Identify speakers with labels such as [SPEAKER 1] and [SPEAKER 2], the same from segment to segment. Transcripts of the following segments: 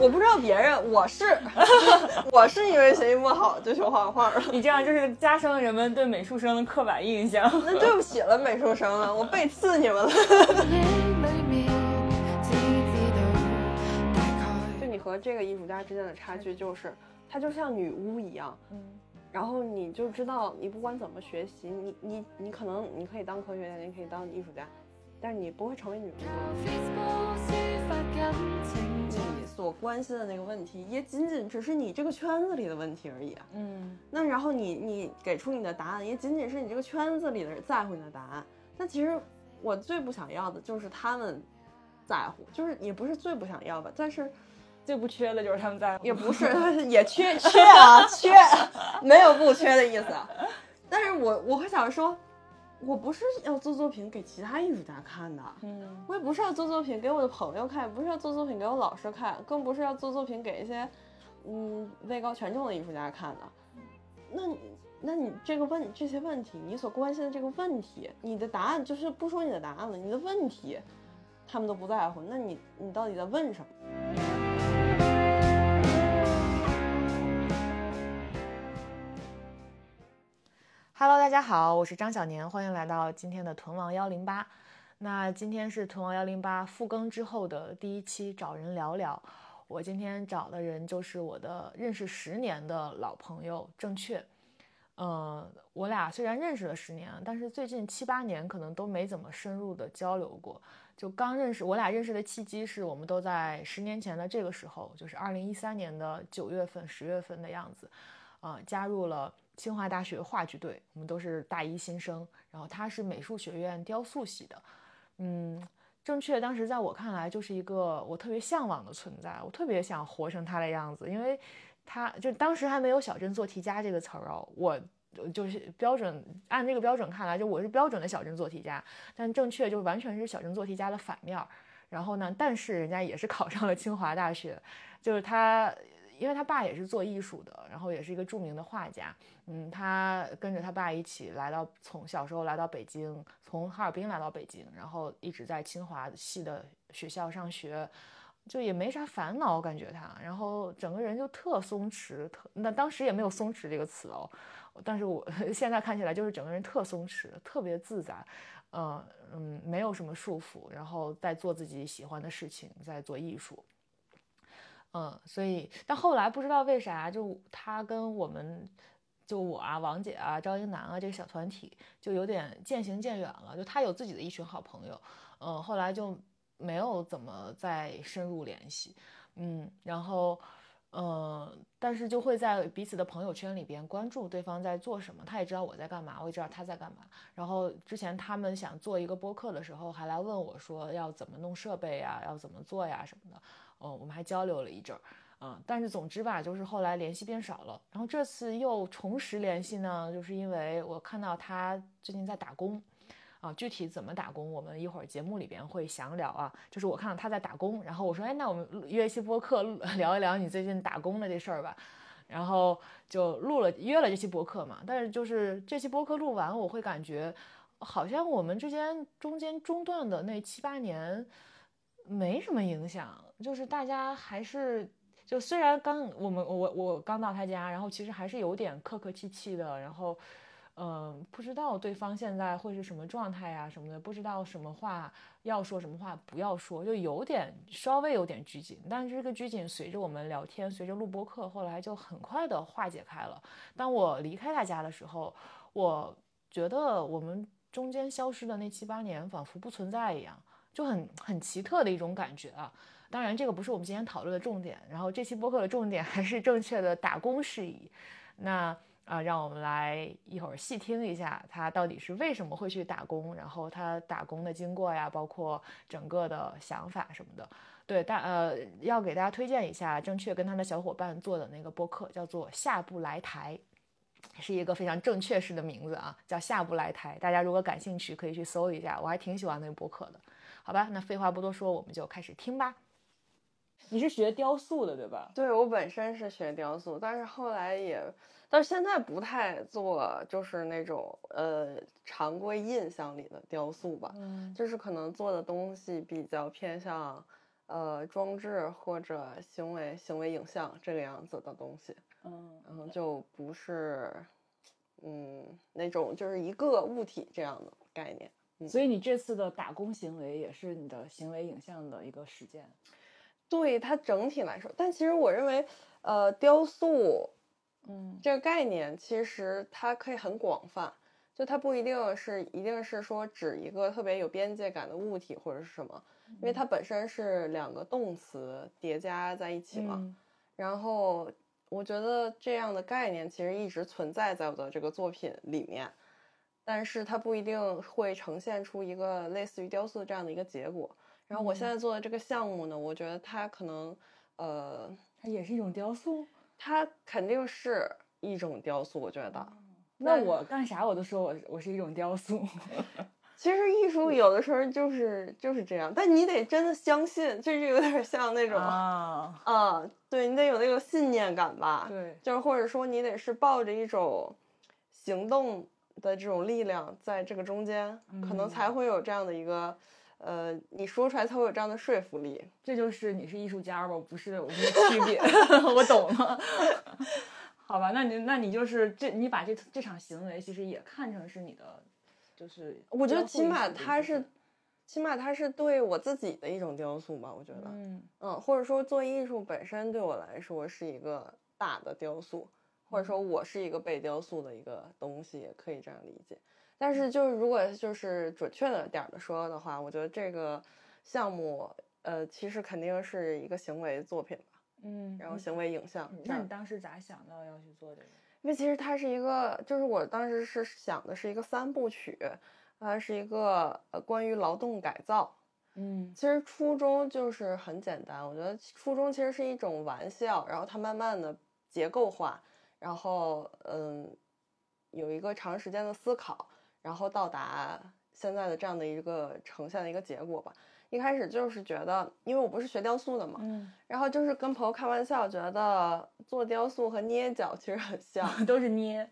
[SPEAKER 1] 我不知道别人，我是 我是因为学习不好就学画画了。
[SPEAKER 2] 你这样就是加深了人们对美术生的刻板印象。
[SPEAKER 1] 那对不起了，美术生们，我背刺你们了。 就你和这个艺术家之间的差距，就是他就像女巫一样，
[SPEAKER 2] 嗯
[SPEAKER 1] 然后你就知道，你不管怎么学习，你你你可能你可以当科学家，你可以当艺术家，但是你不会成为女巫。你所关心的那个问题，也仅仅只是你这个圈子里的问题而已啊。
[SPEAKER 2] 嗯
[SPEAKER 1] 那然后你你给出你的答案，也仅仅是你这个圈子里的人在乎你的答案。但其实我最不想要的就是他们在乎，就是也不是最不想要吧，但是
[SPEAKER 2] 最不缺的就是他们在乎
[SPEAKER 1] 也不是也缺缺啊缺， 没有不缺的意思啊。但是我我会想说，我不是要做作品给其他艺术家看的，
[SPEAKER 2] 嗯
[SPEAKER 1] 我也不是要做作品给我的朋友看，也不是要做作品给我老师看，更不是要做作品给一些嗯位高权重的艺术家看的。那你那你这个问这些问题，你所关心的这个问题，你的答案就是不说你的答案了，你的问题他们都不在乎，那你你到底在问什么？
[SPEAKER 3] Hello，大家好，我是张小年，欢迎来到今天的屯王幺零八。那今天是屯王幺零八复更之后的第一期，找人聊聊。我今天找的人就是我的认识十年的老朋友郑确。呃，我俩虽然认识了十年，啊但是最近七八年可能都没怎么深入的交流过。就刚认识，我俩认识的契机是我们都在十年前的这个时候，就是二零一三年的九月份、十月份的样子，啊、加入了清华大学话剧队，我们都是大一新生。然后他是美术学院雕塑系的，嗯，正确当时在我看来就是一个我特别向往的存在，我特别想活成他的样子，因为他就当时还没有“小镇做题家”这个词儿哦，我。就是标准，按这个标准看来，就我是标准的小镇做题家，但正确就完全是小镇做题家的反面儿。然后呢，但是人家也是考上了清华大学，就是他，因为他爸也是做艺术的，然后也是一个著名的画家。嗯，他跟着他爸一起来到，从小时候来到北京，从哈尔滨来到北京，然后一直在清华系的学校上学。就也没啥烦恼，我感觉他，然后整个人就特松弛，特那当时也没有松弛这个词哦，但是我 现在看起来就是整个人特松弛，特别自在，呃嗯，没有什么束缚，然后在做自己喜欢的事情，在做艺术。嗯，所以但后来不知道为啥，就他跟我们，就我啊、王姐啊、赵英男啊这个小团体，就有点渐行渐远了。就他有自己的一群好朋友，嗯，后来就没有怎么再深入联系，嗯，然后。呃，但是就会在彼此的朋友圈里边关注对方在做什么，他也知道我在干嘛，我也知道他在干嘛。然后之前他们想做一个播客的时候，还来问我说要怎么弄设备呀，要怎么做呀什么的。哦，我们还交流了一阵儿，啊、但是总之吧，就是后来联系变少了。然后这次又重拾联系呢，就是因为我看到他最近在打工。啊，具体怎么打工，我们一会儿节目里边会详聊啊。就是我看到他在打工，然后我说，哎，那我们录约一期播客录 聊一聊你最近打工的这事儿吧。然后就录了约了这期播客嘛。但是就是这期播客录完，我会感觉好像我们之间中间中断的那七八年没什么影响，就是大家还是。就虽然刚我们我我刚到他家，然后其实还是有点客客气气的，然后嗯，不知道对方现在会是什么状态呀、什么的，不知道什么话要说，什么话不要说，就有点稍微有点拘谨。但是这个拘谨随着我们聊天，随着录播课，后来就很快的化解开了。当我离开他家的时候，我觉得我们中间消失的那七八年仿佛不存在一样，就很很奇特的一种感觉啊。当然，这个不是我们今天讨论的重点。然后这期播客的重点还是正确的打工事宜。那啊、呃让我们来一会儿细听一下他到底是为什么会去打工，然后他打工的经过呀，包括整个的想法什么的。对，大呃，要给大家推荐一下正确跟他的小伙伴做的那个播客，叫做《下不来台》，是一个非常正确式的名字啊，叫《下不来台》。大家如果感兴趣，可以去搜一下，我还挺喜欢那个播客的。好吧，那废话不多说，我们就开始听吧。
[SPEAKER 2] 你是学雕塑的对吧？
[SPEAKER 1] 对我本身是学雕塑，但是后来也，但是现在不太做，就是那种呃常规印象里的雕塑吧，
[SPEAKER 2] 嗯
[SPEAKER 1] 就是可能做的东西比较偏向呃装置或者行为行为影像这个样子的东西，
[SPEAKER 2] 嗯
[SPEAKER 1] 然后就不是嗯那种就是一个物体这样的概念。
[SPEAKER 2] 所以你这次的打工行为也是你的行为影像的一个实践。
[SPEAKER 1] 对它整体来说，但其实我认为，呃，雕塑
[SPEAKER 2] 嗯
[SPEAKER 1] 这个概念其实它可以很广泛，就它不一定是一定是说指一个特别有边界感的物体或者是什么，因为它本身是两个动词叠加在一起嘛。
[SPEAKER 2] 嗯
[SPEAKER 1] 然后我觉得这样的概念其实一直存在在我的这个作品里面，但是它不一定会呈现出一个类似于雕塑这样的一个结果。然后我现在做的这个项目呢，我觉得它可能，呃，
[SPEAKER 2] 它也是一种雕塑。
[SPEAKER 1] 它肯定是一种雕塑，我觉得。
[SPEAKER 2] 那
[SPEAKER 1] 对
[SPEAKER 2] 我干啥我都说我我是一种雕塑。
[SPEAKER 1] 其实艺术有的时候就是就是这样，但你得真的相信，这就有点像那种啊
[SPEAKER 2] 啊，
[SPEAKER 1] 对你得有那个信念感吧，
[SPEAKER 2] 对，
[SPEAKER 1] 就是或者说你得是抱着一种行动的这种力量在这个中间，可能才
[SPEAKER 2] 嗯
[SPEAKER 1] 会有这样的一个，呃，你说出来才会有这样的说服力。
[SPEAKER 2] 这就是你是艺术家吧？我不是，我们的区别， 我懂了。好吧，那你那你就是这，你把这这场行为其实也看成是你的，就是
[SPEAKER 1] 我觉得
[SPEAKER 2] 雕塑
[SPEAKER 1] 起
[SPEAKER 2] 艺
[SPEAKER 1] 码
[SPEAKER 2] 术的一
[SPEAKER 1] 它
[SPEAKER 2] 部
[SPEAKER 1] 是
[SPEAKER 2] 分，
[SPEAKER 1] 起码它是对我自己的一种雕塑吧，我觉得，
[SPEAKER 2] 嗯
[SPEAKER 1] 嗯，或者说做艺术本身对我来说是一个大的雕塑，或者说
[SPEAKER 2] 嗯
[SPEAKER 1] 我是一个被雕塑的一个东西，也可以这样理解。但是就是如果就是准确的点儿的说的话，我觉得这个项目，呃，其实肯定是一个行为作品吧，
[SPEAKER 2] 嗯，
[SPEAKER 1] 然后
[SPEAKER 2] 嗯
[SPEAKER 1] 行为影像
[SPEAKER 2] 嗯
[SPEAKER 1] 这
[SPEAKER 2] 那
[SPEAKER 1] 样
[SPEAKER 2] 你当时咋想到要去做这个？
[SPEAKER 1] 因为其实它是一个，就是我当时是想的是一个三部曲，它是一个呃关于劳动改造。
[SPEAKER 2] 嗯
[SPEAKER 1] 其实初衷就是很简单，我觉得初衷其实是一种玩笑，然后它慢慢的结构化，然后嗯，有一个长时间的思考，然后到达现在的这样的一个呈现的一个结果吧。一开始就是觉得，因为我不是学雕塑的嘛，
[SPEAKER 2] 嗯，
[SPEAKER 1] 然后就是跟朋友开玩笑，觉得做雕塑和捏脚其实很像，
[SPEAKER 2] 都是捏，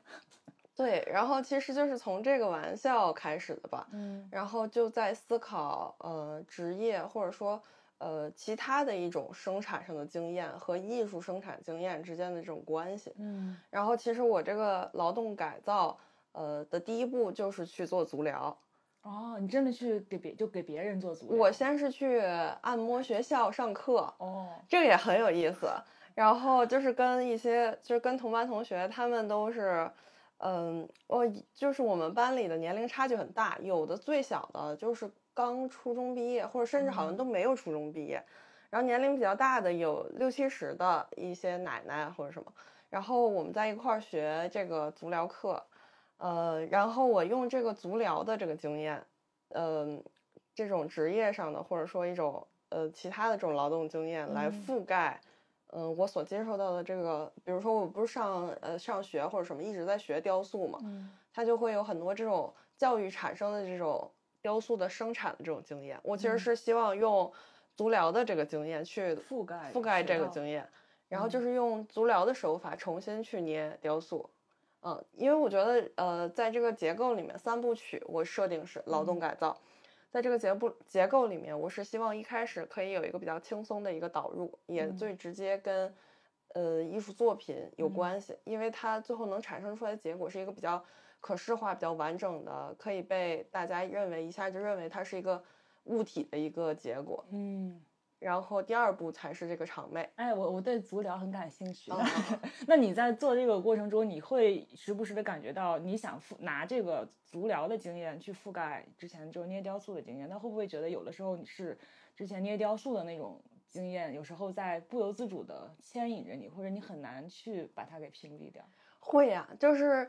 [SPEAKER 1] 对，然后其实就是从这个玩笑开始的吧，
[SPEAKER 2] 嗯
[SPEAKER 1] 然后就在思考呃职业或者说呃其他的一种生产上的经验和艺术生产经验之间的这种关系。
[SPEAKER 2] 嗯
[SPEAKER 1] 然后其实我这个劳动改造呃的第一步就是去做足疗，
[SPEAKER 2] 哦，你真的去给别就给别人做足疗，
[SPEAKER 1] 我先是去按摩学校上课，
[SPEAKER 2] 哦，
[SPEAKER 1] 这个也很有意思。然后就是跟一些，就是跟同班同学，他们都是，嗯，我就是我们班里的年龄差距很大，有的最小的就是刚初中毕业，或者甚至好像都没有初中毕业。然后年龄比较大的有六七十的一些奶奶或者什么。然后我们在一块儿学这个足疗课，呃，然后我用这个足疗的这个经验，嗯、这种职业上的，或者说一种呃其他的这种劳动经验来
[SPEAKER 2] 嗯
[SPEAKER 1] 覆盖，嗯、我所接受到的这个，比如说我不是上呃上学或者什么一直在学雕塑嘛，
[SPEAKER 2] 嗯
[SPEAKER 1] 它就会有很多这种教育产生的这种雕塑的生产的这种经验。我其实
[SPEAKER 2] 嗯
[SPEAKER 1] 是希望用足疗的这个经验去
[SPEAKER 2] 覆盖
[SPEAKER 1] 覆盖
[SPEAKER 2] 学
[SPEAKER 1] 这个
[SPEAKER 2] 到
[SPEAKER 1] 经验，然后就
[SPEAKER 2] 嗯
[SPEAKER 1] 是用足疗的手法重新去捏雕塑。嗯，因为我觉得呃，在这个结构里面，三部曲我设定是劳动
[SPEAKER 2] 嗯
[SPEAKER 1] 改造。在这个结构结构里面，我是希望一开始可以有一个比较轻松的一个导入，也
[SPEAKER 2] 嗯
[SPEAKER 1] 最直接跟呃艺术作品有
[SPEAKER 2] 嗯
[SPEAKER 1] 关系，因为它最后能产生出来的结果是一个比较可视化、比较完整的，可以被大家认为一下就认为它是一个物体的一个结果。
[SPEAKER 2] 嗯。
[SPEAKER 1] 然后第二步才是这个场内。
[SPEAKER 2] 哎，我我对足疗很感兴趣。
[SPEAKER 1] 啊
[SPEAKER 2] 那你在做这个过程中，你会时不时的感觉到你想覆拿这个足疗的经验去覆盖之前就捏雕塑的经验，那会不会觉得有的时候你是之前捏雕塑的那种经验，有时候在不由自主的牵引着你，或者你很难去把它给屏蔽掉？
[SPEAKER 1] 会呀、就是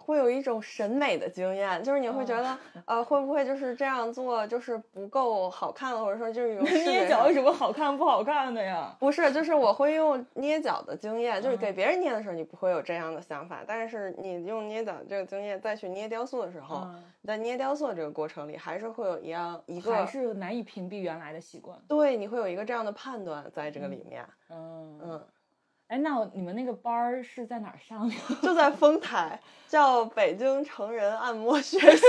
[SPEAKER 1] 会有一种审美的经验，就是你会觉
[SPEAKER 2] 哦
[SPEAKER 1] 得，呃，会不会就是这样做就是不够好看，或者说就是 有视
[SPEAKER 2] 捏
[SPEAKER 1] 觉
[SPEAKER 2] 脚
[SPEAKER 1] 上
[SPEAKER 2] 有什么好看不好看的呀？
[SPEAKER 1] 不是，就是我会用捏脚的经验，就是
[SPEAKER 2] 嗯
[SPEAKER 1] 给别人捏的时候，你不会有这样的想法，但是你用捏脚这个经验再去捏雕塑的时候，
[SPEAKER 2] 嗯，
[SPEAKER 1] 你在捏雕塑这个过程里，还是会有一样一
[SPEAKER 2] 还
[SPEAKER 1] 个，
[SPEAKER 2] 是难以屏蔽原来的习惯。
[SPEAKER 1] 对，你会有一个这样的判断在这个里面，
[SPEAKER 2] 嗯
[SPEAKER 1] 嗯，
[SPEAKER 2] 哎，那我你们那个班儿是在哪儿上的？
[SPEAKER 1] 就在丰台， 叫北京成人按摩学校。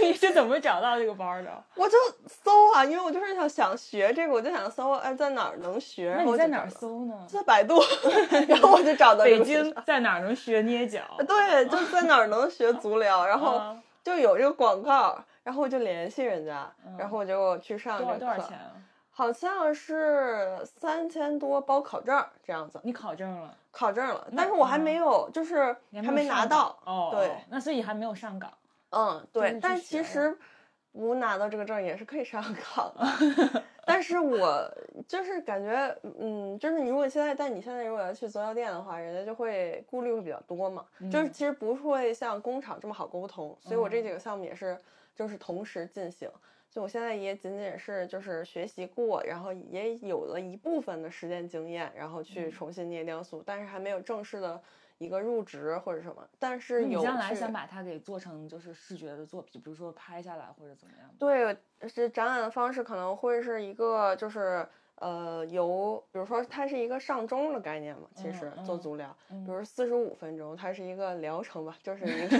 [SPEAKER 2] 你是怎么找到这个班儿的？
[SPEAKER 1] 我就搜啊，因为我就是想想学这个，我就想搜，哎，在哪儿能学？
[SPEAKER 2] 那
[SPEAKER 1] 然后
[SPEAKER 2] 你
[SPEAKER 1] 我
[SPEAKER 2] 在
[SPEAKER 1] 就
[SPEAKER 2] 哪
[SPEAKER 1] 找
[SPEAKER 2] 儿
[SPEAKER 1] 到？
[SPEAKER 2] 搜呢？
[SPEAKER 1] 在百度， 然后我就找到这
[SPEAKER 2] 北
[SPEAKER 1] 个学
[SPEAKER 2] 京
[SPEAKER 1] 校
[SPEAKER 2] 在哪儿能学捏脚？
[SPEAKER 1] 对，就在哪儿能学足疗，然后
[SPEAKER 2] 啊
[SPEAKER 1] 就有这个广告，然后我就联系人家，然
[SPEAKER 2] 嗯
[SPEAKER 1] 后我就去上
[SPEAKER 2] 多少
[SPEAKER 1] 这个
[SPEAKER 2] 多少
[SPEAKER 1] 课，
[SPEAKER 2] 钱啊？
[SPEAKER 1] 好像是三千多包考证儿这样子，
[SPEAKER 2] 你考证了，
[SPEAKER 1] 考证了，
[SPEAKER 2] 那
[SPEAKER 1] 但是我还没有，就是
[SPEAKER 2] 你
[SPEAKER 1] 还
[SPEAKER 2] 没
[SPEAKER 1] 没
[SPEAKER 2] 有
[SPEAKER 1] 拿
[SPEAKER 2] 上
[SPEAKER 1] 到
[SPEAKER 2] 岗，哦，
[SPEAKER 1] 对
[SPEAKER 2] 哦那所以还没有上岗。
[SPEAKER 1] 嗯，
[SPEAKER 2] 是
[SPEAKER 1] 对
[SPEAKER 2] 去，
[SPEAKER 1] 但
[SPEAKER 2] 学
[SPEAKER 1] 其
[SPEAKER 2] 了
[SPEAKER 1] 实我拿到这个证儿也是可以上岗 的，但是我就是感觉，嗯，就是你如果现在，但你现在如果要去足疗店的话，人家就会顾虑会比较多嘛，就是
[SPEAKER 2] 嗯
[SPEAKER 1] 其实不会像工厂这么好沟通，所以我这
[SPEAKER 2] 嗯
[SPEAKER 1] 几个项目也是就是同时进行。所以我现在也仅仅是就是学习过，然后也有了一部分的实践经验，然后去
[SPEAKER 2] 嗯
[SPEAKER 1] 重新捏雕塑，但是还没有正式的一个入职或者什么。但是
[SPEAKER 2] 那你
[SPEAKER 1] 有
[SPEAKER 2] 将来
[SPEAKER 1] 去
[SPEAKER 2] 想把它给做成就是视觉的作品，比如说拍下来或者怎么样吗？
[SPEAKER 1] 对，是展览的方式可能会是一个，就是呃，由比如说它是一个上钟的概念嘛，其
[SPEAKER 2] 嗯
[SPEAKER 1] 实做
[SPEAKER 2] 嗯
[SPEAKER 1] 足疗，
[SPEAKER 2] 嗯
[SPEAKER 1] 比如四十五分钟，它是一个疗程吧，就是一个，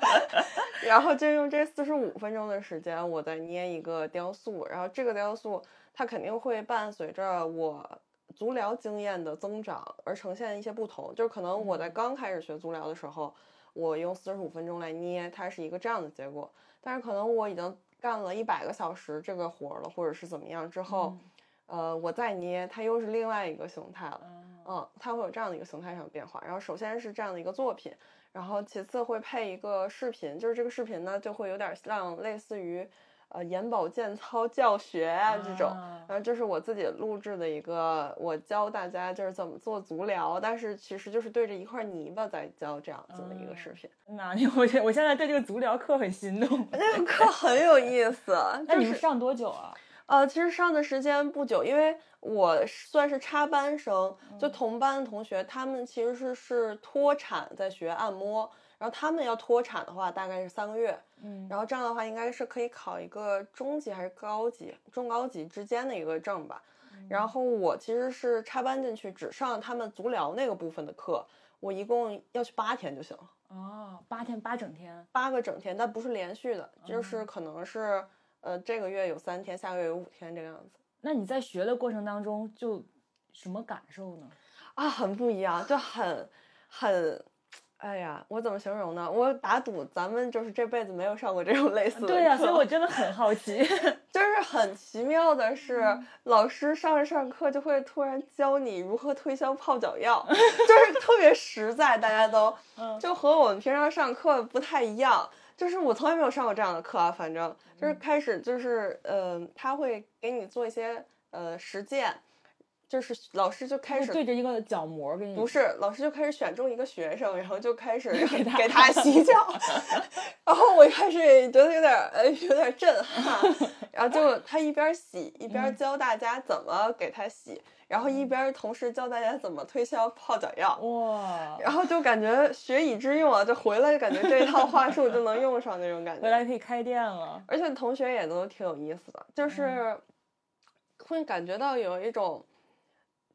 [SPEAKER 1] 然后就用这四十五分钟的时间，我再捏一个雕塑，然后这个雕塑它肯定会伴随着我。足疗经验的增长而呈现一些不同，就是可能我在
[SPEAKER 2] 嗯
[SPEAKER 1] 刚开始学足疗的时候，我用四十五分钟来捏，它是一个这样的结果。但是可能我已经干了一百个小时这个活儿了，或者是怎么样之后，呃，我再捏它又是另外一个形态了。
[SPEAKER 2] 嗯，
[SPEAKER 1] 嗯，它会有这样的一个形态上的变化。然后首先是这样的一个作品，然后其次会配一个视频，就是这个视频呢就会有点像类似于呃眼保健操教学啊这种。
[SPEAKER 2] 啊
[SPEAKER 1] 然后这是我自己录制的一个，我教大家就是怎么做足疗，但是其实就是对着一块泥巴在教这样子的一个视
[SPEAKER 2] 嗯
[SPEAKER 1] 频。
[SPEAKER 2] 那你 我现我现在对这个足疗课很心 动。
[SPEAKER 1] 那个课很有意思，
[SPEAKER 2] 那
[SPEAKER 1] 就
[SPEAKER 2] 你们
[SPEAKER 1] 是
[SPEAKER 2] 上多久啊？
[SPEAKER 1] 呃，其实上的时间不久，因为我是算是插班生，就同班的同学，他们其实是是脱产在学按摩，然后他们要脱产的话，大概是三个月，
[SPEAKER 2] 嗯，
[SPEAKER 1] 然后这样的话应该是可以考一个中级还是高级、中高级之间的一个证吧。然后我其实是插班进去，只上他们足疗那个部分的课，我一共要去八天就行了。
[SPEAKER 2] 哦，八天八整天，
[SPEAKER 1] 八个整天，但不是连续的，就是可能是呃这个月有三天，下个月有五天这个样子
[SPEAKER 2] 那你在学的过程当中就什么感受呢？
[SPEAKER 1] 啊，很不一样，就很很，哎呀，我怎么形容呢？我打赌咱们就是这辈子没有上过这种类似的
[SPEAKER 2] 对呀、所以
[SPEAKER 1] 课
[SPEAKER 2] 我真的很好奇。
[SPEAKER 1] 就是很奇妙的是，
[SPEAKER 2] 嗯
[SPEAKER 1] 老师上着上着课就会突然教你如何推销泡脚药， 就是特别实在，大家都
[SPEAKER 2] 嗯
[SPEAKER 1] 就和我们平常上课不太一样。就是我从来没有上过这样的课啊，反正
[SPEAKER 2] 嗯
[SPEAKER 1] 就是开始就是嗯、呃他会给你做一些呃实践，就是老师就 开
[SPEAKER 2] 就
[SPEAKER 1] 始
[SPEAKER 2] 哦对着一个角膜给你，
[SPEAKER 1] 不是，老师就开始选中一个学生，然后就开始
[SPEAKER 2] 给他
[SPEAKER 1] 给他洗 脚， 然后我一开始也觉得有点儿呃有点儿震撼， 然后就他一边洗一边
[SPEAKER 2] 嗯
[SPEAKER 1] 教大家怎么给他洗，然后一边同时教大家怎么推销泡脚药，
[SPEAKER 2] 哇，
[SPEAKER 1] 然后就感觉学以致用啊，就回来感觉这一套话术就能用上那种感觉。
[SPEAKER 2] 回来可以开店了。
[SPEAKER 1] 而且同学也都挺有意思的，
[SPEAKER 2] 嗯
[SPEAKER 1] 就是会感觉到有一种，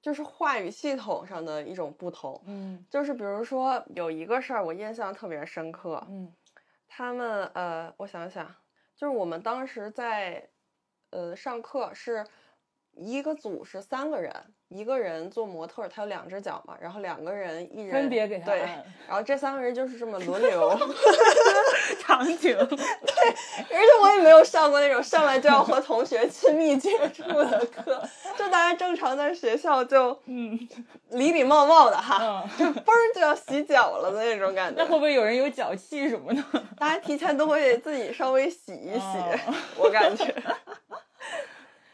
[SPEAKER 1] 就是话语系统上的一种不同。
[SPEAKER 2] 嗯
[SPEAKER 1] 就是比如说有一个事儿，我印象特别深刻。
[SPEAKER 2] 嗯
[SPEAKER 1] 他们呃，我想想，就是我们当时在呃上课是一个组是三个人，一个人做模特儿，他有两只脚嘛，然后两个人一人
[SPEAKER 2] 分别给他
[SPEAKER 1] 对
[SPEAKER 2] 按，
[SPEAKER 1] 然后这三个人就是这么 轮流。
[SPEAKER 2] 场景，
[SPEAKER 1] 而且我也没有上过那种上来就要和同学亲密接触的课， 就大家正常在学校就
[SPEAKER 2] 嗯
[SPEAKER 1] 礼礼貌貌的哈，
[SPEAKER 2] 嗯，
[SPEAKER 1] 就嘣儿就要洗脚了的那种感
[SPEAKER 2] 那会
[SPEAKER 1] 觉。
[SPEAKER 2] 不会有人有脚气什么 的？
[SPEAKER 1] 大家提前都会自己稍微洗一洗
[SPEAKER 2] 哦，
[SPEAKER 1] 我感觉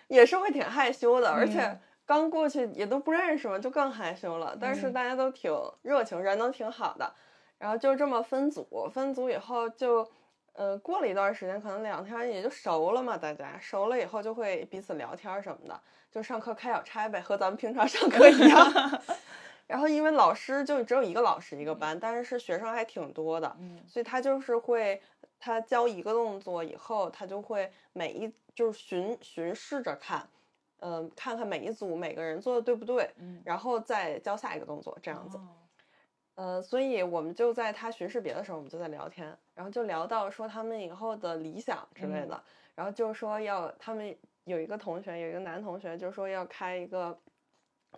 [SPEAKER 1] 也是会挺害羞的，而且
[SPEAKER 2] 嗯。
[SPEAKER 1] 刚过去也都不认识嘛，就更害羞了。但是
[SPEAKER 2] 嗯
[SPEAKER 1] 大家都挺热情，人都挺好的。然后就这么分组，分组以后就，呃，过了一段时间，可能两天也就熟了嘛，大家熟了以后就会彼此聊天儿什么的，就上课开小差呗，和咱们平常上课一 样。然后因为老师就只有一个老师一个班，但是是学生还挺多的，
[SPEAKER 2] 嗯
[SPEAKER 1] 所以他就是会，他教一个动作以后，他就会每一就是巡巡视着看，嗯、看看每一组每个人做的对不对，
[SPEAKER 2] 嗯，
[SPEAKER 1] 然后再教下一个动作这样子。
[SPEAKER 2] 哦
[SPEAKER 1] 呃，所以我们就在他巡视别的时候，我们就在聊天，然后就聊到说他们以后的理想之类的，然后就说要他们有一个同学，有一个男同学，就说要开一个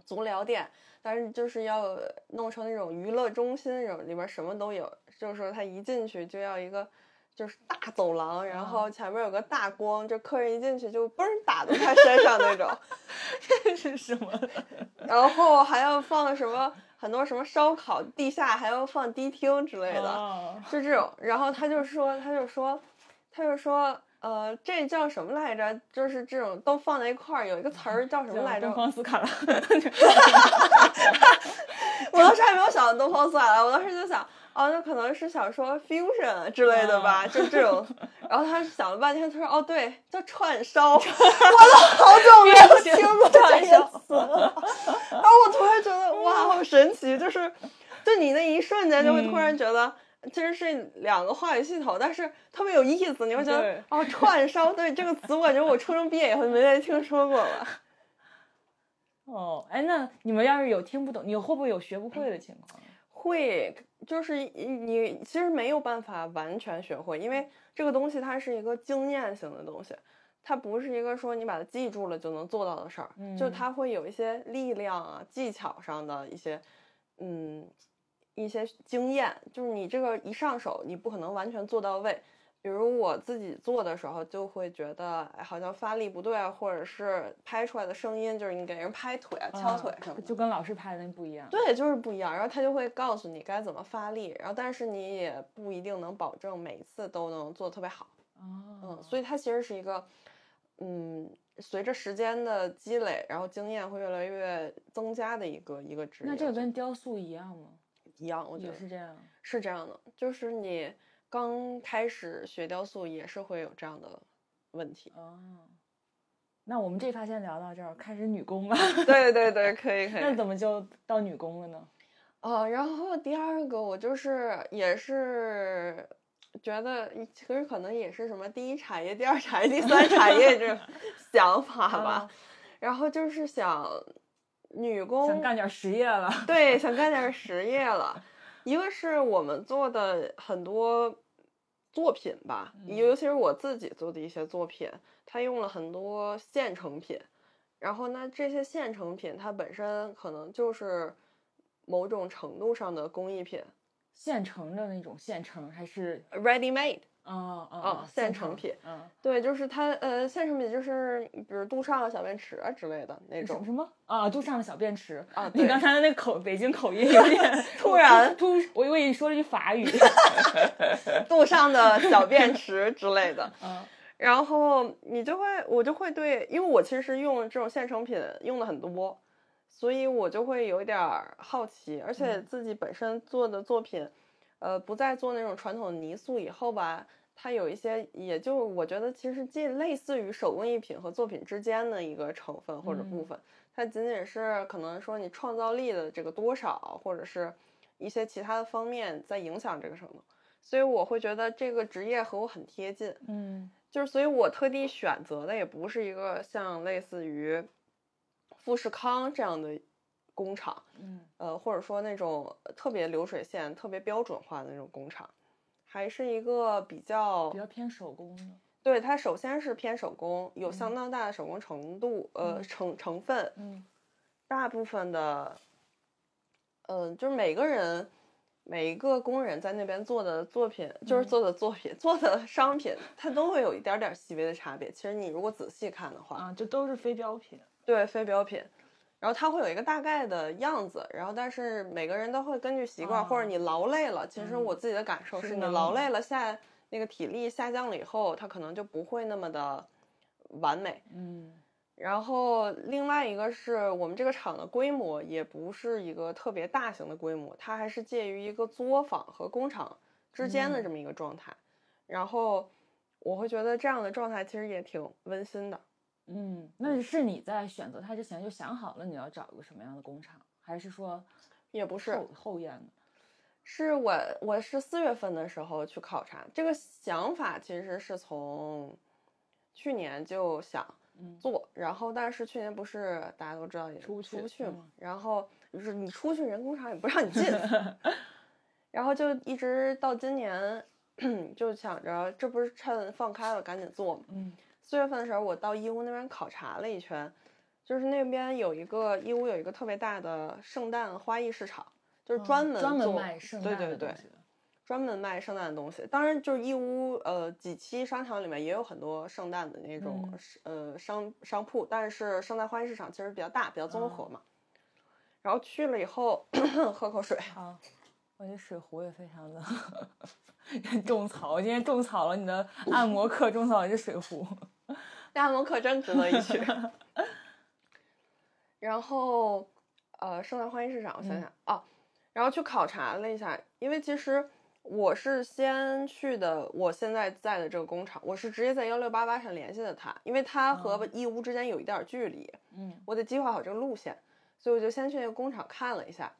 [SPEAKER 1] 足疗店，但是就是要弄成那种娱乐中心那种，里边什么都有，就是说他一进去就要一个。就是大走廊，然后前面有个大光，就客人一进去就嘣儿打到他身上那种，
[SPEAKER 2] 这是什么？
[SPEAKER 1] 然后还要放什么很多什么烧烤，地下还要放迪厅之类的，
[SPEAKER 2] 哦
[SPEAKER 1] 就这种。然后他就说，他就说，他就说，呃，这叫什么来着？就是这种都放在一块儿，有一个词儿叫什么来着
[SPEAKER 2] 东？方斯卡拉，
[SPEAKER 1] 我当时还没有想到东方算了，我当时就想，哦，那可能是想说 fusion 之类的吧，
[SPEAKER 2] 啊
[SPEAKER 1] 就这种。然后他想了半天，他说，哦，对，叫串烧。我都好久没有听过这
[SPEAKER 2] 串
[SPEAKER 1] 个
[SPEAKER 2] 烧
[SPEAKER 1] 词了。然后我突然觉得，哇，好神奇！就是，就你那一瞬间就会突
[SPEAKER 2] 嗯
[SPEAKER 1] 然觉得。其实是两个话语系统，但是特别有意思。你会觉得
[SPEAKER 2] 对
[SPEAKER 1] 哦，串烧，对这个词，我感觉我初中毕业以后没再听说过了。
[SPEAKER 2] 哦，哎，那你们要是有听不懂，你会不会有学不会的情况？
[SPEAKER 1] 会，就是你你其实没有办法完全学会，因为这个东西它是一个经验型的东西，它不是一个说你把它记住了就能做到的事儿，就
[SPEAKER 2] 嗯
[SPEAKER 1] 它会有一些力量啊、技巧上的一些，嗯，一些经验，就是你这个一上手，你不可能完全做到位。比如我自己做的时候，就会觉得哎好像发力不对啊，或者是拍出来的声音，就是你给人拍腿啊、敲
[SPEAKER 2] 啊
[SPEAKER 1] 腿 什么的，
[SPEAKER 2] 就跟老师拍的不一样。
[SPEAKER 1] 对，就是不一样。然后他就会告诉你该怎么发力，然后但是你也不一定能保证每次都能做得特别好。
[SPEAKER 2] 哦
[SPEAKER 1] 嗯，，所以它其实是一个，嗯，随着时间的积累，然后经验会越来越增加的一个一个职业。
[SPEAKER 2] 那这个跟雕塑一样吗？
[SPEAKER 1] 一样，我觉
[SPEAKER 2] 也
[SPEAKER 1] 得
[SPEAKER 2] 是这样。。
[SPEAKER 1] 是这样的，就是你刚开始学雕塑也是会有这样的问题
[SPEAKER 2] 哦，那我们这趴先聊到这儿，开始女工 吧。
[SPEAKER 1] 对对对，可以可以。
[SPEAKER 2] 那怎么就到女工了呢？
[SPEAKER 1] 呃，然后第二个我就是也是觉得，其实可能也是什么第一产业、第二产业、第三产业这种 想法吧
[SPEAKER 2] 啊。
[SPEAKER 1] 然后就是想女
[SPEAKER 2] 想
[SPEAKER 1] 工
[SPEAKER 2] 干点实业了。
[SPEAKER 1] 对，想干点实业了。一个是我们做的很多作品吧，尤其是我自己做的一些作品，它用了很多现成品。然后呢，这些现成品它本身可能就是某种程度上的工艺品
[SPEAKER 2] 现成的那种现成还是
[SPEAKER 1] ，ready made。
[SPEAKER 2] 哦哦
[SPEAKER 1] 哦现成品，
[SPEAKER 2] 嗯，
[SPEAKER 1] 对，就是它呃，现成品就是比如杜尚啊、小便池啊之类的那
[SPEAKER 2] 什么
[SPEAKER 1] 种。
[SPEAKER 2] 什么啊？杜尚的小便池
[SPEAKER 1] 啊对
[SPEAKER 2] 你刚才的那口北京口 音有点
[SPEAKER 1] 突然
[SPEAKER 2] 突，突我以为你说了一句法 语。
[SPEAKER 1] 杜尚的小便池之类的，
[SPEAKER 2] 嗯
[SPEAKER 1] 然后你就会，我就会对，因为我其实用这种现成品用的很多，所以我就会有一点儿好奇，而且自己本身做的作品，呃，不再做那种传统的泥塑以后吧，它有一些也就我觉得其实既类似于手工艺品和作品之间的一个成分或者部
[SPEAKER 2] 嗯
[SPEAKER 1] 分，它仅仅是可能说你创造力的这个多少，或者是一些其他的方面在影响这个什么，所以我会觉得这个职业和我很贴近。
[SPEAKER 2] 嗯
[SPEAKER 1] 就是所以我特地选择的也不是一个像类似于富士康这样的工厂，
[SPEAKER 2] 嗯
[SPEAKER 1] 呃，或者说那种特别流水线、特别标准化的那种工厂，还是一个比较
[SPEAKER 2] 比较偏手工的。
[SPEAKER 1] 对它首先是偏手工，有相
[SPEAKER 2] 嗯
[SPEAKER 1] 当大的手工程度，呃
[SPEAKER 2] 嗯
[SPEAKER 1] 成成分，
[SPEAKER 2] 嗯
[SPEAKER 1] 大部分的，嗯、就是每个人。每一个工人在那边做的作品，就是
[SPEAKER 2] 嗯
[SPEAKER 1] 做的作品、做的商品，它都会有一点点细微的差别。其实你如果仔细看的话，
[SPEAKER 2] 啊，这都是非标品。
[SPEAKER 1] 对，非标品。然后它会有一个大概的样子，然后但是每个人都会根据习惯，或者
[SPEAKER 2] 哦
[SPEAKER 1] 你劳累了。其实
[SPEAKER 2] 嗯
[SPEAKER 1] 我自己的感受
[SPEAKER 2] 是
[SPEAKER 1] 是你
[SPEAKER 2] 能
[SPEAKER 1] 劳累了下那个体力下降了以后，它可能就不会那么的完美。
[SPEAKER 2] 嗯
[SPEAKER 1] 然后另外一个是我们这个厂的规模也不是一个特别大型的规模，它还是介于一个作坊和工厂之间的这么一个状态。然后我会觉得这样的状态其实也挺温馨的。
[SPEAKER 2] 嗯，那是你在选择它之前就想好了你要找一个什么样的工厂，还是说
[SPEAKER 1] 也不是
[SPEAKER 2] 后后验的？
[SPEAKER 1] 是我我是四月份的时候去考察，这个想法其实是从去年就想
[SPEAKER 2] 嗯
[SPEAKER 1] 做，然后但是去年不是大家都知道也
[SPEAKER 2] 出不
[SPEAKER 1] 出
[SPEAKER 2] 去
[SPEAKER 1] 不去嘛
[SPEAKER 2] 嗯，
[SPEAKER 1] 然后就是你出去人工厂也不让你 进，然后就一直到今年 就想着这不是趁放开了赶紧做嘛。
[SPEAKER 2] 嗯
[SPEAKER 1] 四月份的时候，我到义乌那边考察了一圈，就是那边有一个义乌有一个特别大的圣诞花艺市场，就是专门、做
[SPEAKER 2] 哦嗯专门卖圣
[SPEAKER 1] 对
[SPEAKER 2] 诞
[SPEAKER 1] 对
[SPEAKER 2] 的
[SPEAKER 1] 对
[SPEAKER 2] 东，西的
[SPEAKER 1] 专门卖圣诞的东西。当然，就是义乌呃几期商场里面也有很多圣诞的那种、呃商商铺，但是圣诞花艺市场其实比较大，比较综合嘛。然后去了以后 喝口水，
[SPEAKER 2] 好，我这水壶也非常的 种草，我今天种草了你的按摩课，种草了这水壶。
[SPEAKER 1] 大门可真值得一去。 然后，呃，圣诞花艺市场，我想
[SPEAKER 2] 嗯
[SPEAKER 1] 想、啊，然后去考察了一下，因为其实我是先去的，我现在在的这个工厂，我是直接在幺六八八上联系的他，因为他和
[SPEAKER 2] 哦
[SPEAKER 1] 义乌之间有一点儿距离，
[SPEAKER 2] 嗯
[SPEAKER 1] 我得计划好这个路线，所以我就先去那个工厂看了一下，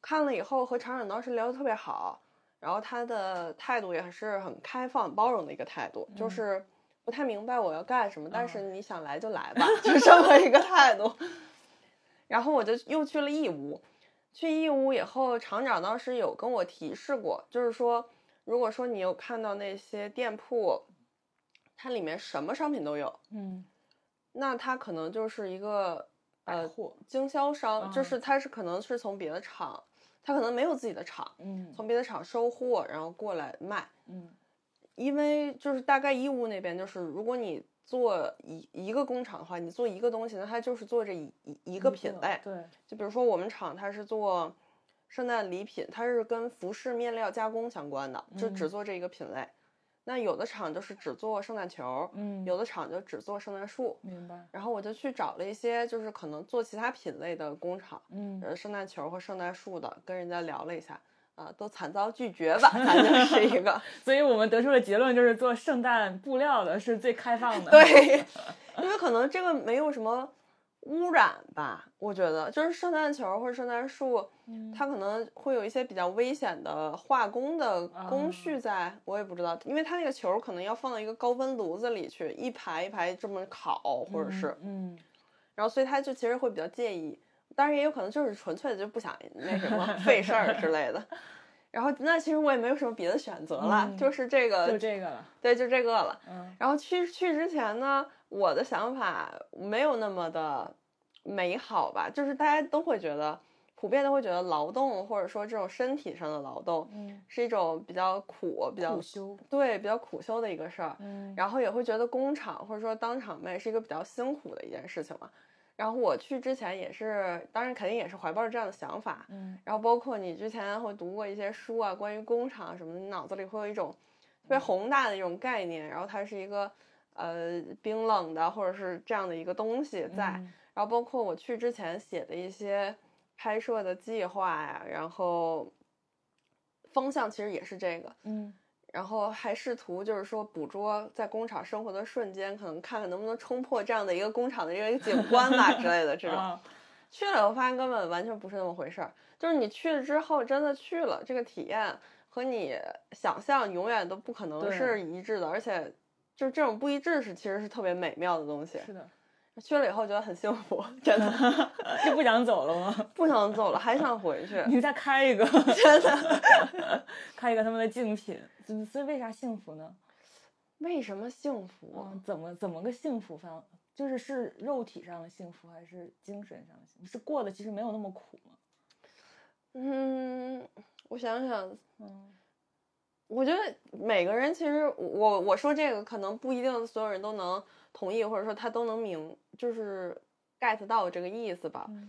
[SPEAKER 1] 看了以后和厂长当时聊得特别好，然后他的态度也是很开放包容的一个态度，就
[SPEAKER 2] 嗯
[SPEAKER 1] 是不太明白我要干什么，但是
[SPEAKER 2] 啊
[SPEAKER 1] 你想来就来 吧，就这么一个态度。然后我就又去了义乌，去义乌以后，厂长当时有跟我提示过，就是说，如果说你有看到那些店铺，它里面什么商品都有，
[SPEAKER 2] 嗯，
[SPEAKER 1] 那它可能就是一个
[SPEAKER 2] 百
[SPEAKER 1] 呃
[SPEAKER 2] 货，
[SPEAKER 1] 经销商，就
[SPEAKER 2] 啊
[SPEAKER 1] 是它是可能是从别的厂，它可能没有自己的厂，
[SPEAKER 2] 嗯
[SPEAKER 1] 从别的厂收货然后过来卖。
[SPEAKER 2] 嗯
[SPEAKER 1] 因为就是大概义乌那边，就是如果你做一一个工厂的话，你做一个东西，那它就是做这一一一
[SPEAKER 2] 一
[SPEAKER 1] 个品类。
[SPEAKER 2] 嗯对，
[SPEAKER 1] 就比如说我们厂它是做圣诞礼品，它是跟服饰面料加工相关的，就只
[SPEAKER 2] 嗯
[SPEAKER 1] 做这一个品类。那有的厂就是只做圣诞球，
[SPEAKER 2] 嗯，
[SPEAKER 1] 有的厂就只做圣诞树。
[SPEAKER 2] 明白，
[SPEAKER 1] 然后我就去找了一些就是可能做其他品类的工厂，
[SPEAKER 2] 嗯
[SPEAKER 1] 呃，圣诞球或圣诞树的，跟人家聊了一下，啊、都惨遭拒绝吧，反正是一 个
[SPEAKER 2] 所以我们得出的结论就是做圣诞布料的是最开放的。，
[SPEAKER 1] 对，因为可能这个没有什么污染吧，我觉得就是圣诞球或者圣诞树，
[SPEAKER 2] 嗯、
[SPEAKER 1] 它可能会有一些比较危险的化工的工序
[SPEAKER 2] 啊
[SPEAKER 1] 在，我也不知道，因为它那个球可能要放到一个高温炉子里去，一排一排这么烤，或者是。
[SPEAKER 2] 嗯
[SPEAKER 1] 然后所以他就其实会比较介意，当然也有可能就是纯粹的就不想那什么费事儿之类 的。然后那其实我也没有什么别的选择了，
[SPEAKER 2] 嗯
[SPEAKER 1] 就是这
[SPEAKER 2] 嗯，就
[SPEAKER 1] 个，
[SPEAKER 2] 这个了，
[SPEAKER 1] 对，就这个了。
[SPEAKER 2] 嗯
[SPEAKER 1] 然后去去之前呢，我的想法没有那么的美好吧，就是大家都会觉得，普遍都会觉得劳动或者说这种身体上的劳动
[SPEAKER 2] 嗯，
[SPEAKER 1] 是一种比较苦、比较
[SPEAKER 2] 苦修，
[SPEAKER 1] 对、比较苦修的一个事儿。
[SPEAKER 2] 嗯，
[SPEAKER 1] 然后也会觉得工厂或者说当场卖是一个比较辛苦的一件事情嘛。然后我去之前也是，当然肯定也是怀抱着这样的想法。
[SPEAKER 2] 嗯
[SPEAKER 1] 然后包括你之前会读过一些书啊，关于工厂什么的，你脑子里会有一种特别宏大的一种概念，然后它是一个呃冰冷的或者是这样的一个东西在。
[SPEAKER 2] 嗯
[SPEAKER 1] 然后包括我去之前写的一些拍摄的计划呀、然后方向其实也是这个。
[SPEAKER 2] 嗯
[SPEAKER 1] 然后还试图就是说捕捉在工厂生活的瞬间，可能看看能不能冲破这样的一个工厂的这个一个景观吧之类的这 种。
[SPEAKER 2] 啊
[SPEAKER 1] 去了，我发现根本完全不是那么回事儿。就是你去了之后，真的去了，这个体验和你想象永远都不可能
[SPEAKER 2] 对
[SPEAKER 1] 是一致的，而且就是这种不一致是其实是特别美妙的东西。
[SPEAKER 2] 是的，
[SPEAKER 1] 去了以后觉得很幸福，真的
[SPEAKER 2] 就不想走了吗？
[SPEAKER 1] 不想走了，还想回 去。
[SPEAKER 2] 你再开一个，
[SPEAKER 1] 真的？
[SPEAKER 2] 开一个他们的竞品，所所以为啥幸福呢？
[SPEAKER 1] 为什么幸福？
[SPEAKER 2] 嗯，怎么怎么个幸福方？就是是肉体上的幸福，还是精神上的幸福？是过得其实没有那么苦吗？
[SPEAKER 1] 嗯，我想想，
[SPEAKER 2] 嗯
[SPEAKER 1] 我觉得每个人其实我我我说这个可能不一定所有人都能同意，或者说他都能明，就是 get 到我这个意思吧。
[SPEAKER 2] 嗯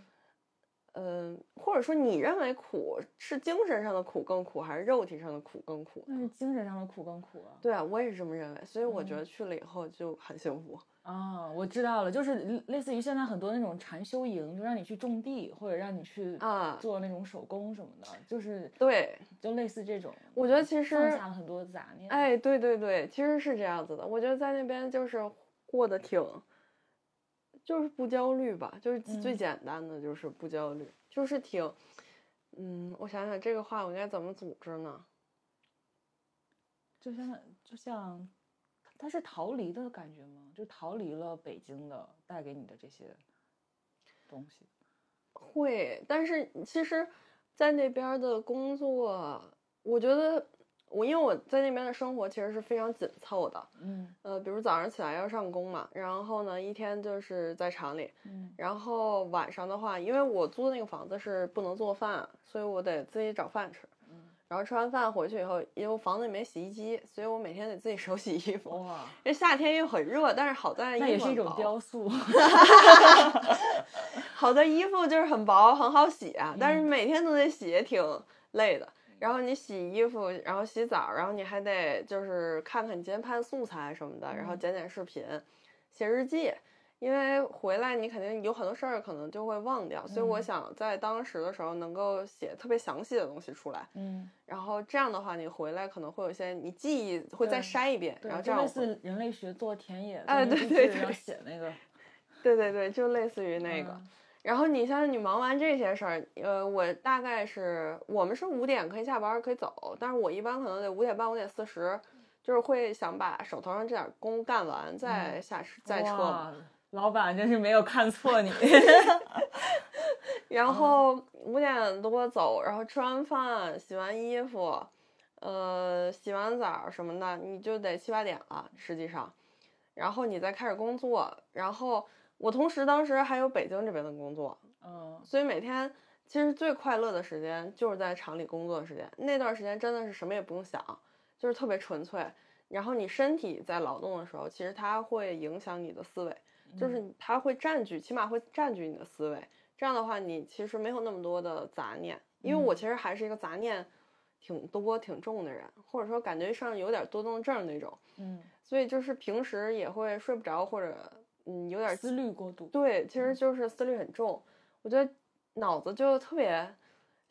[SPEAKER 1] 嗯、或者说你认为苦是精神上的苦更苦，还是肉体上的苦更苦？
[SPEAKER 2] 那是精神上的苦更苦啊！
[SPEAKER 1] 对啊，我也是这么认为，所以我觉
[SPEAKER 2] 嗯嗯
[SPEAKER 1] 得去了以后就很幸福。
[SPEAKER 2] 啊，我知道了，就是类类似于现在很多那种禅修营，就让你去种地，或者让你去
[SPEAKER 1] 啊
[SPEAKER 2] 做那种手工什么的，就是
[SPEAKER 1] 对，
[SPEAKER 2] 就类似这种。
[SPEAKER 1] 我觉得其实
[SPEAKER 2] 放下了很多杂念。，
[SPEAKER 1] 哎，对对对，其实是这样子的。我觉得在那边就是过得挺，就是不焦虑吧，就是最
[SPEAKER 2] 嗯
[SPEAKER 1] 简单的就是不焦虑，就是挺，嗯，我想想这个话我应该怎么组织呢？
[SPEAKER 2] 就像就像，它是逃离的感觉吗？就逃离了北京的带给你的这些东西。
[SPEAKER 1] 会，但是其实，在那边儿的工作，我觉得我因为我在那边的生活其实是非常紧凑的。
[SPEAKER 2] 嗯
[SPEAKER 1] 呃，比如早上起来要上工嘛，然后呢，一天就是在厂里，
[SPEAKER 2] 嗯
[SPEAKER 1] 然后晚上的话，因为我租的那个房子是不能做饭，所以我得自己找饭吃。
[SPEAKER 2] 嗯，
[SPEAKER 1] 然后吃完饭回去以后，因为我房子里没洗衣机，所以我每天得自己手洗衣服。
[SPEAKER 2] 哇，
[SPEAKER 1] 因为夏天又很热，但是好在衣服
[SPEAKER 2] 那也是
[SPEAKER 1] 很
[SPEAKER 2] 一种
[SPEAKER 1] 薄
[SPEAKER 2] 雕塑。嗯
[SPEAKER 1] 好的衣服就是很薄，很好洗啊，但是
[SPEAKER 2] 嗯
[SPEAKER 1] 每天都得洗，也挺累的。然后你洗衣服，然后洗澡，然后你还得就是看看你今天拍的素材什么的，然后
[SPEAKER 2] 嗯
[SPEAKER 1] 剪剪视频，写日记。因为回来你肯定有很多事儿可能就会忘掉，所以我
[SPEAKER 2] 嗯
[SPEAKER 1] 想在当时的时候能够写特别详细的东西出来。
[SPEAKER 2] 嗯，
[SPEAKER 1] 然后这样的话，你回来可能会有一些你记忆会再
[SPEAKER 2] 对
[SPEAKER 1] 筛一遍，
[SPEAKER 2] 对
[SPEAKER 1] 然，后这
[SPEAKER 2] 就
[SPEAKER 1] 样
[SPEAKER 2] 类
[SPEAKER 1] 我会
[SPEAKER 2] 似人类学做田野，
[SPEAKER 1] 哎
[SPEAKER 2] 做
[SPEAKER 1] 对
[SPEAKER 2] 那个
[SPEAKER 1] 对
[SPEAKER 2] 地质
[SPEAKER 1] 对
[SPEAKER 2] 要写那个
[SPEAKER 1] 对对对，就类似于那个。
[SPEAKER 2] 嗯
[SPEAKER 1] 然后你像你忙完这些事儿，呃，我大概是我们是五点可以下班儿可以走，但是我一般可能得五点半五点四十，就是会想把手头上这点儿工干完再下车、再车嘛。
[SPEAKER 2] 哇老板真是没有看错 你。
[SPEAKER 1] 然后五点多走，然后吃完饭洗完衣服，呃，洗完澡什么的，你就得七八点了，实际上，然后你再开始工作。然后我同时当时还有北京这边的工作，
[SPEAKER 2] 嗯
[SPEAKER 1] 所以每天其实最快乐的时间就是在厂里工作的时间，那段时间真的是什么也不用想，就是特别纯粹。然后你身体在劳动的时候，其实它会影响你的思维，就是
[SPEAKER 2] 嗯
[SPEAKER 1] 它会占据，起码会占据你的思维。这样的话，你其实没有那么多的杂念，因为我
[SPEAKER 2] 嗯
[SPEAKER 1] 其实还是一个杂念挺多、挺重的人，或者说感觉上有点多动症那种，
[SPEAKER 2] 嗯，
[SPEAKER 1] 所以就是平时也会睡不着，或者嗯有点
[SPEAKER 2] 思虑过度。
[SPEAKER 1] 对，其实
[SPEAKER 2] 嗯
[SPEAKER 1] 就是思虑很重。我觉得脑子就特别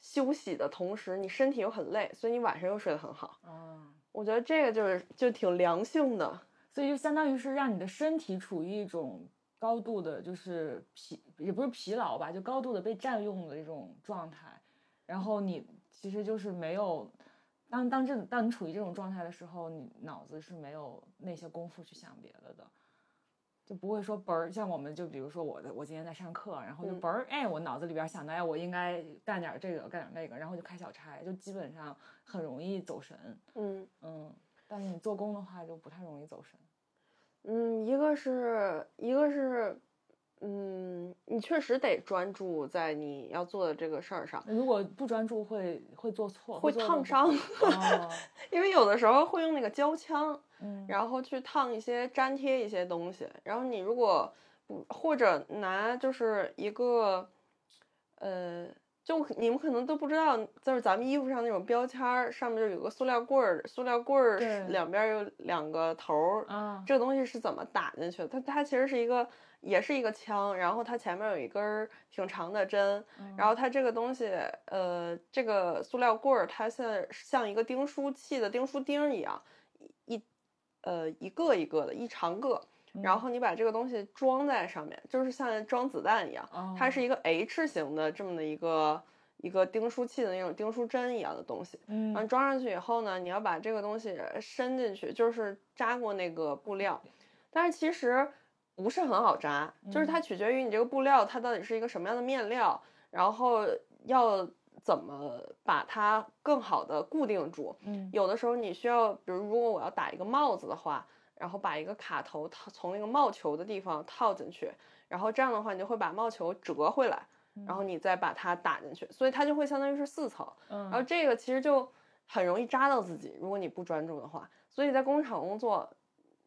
[SPEAKER 1] 休息的同时，你身体又很累，所以你晚上又睡得很好。
[SPEAKER 2] 啊，
[SPEAKER 1] 我觉得这个就是就挺良性的，
[SPEAKER 2] 所以就相当于是让你的身体处于一种高度的，就是疲也不是疲劳吧，就高度的被占用的一种状态。然后你其实就是没有，当当这当你处于这种状态的时候，你脑子是没有那些功夫去想别的的。就不会说本儿，像我们就比如说我的，我今天在上课，然后就
[SPEAKER 1] 嗯
[SPEAKER 2] 本儿，哎，我脑子里边想到，哎，我应该干点儿这个，干点儿那个，然后就开小差，就基本上很容易走神。
[SPEAKER 1] 嗯
[SPEAKER 2] 嗯，但是你做工的话就不太容易走神。
[SPEAKER 1] 嗯，一个是一个是，嗯，你确实得专注在你要做的这个事儿上，
[SPEAKER 2] 如果不专注会会做错，
[SPEAKER 1] 会
[SPEAKER 2] 做得
[SPEAKER 1] 烫
[SPEAKER 2] 不
[SPEAKER 1] 伤，
[SPEAKER 2] 好。哦，
[SPEAKER 1] 因为有的时候会用那个胶枪，
[SPEAKER 2] 嗯，
[SPEAKER 1] 然后去烫一些、粘贴一些东西。然后你如果不或者拿就是一个，呃，就你们可能都不知道，就是咱们衣服上那种标签儿，上面就有个塑料棍儿，塑料棍儿
[SPEAKER 2] 对
[SPEAKER 1] 两边儿有两个头儿，
[SPEAKER 2] 啊，
[SPEAKER 1] 这个东西是怎么打进去的？它它其实是一个，也是一个枪，然后它前面有一根儿挺长的针，然后它这个东西，呃，这个塑料棍儿，它现在像一个钉书器的钉书钉儿一样，一，呃，一个一个的，一长个，
[SPEAKER 2] 嗯
[SPEAKER 1] 然后你把这个东西装在上面，就是像装子弹一样，
[SPEAKER 2] 哦
[SPEAKER 1] 它是一个 H 型的这么的一个一个钉书器的那种钉书针一样的东西。然后
[SPEAKER 2] 嗯，
[SPEAKER 1] 装上去以后呢，你要把这个东西伸进去，就是扎过那个布料，但是其实不是很好扎，就是它取决于你这个布料它到底是一个什么样的面料，然后要怎么把它更好的固定住。
[SPEAKER 2] 嗯
[SPEAKER 1] 有的时候你需要，比如如果我要打一个帽子的话，然后把一个卡头套从那个帽球的地方套进去，然后这样的话你就会把帽球折回来，然后你再把它打进去，所以它就会相当于是四层。
[SPEAKER 2] 嗯，
[SPEAKER 1] 然后这个其实就很容易扎到自己，如果你不专注的话。所以在工厂工作，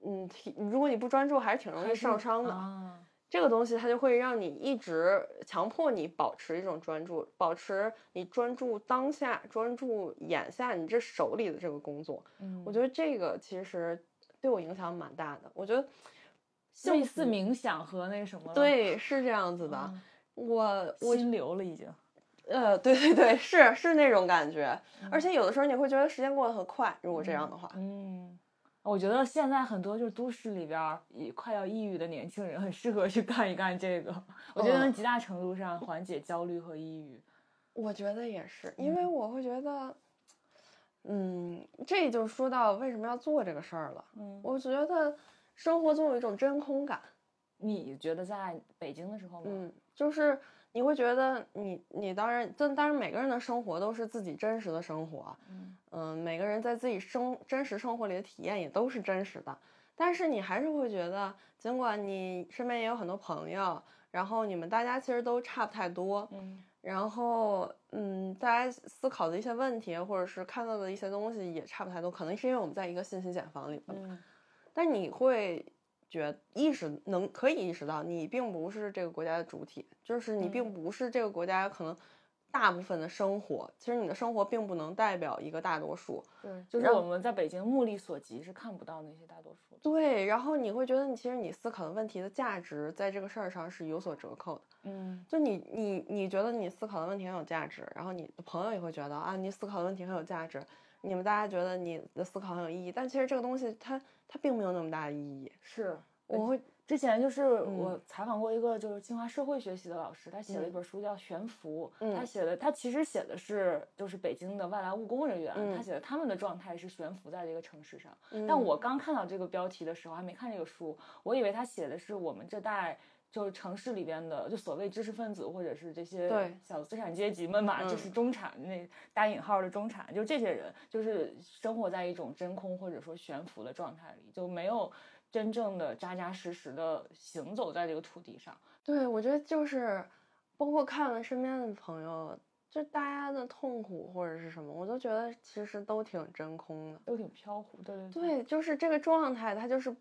[SPEAKER 1] 嗯，挺如果你不专注，还是挺容易
[SPEAKER 2] 还
[SPEAKER 1] 受
[SPEAKER 2] 是
[SPEAKER 1] 伤的。
[SPEAKER 2] 啊
[SPEAKER 1] 这个东西它就会让你一直强迫你保持一种专注，保持你专注当下，专注眼下你这手里的这个工作。
[SPEAKER 2] 嗯，
[SPEAKER 1] 我觉得这个其实对我影响蛮大的。我觉得
[SPEAKER 2] 类
[SPEAKER 1] 幸
[SPEAKER 2] 似
[SPEAKER 1] 福
[SPEAKER 2] 冥想和那什么了，
[SPEAKER 1] 对是这样子的。
[SPEAKER 2] 嗯
[SPEAKER 1] 我我
[SPEAKER 2] 心流了已经。
[SPEAKER 1] 呃，对对对，是是那种感觉，而且有的时候你会觉得时间过得很快，如果这样的话，
[SPEAKER 2] 嗯，我觉得现在很多就是都市里边儿已快要抑郁的年轻人，很适合去干一干这个。我觉得能
[SPEAKER 1] 嗯
[SPEAKER 2] 极大程度上缓解焦虑和抑郁。
[SPEAKER 1] 我觉得也是，因为我会觉得，嗯，这就说到为什么要做这个事儿了。
[SPEAKER 2] 嗯，
[SPEAKER 1] 我觉得生活总有一种真空感，嗯
[SPEAKER 2] 你觉得在北京的时候吗？
[SPEAKER 1] 嗯，就是你会觉得你你当然，但当然每个人的生活都是自己真实的生活，
[SPEAKER 2] 嗯
[SPEAKER 1] 嗯，每个人在自己生真实生活里的体验也都是真实的，但是你还是会觉得，尽管你身边也有很多朋友，然后你们大家其实都差不太多，
[SPEAKER 2] 嗯
[SPEAKER 1] 然后嗯，大家思考的一些问题或者是看到的一些东西也差不太多，可能是因为我们在一个信息茧房里吧，
[SPEAKER 2] 嗯
[SPEAKER 1] 但你会觉意识能可以意识到，你并不是这个国家的主体，就是你并
[SPEAKER 2] 嗯
[SPEAKER 1] 不是这个国家可能大部分的生活，其实你的生活并不能代表一个大多数。
[SPEAKER 2] 对，就是
[SPEAKER 1] 然
[SPEAKER 2] 我们在北京目力所及是看不到那些大多数的。
[SPEAKER 1] 对，然后你会觉得你其实你思考的问题的价值在这个事儿上是有所折扣的。
[SPEAKER 2] 嗯
[SPEAKER 1] 就你你你觉得你思考的问题很有价值，然后你的朋友也会觉得啊，你思考的问题很有价值，你们大家觉得你的思考很有意义，但其实这个东西它它并没有那么大的意义。
[SPEAKER 2] 是。
[SPEAKER 1] 我会
[SPEAKER 2] 之前就是我采访过一个就是清华社会学系的老师，他写了一
[SPEAKER 1] 嗯
[SPEAKER 2] 本书叫《悬浮》，
[SPEAKER 1] 嗯
[SPEAKER 2] 他写的他其实写的是就是北京的外来务工人员，
[SPEAKER 1] 嗯
[SPEAKER 2] 他写的他们的状态是悬浮在这个城市上。
[SPEAKER 1] 嗯，
[SPEAKER 2] 但我刚看到这个标题的时候，还没看这个书，我以为他写的是我们这代就是城市里边的，就所谓知识分子或者是这些
[SPEAKER 1] 对
[SPEAKER 2] 小资产阶级们吧，就
[SPEAKER 1] 嗯
[SPEAKER 2] 是中产那打引号的中产，就这些人就是生活在一种真空或者说悬浮的状态里，就没有真正的扎扎实实的行走在这个土地上。
[SPEAKER 1] 对，我觉得就是，包括看了身边的朋友，就大家的痛苦或者是什么，我都觉得其实都挺真空的。
[SPEAKER 2] 都挺飘忽，对对对，
[SPEAKER 1] 对，就是这个状态，它就是，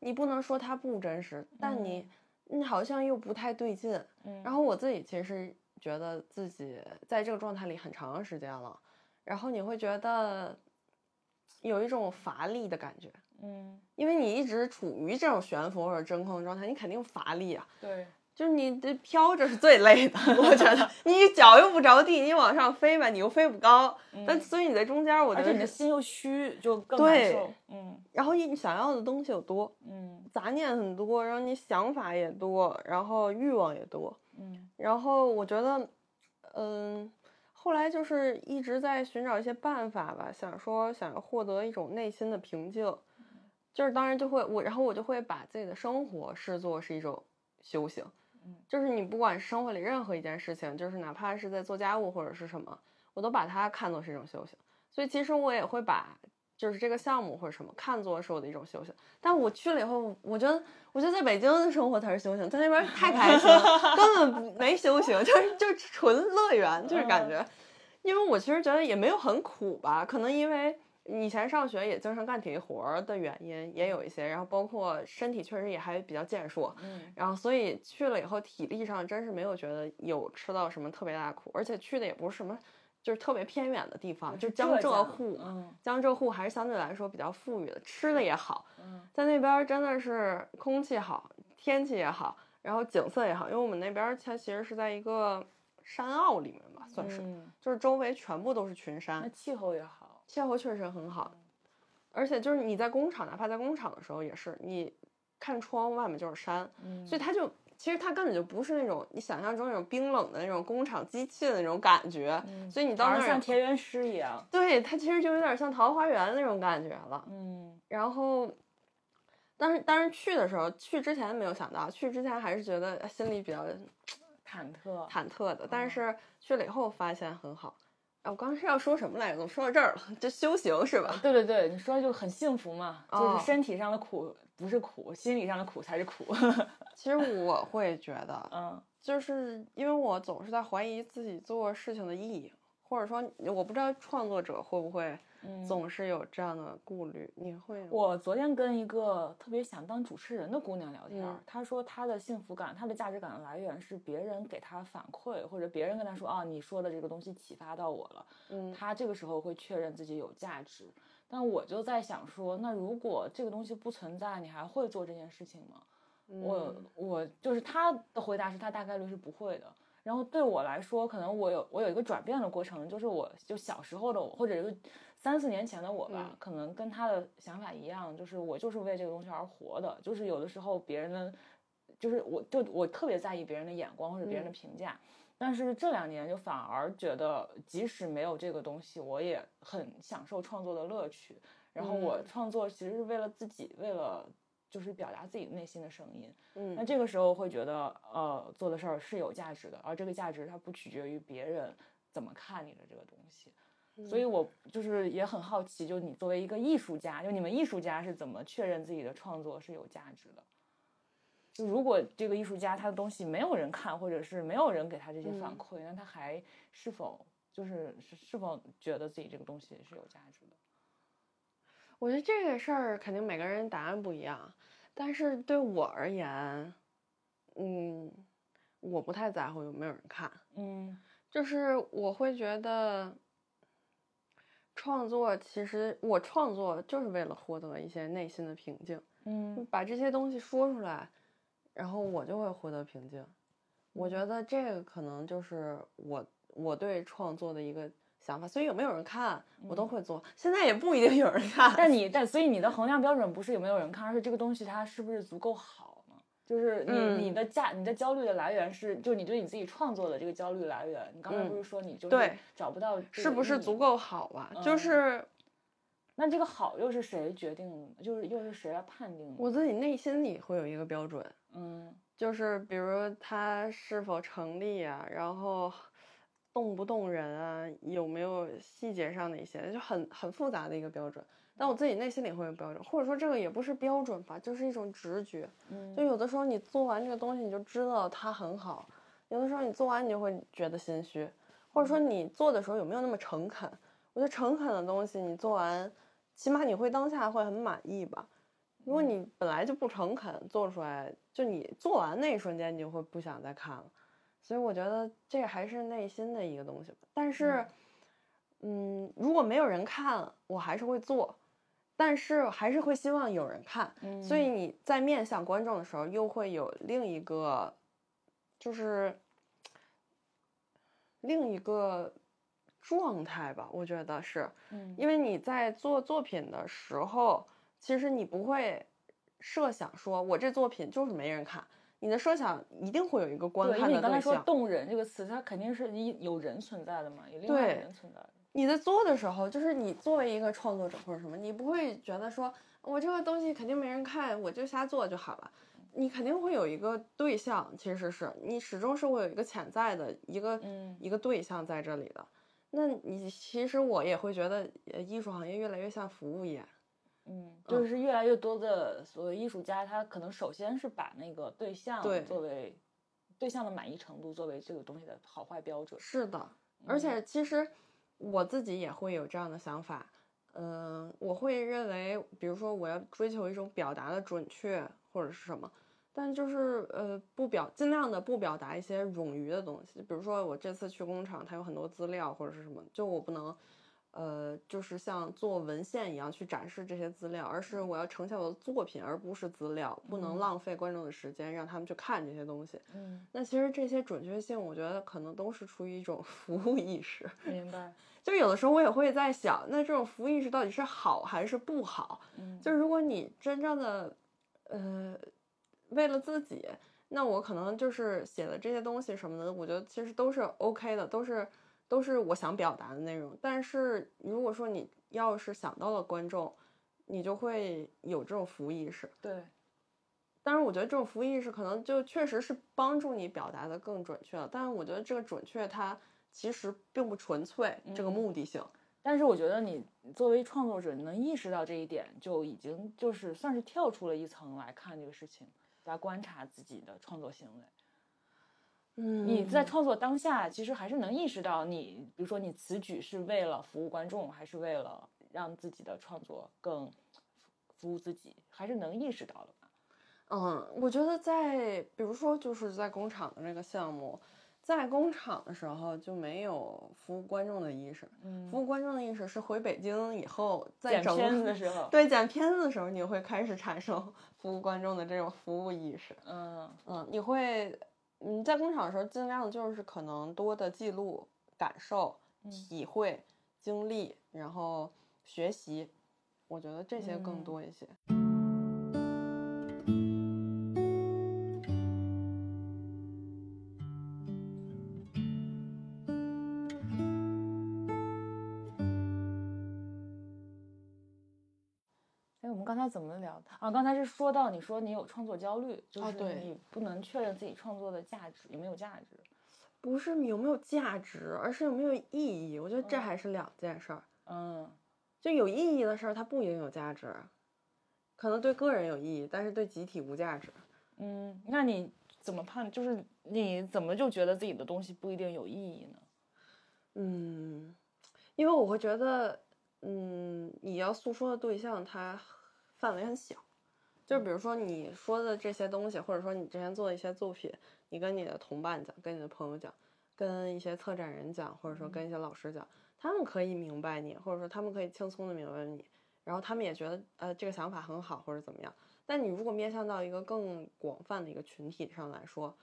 [SPEAKER 1] 你不能说它不真实，但你你好像又不太对劲。
[SPEAKER 2] 嗯
[SPEAKER 1] 然后我自己其实觉得自己在这个状态里很长时间了，然后你会觉得有一种乏力的感觉，
[SPEAKER 2] 嗯，
[SPEAKER 1] 因为你一直处于这种悬浮或者真空的状态，你肯定乏力啊。
[SPEAKER 2] 对，
[SPEAKER 1] 就是你这飘着是最累的，我觉 得你脚又不着地，你往上飞吧，你又飞不高，但
[SPEAKER 2] 嗯
[SPEAKER 1] 所以你在中间，我觉
[SPEAKER 2] 而且
[SPEAKER 1] 得
[SPEAKER 2] 你的
[SPEAKER 1] 是，
[SPEAKER 2] 心又虚，就更难
[SPEAKER 1] 对
[SPEAKER 2] 受，嗯
[SPEAKER 1] 然后你想要的东西有多，
[SPEAKER 2] 嗯
[SPEAKER 1] 杂念很多，然后你想法也多，然后欲望也多，
[SPEAKER 2] 嗯
[SPEAKER 1] 然后我觉得，嗯，后来就是一直在寻找一些办法吧，想说想要获得一种内心的平静，就是当然就会我，然后我就会把自己的生活视作是一种修行，
[SPEAKER 2] 嗯
[SPEAKER 1] 就是你不管生活里任何一件事情，就是哪怕是在做家务或者是什么，我都把它看作是一种修行。所以其实我也会把就是这个项目或者什么看作是我的一种修行。但我去了以后，我觉得我觉得在北京的生活才是修行，在那边儿太开心了， 根本不没修行， 就是就是纯乐园，就是感觉。因为我其实觉得也没有很苦吧，可能因为以前上学也经常干体力活儿的原因也有一些，然后包括身体确实也还比较健硕，
[SPEAKER 2] 嗯
[SPEAKER 1] 然后所以去了以后，体力上真是没有觉得有吃到什么特别大的苦，而且去的也不是什么就是特别偏远的地方，就是江浙沪，
[SPEAKER 2] 嗯
[SPEAKER 1] 江浙沪还是相对来说比较富裕的，吃的也好，
[SPEAKER 2] 嗯
[SPEAKER 1] 在那边儿真的是空气好，天气也好，然后景色也好，因为我们那边儿它其实是在一个山坳里面吧，算是，
[SPEAKER 2] 嗯
[SPEAKER 1] 就是周围全部都是群
[SPEAKER 2] 那
[SPEAKER 1] 山，
[SPEAKER 2] 气候也好，
[SPEAKER 1] 气候确实很好，而且就是你在工厂，哪怕在工厂的时候也是，你看窗外面就是山。
[SPEAKER 2] 嗯，
[SPEAKER 1] 所以它就其实它根本就不是那种你想象中那种冰冷的那种工厂机器的那种感觉，
[SPEAKER 2] 嗯
[SPEAKER 1] 所以你到
[SPEAKER 2] 反
[SPEAKER 1] 那
[SPEAKER 2] 而
[SPEAKER 1] 儿
[SPEAKER 2] 像田园诗一样，
[SPEAKER 1] 对它其实就有点像桃花源那种感觉了。
[SPEAKER 2] 嗯
[SPEAKER 1] 然后，但是但是去的时候，去之前没有想到，去之前还是觉得呃心里比较
[SPEAKER 2] 忐忑，
[SPEAKER 1] 忐忑的，但
[SPEAKER 2] 嗯
[SPEAKER 1] 是去了以后发现很好。哎，我刚刚是要说什么来着？怎么说到这儿了？ 这修行是吧？
[SPEAKER 2] 对对对，你说就很幸福嘛，就
[SPEAKER 1] 哦
[SPEAKER 2] 是身体上的苦不是苦，心理上的苦才是苦，
[SPEAKER 1] 其实我会觉得，
[SPEAKER 2] 嗯
[SPEAKER 1] 就是因为我总是在怀疑自己做事情的意义，或者说我不知道创作者会不会
[SPEAKER 2] 嗯，
[SPEAKER 1] 总是有这样的顾虑。你会吗
[SPEAKER 2] 我昨天跟一个特别想当主持人的姑娘聊天儿，
[SPEAKER 1] 嗯
[SPEAKER 2] 她说她的幸福感、她的价值感的来源是别人给她反馈，或者别人跟她说啊，你说的这个东西启发到我了，
[SPEAKER 1] 嗯
[SPEAKER 2] 她这个时候会确认自己有价值。但我就在想说，那如果这个东西不存在，你还会做这件事情吗？我
[SPEAKER 1] 嗯
[SPEAKER 2] 我就是他的回答是他大概率是不会的。然后对我来说，可能我有我有一个转变的过程，就是我就小时候的我，或者一个三四年前的我吧，
[SPEAKER 1] 嗯
[SPEAKER 2] 可能跟他的想法一样，就是我就是为这个东西而活的，就是有的时候别人的，就是我就我特别在意别人的眼光或者别人的
[SPEAKER 1] 嗯
[SPEAKER 2] 评价。但是这两年就反而觉得，即使没有这个东西，我也很享受创作的乐趣。然后我
[SPEAKER 1] 嗯
[SPEAKER 2] 创作其实是为了自己，为了就是表达自己内心的声音。
[SPEAKER 1] 嗯
[SPEAKER 2] 那这个时候会觉得，呃，做的事儿是有价值的，而这个价值它不取决于别人怎么看你的这个东西。所以我就是也很好奇，就你作为一个艺术家，就你们艺术家是怎么确认自己的创作是有价值的？就如果这个艺术家他的东西没有人看，或者是没有人给他这些反
[SPEAKER 1] 嗯
[SPEAKER 2] 馈，那他还是否就是是是否觉得自己这个东西是有价值的？
[SPEAKER 1] 我觉得这个事儿肯定每个人答案不一样，但是对我而言，嗯，我不太在乎有没有人看，
[SPEAKER 2] 嗯
[SPEAKER 1] 就是我会觉得，创作其实我创作就是为了获得一些内心的平静，
[SPEAKER 2] 嗯
[SPEAKER 1] 把这些东西说出来，然后我就会获得平静。我
[SPEAKER 2] 嗯
[SPEAKER 1] 觉得这个可能就是我我对创作的一个想法，所以有没有人看我都
[SPEAKER 2] 嗯
[SPEAKER 1] 会做，现在也不一定有人看。
[SPEAKER 2] 但你但所以你的衡量标准不是有没有人看，而是这个东西它是不是足够好嘛？就是你、你
[SPEAKER 1] 嗯
[SPEAKER 2] 的价你的焦虑的来源是，就是你对你自己创作的这个焦虑来源。你刚才
[SPEAKER 1] 嗯
[SPEAKER 2] 不是说你就是
[SPEAKER 1] 对
[SPEAKER 2] 找不到这
[SPEAKER 1] 是
[SPEAKER 2] 个
[SPEAKER 1] 不
[SPEAKER 2] 意
[SPEAKER 1] 是
[SPEAKER 2] 义
[SPEAKER 1] 足？够好吧？
[SPEAKER 2] 嗯
[SPEAKER 1] 就是
[SPEAKER 2] 那这个好又是谁决定的呢？就是又是谁来判定的？
[SPEAKER 1] 我自己内心里会有一个标准，
[SPEAKER 2] 嗯
[SPEAKER 1] 就是比如它是否成立啊，然后动不动人啊，有没有细节上的一些，就很很复杂的一个标准。但我自己内心里会有标准，或者说这个也不是标准吧，就是一种直觉。
[SPEAKER 2] 嗯，
[SPEAKER 1] 就有的时候你做完这个东西，你就知道它很好；有的时候你做完你就会觉得心虚，或者说
[SPEAKER 2] 嗯
[SPEAKER 1] 你做的时候有没有那么诚恳。我觉得诚恳的东西，你做完，起码你会当下会很满意吧。如果
[SPEAKER 2] 嗯
[SPEAKER 1] 你本来就不诚恳，做出来就你做完那一瞬间，你就会不想再看了。所以我觉得这还是内心的一个东西吧。但是，嗯，如果没有人看，我还是会做，但是还是会希望有人看。
[SPEAKER 2] 嗯
[SPEAKER 1] 所以你在面向观众的时候，又会有另一个，就是另一个状态吧。我觉得是
[SPEAKER 2] 嗯
[SPEAKER 1] 因为你在做作品的时候，其实你不会设想说我这作品就是没人看，你的设想一定会有一个观
[SPEAKER 2] 对，因
[SPEAKER 1] 看
[SPEAKER 2] 为
[SPEAKER 1] 的
[SPEAKER 2] 你刚才
[SPEAKER 1] 对
[SPEAKER 2] 说
[SPEAKER 1] 象
[SPEAKER 2] “动人”这个词，它肯定是一有人存在的嘛，有另外
[SPEAKER 1] 对
[SPEAKER 2] 的人存在的。
[SPEAKER 1] 你在做的时候，就是你作为一个创作者或者什么，你不会觉得说我这个东西肯定没人看，我就瞎做就好了。你肯定会有一个对象，其实是你始终是会有一个潜在的一个、
[SPEAKER 2] 嗯
[SPEAKER 1] 一个对象在这里的。那你其实我也会觉得，呃，艺术行业越来越像服务业。
[SPEAKER 2] 嗯，就是越来越多的所谓艺术家，他可能首先是把那个对象
[SPEAKER 1] 对
[SPEAKER 2] 作为对象的满意程度作为这个东西的好坏标准。
[SPEAKER 1] 是的，而且其实我自己也会有这样的想法，嗯、我会认为，比如说我要追求一种表达的准确或者是什么，但就是呃不表尽量的不表达一些冗余的东西，比如说我这次去工厂，它有很多资料或者是什么，就我不能。呃，就是像做文献一样去展示这些资料，而是我要呈现我的作品，而不是资料，不能
[SPEAKER 2] 嗯
[SPEAKER 1] 浪费观众的时间，让他们去看这些东西。
[SPEAKER 2] 嗯，
[SPEAKER 1] 那其实这些准确性，我觉得可能都是出于一种 服务意识。
[SPEAKER 2] 明白。
[SPEAKER 1] 就有的时候我也会在想，那这种服务意识到底是好还是不好？
[SPEAKER 2] 嗯，
[SPEAKER 1] 就是如果你真正的，呃，为了自己，那我可能就是写的这些东西什么的，我觉得其实都是 OK 的，都是都是我想表达的内容。但是如果说你要是想到了观众，你就会有这种服务意识。
[SPEAKER 2] 对，
[SPEAKER 1] 但是我觉得这种服务意识可能就确实是帮助你表达的更准确了，但是我觉得这个准确它其实并不纯粹，这个
[SPEAKER 2] 嗯
[SPEAKER 1] 目的性。
[SPEAKER 2] 但是我觉得你作为创作者，你能意识到这一点，就已经就是算是跳出了一层来看这个事情，来观察自己的创作行为。
[SPEAKER 1] 嗯
[SPEAKER 2] 你在创作当下，其实还是能意识到你，比如说你此举是为了服务观众，还是为了让自己的创作更服务自己，还是能意识到的吧？
[SPEAKER 1] 嗯，我觉得在比如说就是在工厂的这个项目，在工厂的时候就没有服务观众的意识，服
[SPEAKER 2] 嗯，
[SPEAKER 1] 务观众的意识是回北京以后在
[SPEAKER 2] 剪
[SPEAKER 1] 整
[SPEAKER 2] 片子
[SPEAKER 1] 个
[SPEAKER 2] 的时候，
[SPEAKER 1] 对剪片子的时候，你会开始产生服务观众的这种服务意识。
[SPEAKER 2] 嗯
[SPEAKER 1] 嗯，你会，嗯，在工厂的时候，尽量就是可能多的记录、感受、
[SPEAKER 2] 嗯
[SPEAKER 1] 体会、经历，然后学习，我觉得这些更
[SPEAKER 2] 嗯
[SPEAKER 1] 多一些。
[SPEAKER 2] 哎，我们刚才才怎么聊的啊？刚才是说到你说你有创作焦虑，就
[SPEAKER 1] 哦
[SPEAKER 2] 是
[SPEAKER 1] 对
[SPEAKER 2] 你不能确认自己创作的价值有没有价值。
[SPEAKER 1] 不是有没有价值，而是有没有意义。我觉得这还是两件事儿。
[SPEAKER 2] 嗯，
[SPEAKER 1] 就有意义的事儿，它不一定有价值，可能对个人有意义，但是对集体无价值。
[SPEAKER 2] 嗯，那你怎么判？就是你怎么就觉得自己的东西不一定有意义呢？
[SPEAKER 1] 嗯，因为我会觉得，嗯，你要诉说的对象它范围很小，就比如说你说的这些东西，或者说你之前做的一些作品，你跟你的同伴讲，跟你的朋友讲，跟一些策展人讲，或者说跟一些老师讲，他们可以明白你，或者说他们可以轻松的明白你，然后他们也觉得呃这个想法很好或者怎么样。但你如果面向到一个更广泛的一个群体上来说，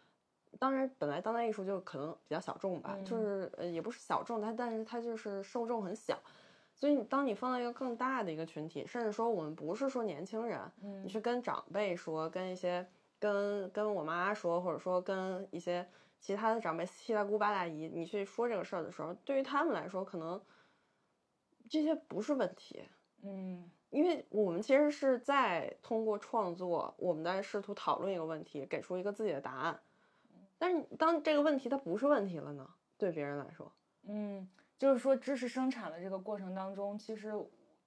[SPEAKER 1] 当然本来当代艺术就可能比较小众吧，就
[SPEAKER 2] 嗯
[SPEAKER 1] 是呃也不是小众，它但是它就是受众很小。所以，当你放到一个更大的一个群体，甚至说我们不是说年轻人，
[SPEAKER 2] 嗯
[SPEAKER 1] 你去跟长辈说，跟一些跟跟我妈说，或者说跟一些其他的长辈七大姑八大姨，你去说这个事儿的时候，对于他们来说，可能这些不是问题，
[SPEAKER 2] 嗯
[SPEAKER 1] 因为我们其实是在通过创作，我们在试图讨论一个问题，给出一个自己的答案。但是当这个问题它不是问题了呢？对别人来说，
[SPEAKER 2] 嗯，就是说知识生产的这个过程当中，其实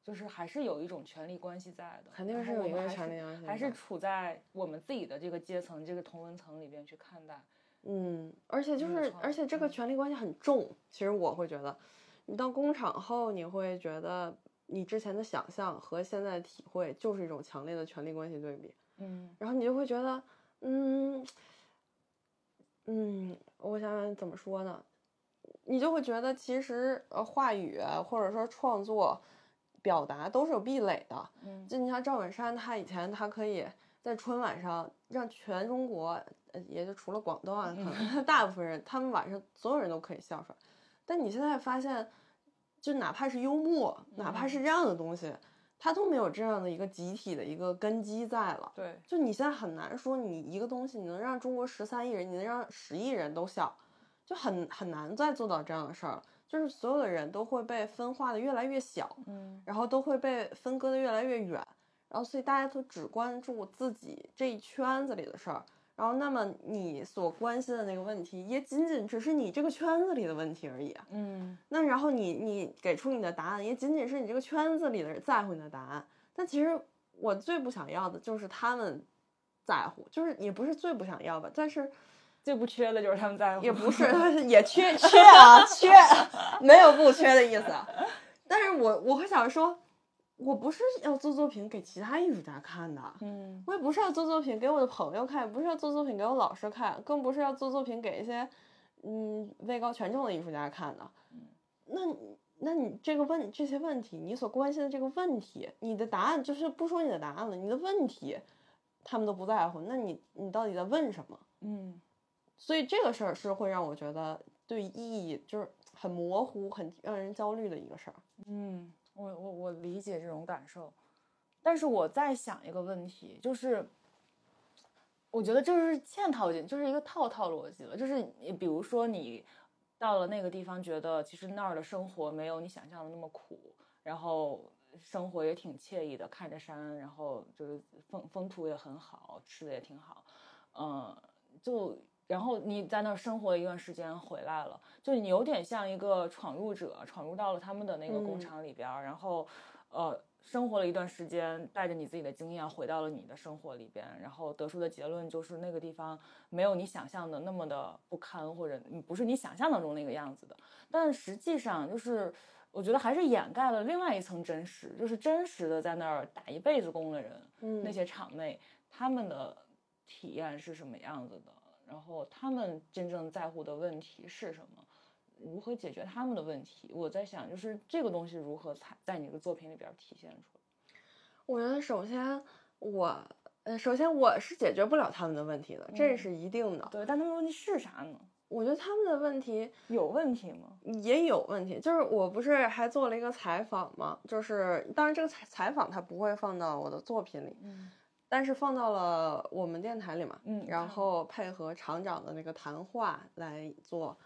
[SPEAKER 2] 就是还是有一种权力关系在的，
[SPEAKER 1] 肯定
[SPEAKER 2] 然
[SPEAKER 1] 是
[SPEAKER 2] 后
[SPEAKER 1] 有
[SPEAKER 2] 我
[SPEAKER 1] 一
[SPEAKER 2] 们
[SPEAKER 1] 个
[SPEAKER 2] 还
[SPEAKER 1] 权
[SPEAKER 2] 是
[SPEAKER 1] 利关系
[SPEAKER 2] 还是
[SPEAKER 1] 在
[SPEAKER 2] 处在我们自己的这个阶层、这个同文层里边去看待。
[SPEAKER 1] 嗯，而且就
[SPEAKER 2] 没有
[SPEAKER 1] 是
[SPEAKER 2] 错，
[SPEAKER 1] 而且这个
[SPEAKER 2] 嗯
[SPEAKER 1] 权力关系很重。其实我会觉得，你到工厂后，你会觉得你之前的想象和现在的体会就是一种强烈的权力关系对比，
[SPEAKER 2] 嗯
[SPEAKER 1] 然后你就会觉得，嗯，嗯，我想想怎么说呢，你就会觉得其实呃，话语啊或者说创作、表达都是有壁垒的。
[SPEAKER 2] 嗯
[SPEAKER 1] 就你像赵本山，他以前他可以在春晚上让全中国，呃，也就除了广东啊，可能 大部分人他们晚上所有人都可以笑出来。但你现在发现，就哪怕是幽默，哪怕是这样的东西，它都没有这样的一个集体的一个根基在了。
[SPEAKER 2] 嗯对，
[SPEAKER 1] 就你现在很难说你一个东西，你能让中国十三亿人，你能让十亿人都笑，就很很难再做到这样的事儿了。就是所有的人都会被分化的越来越小，
[SPEAKER 2] 嗯
[SPEAKER 1] 然后都会被分割的越来越远，然后所以大家都只关注自己这一圈子里的事儿，然后那么你所关心的那个问题，也仅仅只是你这个圈子里的问题而已啊。
[SPEAKER 2] 嗯
[SPEAKER 1] 那然后你你给出你的答案，也仅仅是你这个圈子里的人在乎你的答案。但其实我最不想要的就是他们在乎，就是也不是最不想要吧，但是
[SPEAKER 2] 最不缺的就是他们在乎，
[SPEAKER 1] 也不是也缺缺啊缺， 没有不缺的意思啊。但是我我会想说，我不是要做作品给其他艺术家看的，
[SPEAKER 2] 嗯
[SPEAKER 1] 我也不是要做作品给我的朋友看，不是要做作品给我老师看，更不是要做作品给一些嗯位高权重的艺术家看的。那你那你这个问这些问题，你所关心的这个问题，你的答案就是不说你的答案了，你的问题他们都不在乎，那你你到底在问什么？
[SPEAKER 2] 嗯
[SPEAKER 1] 所以这个事儿是会让我觉得对意义就是很模糊、很让人焦虑的一个事儿。
[SPEAKER 2] 嗯，我我我理解这种感受，但是我在想一个问题，就是我觉得这是嵌套进，就是一个套套逻辑了，就是你比如说你到了那个地方，觉得其实那儿的生活没有你想象的那么苦，然后生活也挺惬意的，看着山，然后就是风风土也很好，吃的也挺好，嗯，就然后你在那儿生活了一段时间回来了，就你有点像一个闯入者，闯入到了他们的那个工
[SPEAKER 1] 嗯
[SPEAKER 2] 厂里边儿，然后呃生活了一段时间，带着你自己的经验回到了你的生活里边，然后得出的结论就是那个地方没有你想象的那么的不堪，或者你不是你想象当中那个样子的，但实际上就是。我觉得还是掩盖了另外一层真实，就是真实的在那儿打一辈子工的人，
[SPEAKER 1] 嗯
[SPEAKER 2] 那些场内他们的体验是什么样子的，然后他们真正在乎的问题是什么，如何解决他们的问题。我在想，就是这个东西如何才在你的作品里边体现出
[SPEAKER 1] 我觉得首先我呃，首先我是解决不了他们的问题的，这
[SPEAKER 2] 嗯
[SPEAKER 1] 是一定的
[SPEAKER 2] 来。。对，但他们问题是啥呢？
[SPEAKER 1] 我觉得他们的问题
[SPEAKER 2] 有问题吗？
[SPEAKER 1] 也有问题，就是我不是还做了一个采访嘛，就是当然这个采采访它不会放到我的作品里，
[SPEAKER 2] 嗯
[SPEAKER 1] 但是放到了我们电台里嘛，
[SPEAKER 2] 嗯
[SPEAKER 1] 然后配合厂长的那个谈话来做，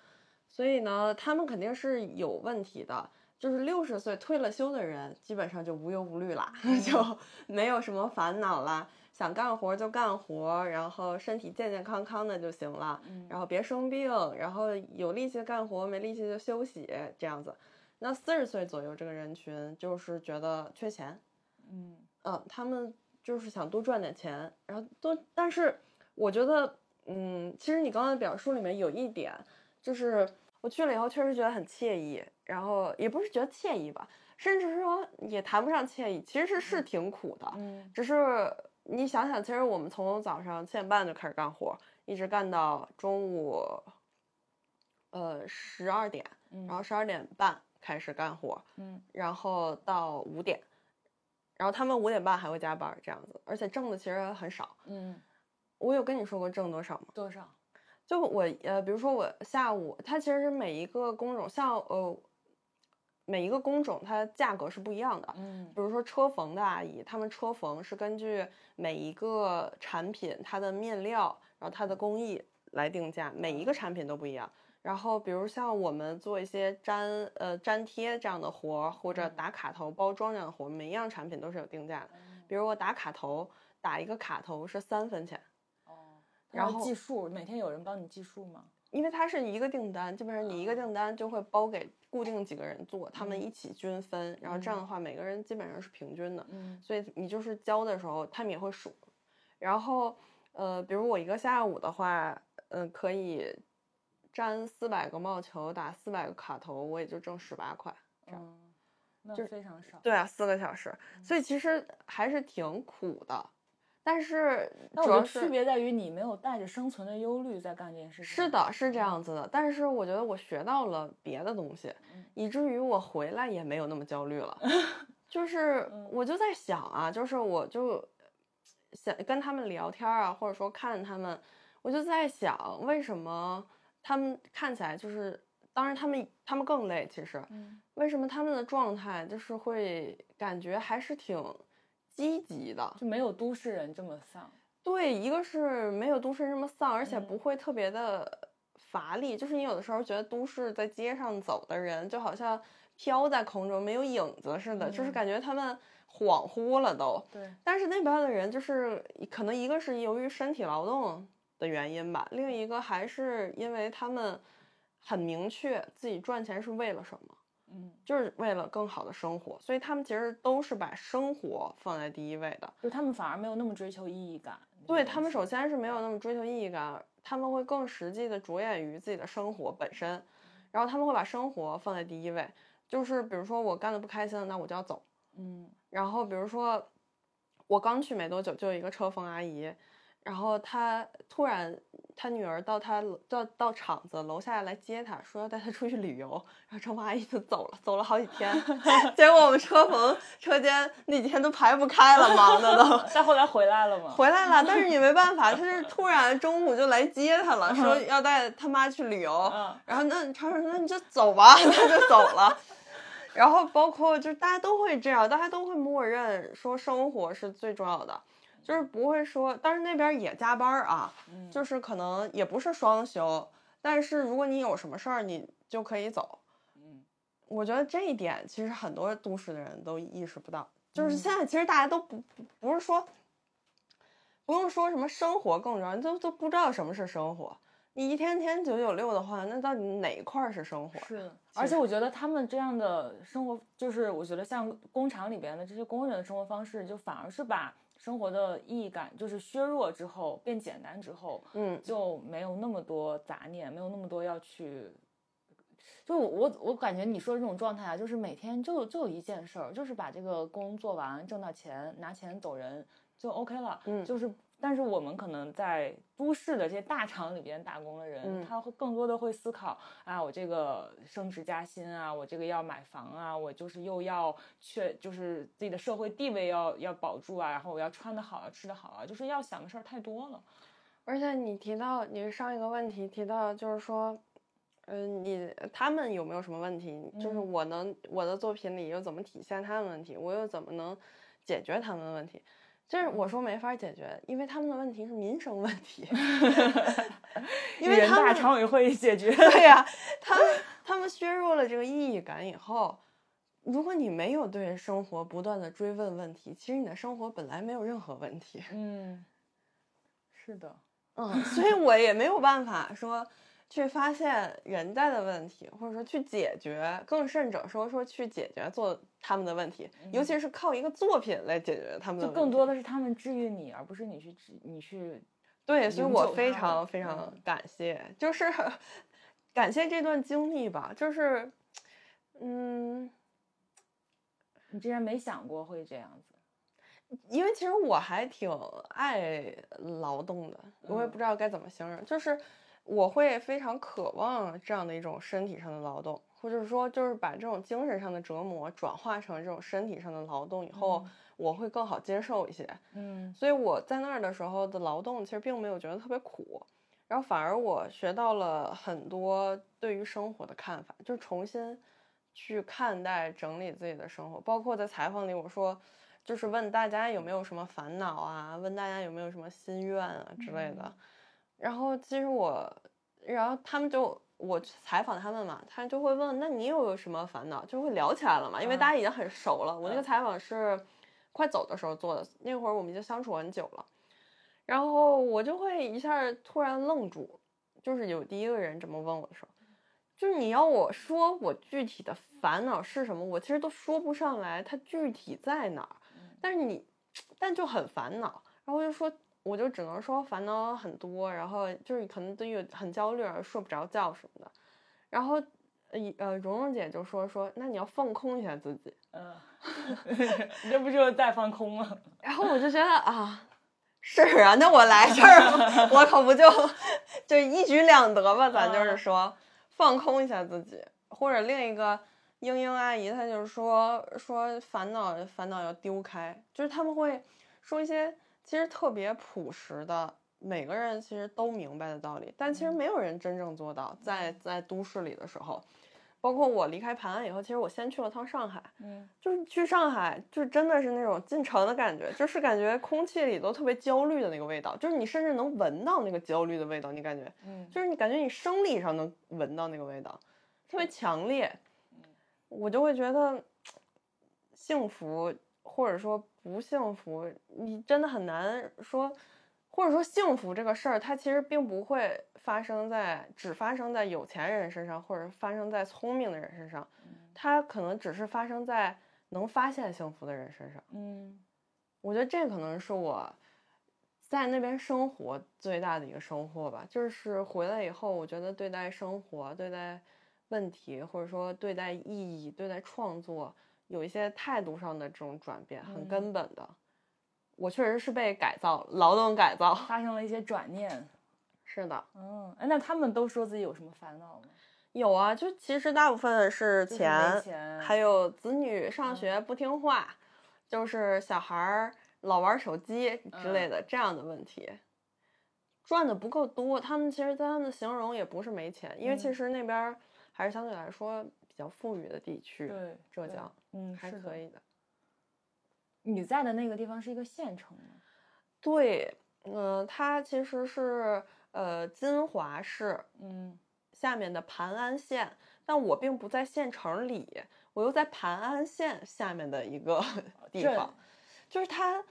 [SPEAKER 1] 所以呢，他们肯定是有问题的，就是六十岁退了休的人，基本上就无忧无虑啦， 就没有什么烦恼啦，想干活就干活，然后身体健健康康的就行了，
[SPEAKER 2] 嗯
[SPEAKER 1] 然后别生病，然后有力气干活，没力气就休息，这样子。那四十岁左右这个人群，就是觉得缺钱，
[SPEAKER 2] 嗯
[SPEAKER 1] 嗯，他们就是想多赚点钱，然后多，但是我觉得，嗯，其实你刚才表述里面有一点，就是我去了以后确实觉得很惬意，然后也不是觉得惬意吧，甚至说也谈不上惬意，其实是是挺苦的，
[SPEAKER 2] 嗯
[SPEAKER 1] 只是你想想，其实我们从早上七点半就开始干活，一直干到中午，呃十二点，
[SPEAKER 2] 嗯，
[SPEAKER 1] 然后十二点半开始干活，
[SPEAKER 2] 嗯
[SPEAKER 1] 然后到五点，然后他们五点半还会加班儿这样子，而且挣的其实很少。
[SPEAKER 2] 嗯
[SPEAKER 1] 我有跟你说过挣多少吗？
[SPEAKER 2] 多少？
[SPEAKER 1] 就我呃，比如说我下午，它其实是每一个工种，像呃每一个工种它价格是不一样的。
[SPEAKER 2] 嗯
[SPEAKER 1] 比如说车缝的阿姨，他们车缝是根据每一个产品它的面料，然后它的工艺来定价，每一个产品都不一样。然后比如像我们做一些粘呃粘贴这样的活儿，或者
[SPEAKER 2] 嗯
[SPEAKER 1] 打卡头包装这样的活儿，每一样产品都是有定价的。比如我打卡头，打一个卡头是三分钱，
[SPEAKER 2] 哦，
[SPEAKER 1] 然
[SPEAKER 2] 然后
[SPEAKER 1] 后
[SPEAKER 2] 计数，每天有人帮你计数吗？
[SPEAKER 1] 因为它是一个订单，基本上你一个
[SPEAKER 2] 哦
[SPEAKER 1] 订单就会包给固定几个人做，他们
[SPEAKER 2] 嗯
[SPEAKER 1] 一起均分，然后这样的话每个人基本上是平均的。
[SPEAKER 2] 嗯
[SPEAKER 1] 所以你就是教的时候，他们也会数。然后，呃，比如我一个下午的话，嗯、可以粘四百个帽球，打四百个卡头，我也就挣十八块。这样
[SPEAKER 2] 嗯，那
[SPEAKER 1] 就是
[SPEAKER 2] 非常少。
[SPEAKER 1] 对啊，四个小时，所以其实还是挺苦的。但是
[SPEAKER 2] 那
[SPEAKER 1] 主
[SPEAKER 2] 我觉
[SPEAKER 1] 要
[SPEAKER 2] 得
[SPEAKER 1] 是
[SPEAKER 2] 区别在于你没有带着生存的忧虑在干这件事情。
[SPEAKER 1] 是，的，是这
[SPEAKER 2] 嗯
[SPEAKER 1] 样子的。但是我觉得我学到了别的东西，
[SPEAKER 2] 嗯
[SPEAKER 1] 以至于我回来也没有那么焦虑了。就是
[SPEAKER 2] 嗯
[SPEAKER 1] 我就在想啊，就是我就想跟他们聊天儿啊，或者说看他们，我就在想为什么他们看起来就是，当然他们他们更累，其实
[SPEAKER 2] 嗯
[SPEAKER 1] 为什么他们的状态就是会感觉还是挺积极的，
[SPEAKER 2] 就没有都市人这么丧。
[SPEAKER 1] 对，一个是没有都市人这么丧，而且
[SPEAKER 2] 嗯
[SPEAKER 1] 不会特别的乏力。就是你有的时候觉得都市在街上走的人，就好像飘在空中没有影子似的，就是
[SPEAKER 2] 嗯
[SPEAKER 1] 感觉他们恍惚了都。
[SPEAKER 2] 对，
[SPEAKER 1] 但是那边的人，就是可能一个是由于身体劳动的原因吧，另一个还是因为他们很明确自己赚钱是为了什么。
[SPEAKER 2] 嗯，
[SPEAKER 1] 就是为了更好的生活，所以他们其实都是把生活放在第一位的。
[SPEAKER 2] 就他们反而没有那么追求意义感。
[SPEAKER 1] 对他们首先是没有那么追求意义感，他们会更实际的着眼于自己的生活本身，然后他们会把生活放在第一位。就是比如说我干的不开心了，那我就要走。
[SPEAKER 2] 嗯
[SPEAKER 1] 然后比如说我刚去没多久，就有一个车缝阿姨，然后她突然她女儿到她楼到到厂子楼下来接她，说要带她出去旅游，然后车缝阿姨就走了，走了好几天， 结果我们车缝车间那几天都排不开了，忙的都。
[SPEAKER 2] 但后来回来了嘛？
[SPEAKER 1] 回来了，但是你没办法，他就是突然中午就来接他了，说要带他妈去旅游。
[SPEAKER 2] 嗯
[SPEAKER 1] 然后那常常说那你就走吧， 他就走了。然后包括就是大家都会这样，大家都会默认说生活是最重要的，就是不会说，但是那边也加班儿啊，
[SPEAKER 2] 嗯，
[SPEAKER 1] 就是可能也不是双休，但是如果你有什么事儿，你就可以走。
[SPEAKER 2] 嗯
[SPEAKER 1] 我觉得这一点其实很多都市的人都意识不到，就是
[SPEAKER 2] 嗯
[SPEAKER 1] 现在其实大家都不不不是说不用说什么生活更重要，都都不知道什么是生活。你一天天九九六的话，那到底哪一块儿是生活？
[SPEAKER 2] 是的，
[SPEAKER 1] 其
[SPEAKER 2] 而且
[SPEAKER 1] 实
[SPEAKER 2] 我觉得他们这样的生活，就是我觉得像工厂里边的这些工人的生活方式，就反而是把生活的意义感就是削弱之后变简单之后，
[SPEAKER 1] 嗯
[SPEAKER 2] 就没有那么多杂念，没有那么多要去。就我我我感觉你说的这种状态啊，就是每天就就一件事儿，就是把这个工做完，挣到钱，拿钱走人就 OK 了。
[SPEAKER 1] 嗯
[SPEAKER 2] 就是但是我们可能在都市的这些大厂里边打工的人，
[SPEAKER 1] 嗯
[SPEAKER 2] 他会更多的会思考啊，我这个升职加薪啊，我这个要买房啊，我就是又要确就是自己的社会地位要要保住啊，然后我要穿得好啊，吃得好啊，就是要想的事儿太多了。
[SPEAKER 1] 而且你提到你上一个问题提到就是说，嗯、你他们有没有什么问题？就是
[SPEAKER 2] 嗯
[SPEAKER 1] 我能我的作品里又怎么体现他们的问题？我又怎么能解决他们的问题？就是
[SPEAKER 2] 嗯
[SPEAKER 1] 我说没法解决，因为他们的问题是民生问 题，因为
[SPEAKER 2] 人
[SPEAKER 1] 他
[SPEAKER 2] 大
[SPEAKER 1] 们
[SPEAKER 2] 常委会解决。
[SPEAKER 1] 对呀、他们他们削弱了这个意义感以后，如果你没有对生活不断的追问问题，其实你的生活本来没有任何问题。
[SPEAKER 2] 嗯，是的，
[SPEAKER 1] 嗯，所以我也没有办法说去发现人家的问题，或者说去解决，更甚者说说去解决做他们的问题，尤其是靠一个作品来解决他们的
[SPEAKER 2] 嗯就
[SPEAKER 1] 问题。
[SPEAKER 2] 更多的是他们治愈你，而不是你去治你去
[SPEAKER 1] 对，所以
[SPEAKER 2] 营
[SPEAKER 1] 我
[SPEAKER 2] 救
[SPEAKER 1] 非
[SPEAKER 2] 他
[SPEAKER 1] 常
[SPEAKER 2] 们
[SPEAKER 1] 非常
[SPEAKER 2] 嗯
[SPEAKER 1] 感谢，就是感谢这段经历吧，就是嗯。
[SPEAKER 2] 你之前没想过会这样子。
[SPEAKER 1] 因为其实我还挺爱劳动的，我也
[SPEAKER 2] 嗯
[SPEAKER 1] 不知道该怎么形容，就是我会非常渴望这样的一种身体上的劳动，或者说就是把这种精神上的折磨转化成这种身体上的劳动以后，
[SPEAKER 2] 嗯
[SPEAKER 1] 我会更好接受一些。
[SPEAKER 2] 嗯
[SPEAKER 1] 所以我在那儿的时候的劳动其实并没有觉得特别苦，然后反而我学到了很多对于生活的看法，就是重新去看待、整理自己的生活。包括在采访里，我说就是问大家有没有什么烦恼啊，问大家有没有什么心愿啊之类的。然后其实我，然后他们就。我去采访他们嘛，他就会问：“那你有什么烦恼？”就会聊起来了嘛，因为
[SPEAKER 2] 嗯
[SPEAKER 1] 大家已经很熟了。我那个
[SPEAKER 2] 嗯
[SPEAKER 1] 采访是快走的时候做的，那会儿我们已经相处很久了。然后我就会一下儿突然愣住，就是有第一个人这么问我的时候，就是你要我说我具体的烦恼是什么，我其实都说不上来，它具体在哪儿。但是你，但就很烦恼，然后我就说，我就只能说烦恼很多，然后就是可能对于很焦虑而睡不着觉什么的。然后，呃呃，蓉蓉姐就说说，那你要放空一下自己。
[SPEAKER 2] 嗯，你这不就是在放空吗？
[SPEAKER 1] 然后我就觉得啊，是啊，那我来这儿 吧，我可不就就一举两得吧？咱就是说放空一下自己，或者另一个英英阿姨她就是说说烦恼烦恼要丢开，就是他们会说一些其实特别朴实的。每个人其实都明白的道理，但其实没有人真正做到。在在都市里的时候，包括我离开盘安以后，其实我先去了趟上海，
[SPEAKER 2] 嗯
[SPEAKER 1] 就是去上海，就真的是那种进城的感觉，就是感觉空气里都特别焦虑的那个味道，就是你甚至能闻到那个焦虑的味道，你感觉
[SPEAKER 2] 嗯，
[SPEAKER 1] 就是你感觉你生理上能闻到那个味道，特别强烈，我就会觉得幸福或者说不幸福，你真的很难说，或者说幸福这个事儿，它其实并不会发生在只发生在有钱人身上，或者发生在聪明的人身上，它可能只是发生在能发现幸福的人身上。
[SPEAKER 2] 嗯
[SPEAKER 1] 我觉得这可能是我在那边生活最大的一个收获吧，就是回来以后，我觉得对待生活、对待问题，或者说对待意义、对待创作，有一些态度上的这种转变，
[SPEAKER 2] 嗯
[SPEAKER 1] 很根本的。我确实是被改造，劳动改造。
[SPEAKER 2] 发生了一些转念。
[SPEAKER 1] 是的，
[SPEAKER 2] 嗯，哎，那他们都说自己有什么烦恼吗？
[SPEAKER 1] 有啊，就其实大部分是
[SPEAKER 2] 就是
[SPEAKER 1] 钱，
[SPEAKER 2] 没钱，
[SPEAKER 1] 还有子女上
[SPEAKER 2] 嗯
[SPEAKER 1] 学不听话，就是小孩儿老玩手机之类
[SPEAKER 2] 嗯
[SPEAKER 1] 的、这样的问题，赚的不够多。他们其实，在他们的形容也不是没钱，因为其
[SPEAKER 2] 嗯
[SPEAKER 1] 实那边儿还是相对来说比较富裕的地区，
[SPEAKER 2] 对
[SPEAKER 1] 浙
[SPEAKER 2] 对
[SPEAKER 1] 江
[SPEAKER 2] 嗯
[SPEAKER 1] 还
[SPEAKER 2] 是
[SPEAKER 1] 可
[SPEAKER 2] 的。
[SPEAKER 1] 以的。
[SPEAKER 2] 你在的那个地方是一个县城吗？
[SPEAKER 1] 对，嗯、它其实是呃金华市
[SPEAKER 2] 嗯
[SPEAKER 1] 下面的盘安县，但我并不在县城里，我又在盘安县下面的一个 地
[SPEAKER 2] 镇
[SPEAKER 1] 方。就是它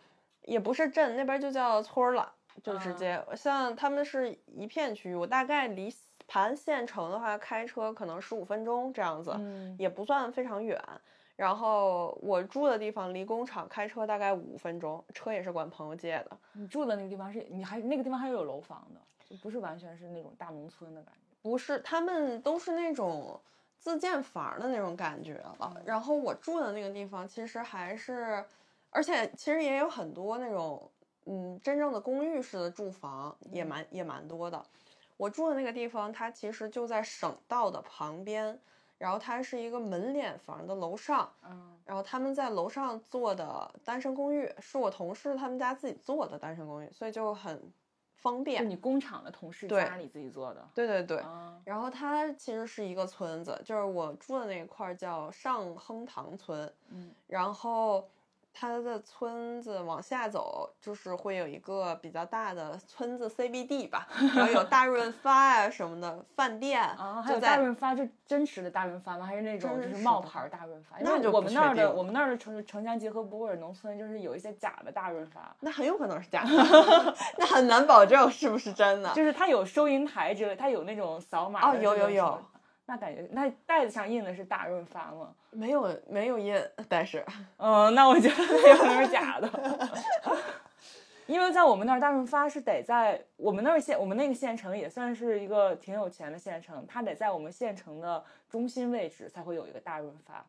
[SPEAKER 1] 也不是镇，那边就叫村儿了，就直
[SPEAKER 2] 嗯
[SPEAKER 1] 接、像他们是一片区域。我大概离盘县城的话，开车可能十五分钟这样子，
[SPEAKER 2] 嗯
[SPEAKER 1] 也不算非常远。然后我住的地方离工厂开车大概五分钟，车也是管朋友借的。
[SPEAKER 2] 你住的那个地方是你还那个地方还是有楼房的，就不是完全是那种大农村的感觉。
[SPEAKER 1] 不是，他们都是那种自建房儿的那种感觉了。
[SPEAKER 2] 嗯
[SPEAKER 1] 然后我住的那个地方其实还是，而且其实也有很多那种，嗯，真正的公寓式的住房也
[SPEAKER 2] 嗯
[SPEAKER 1] 蛮也蛮多的。我住的那个地方，它其实就在省道的旁边，然后它是一个门脸房的楼上，
[SPEAKER 2] 嗯
[SPEAKER 1] 然后他们在楼上做的单身公寓，是我同事他们家自己做的单身公寓，所以就很方
[SPEAKER 2] 就
[SPEAKER 1] 便。
[SPEAKER 2] 你工厂的同事
[SPEAKER 1] 对
[SPEAKER 2] 家里自己做的。
[SPEAKER 1] 对对对，
[SPEAKER 2] 啊，
[SPEAKER 1] 然后它其实是一个村子，就是我住的那一块儿叫上亨塘村，
[SPEAKER 2] 嗯
[SPEAKER 1] 然后它的村子往下走，就是会有一个比较大的村子 CBD 吧，然后有大润发呀、什么的饭店
[SPEAKER 2] 啊，还
[SPEAKER 1] 就
[SPEAKER 2] 有大
[SPEAKER 1] 在
[SPEAKER 2] 润发，就真实的大润发吗？还是那种就
[SPEAKER 1] 真
[SPEAKER 2] 是
[SPEAKER 1] 实
[SPEAKER 2] 冒
[SPEAKER 1] 的
[SPEAKER 2] 牌儿大润发？
[SPEAKER 1] 那
[SPEAKER 2] 因为
[SPEAKER 1] 就
[SPEAKER 2] 我
[SPEAKER 1] 不
[SPEAKER 2] 们
[SPEAKER 1] 确
[SPEAKER 2] 那儿的
[SPEAKER 1] 定
[SPEAKER 2] 我们那儿的城城乡结合部或者农村，就是有一些假的大润发，
[SPEAKER 1] 那很有可能是假的， 那很难保证是不是真的。
[SPEAKER 2] 就是它有收银台之类，它有那种扫码
[SPEAKER 1] 哦
[SPEAKER 2] 的
[SPEAKER 1] 有
[SPEAKER 2] 这
[SPEAKER 1] 有
[SPEAKER 2] 种
[SPEAKER 1] 有
[SPEAKER 2] 什么。那感觉那袋子上印的是大润发吗？
[SPEAKER 1] 没有没有印，但是
[SPEAKER 2] 嗯，那我觉得它有可能是假的， 因为在我们那儿大润发是得在我们那儿县，我们那个县城也算是一个挺有钱的县城，它得在我们县城的中心位置才会有一个大润发。，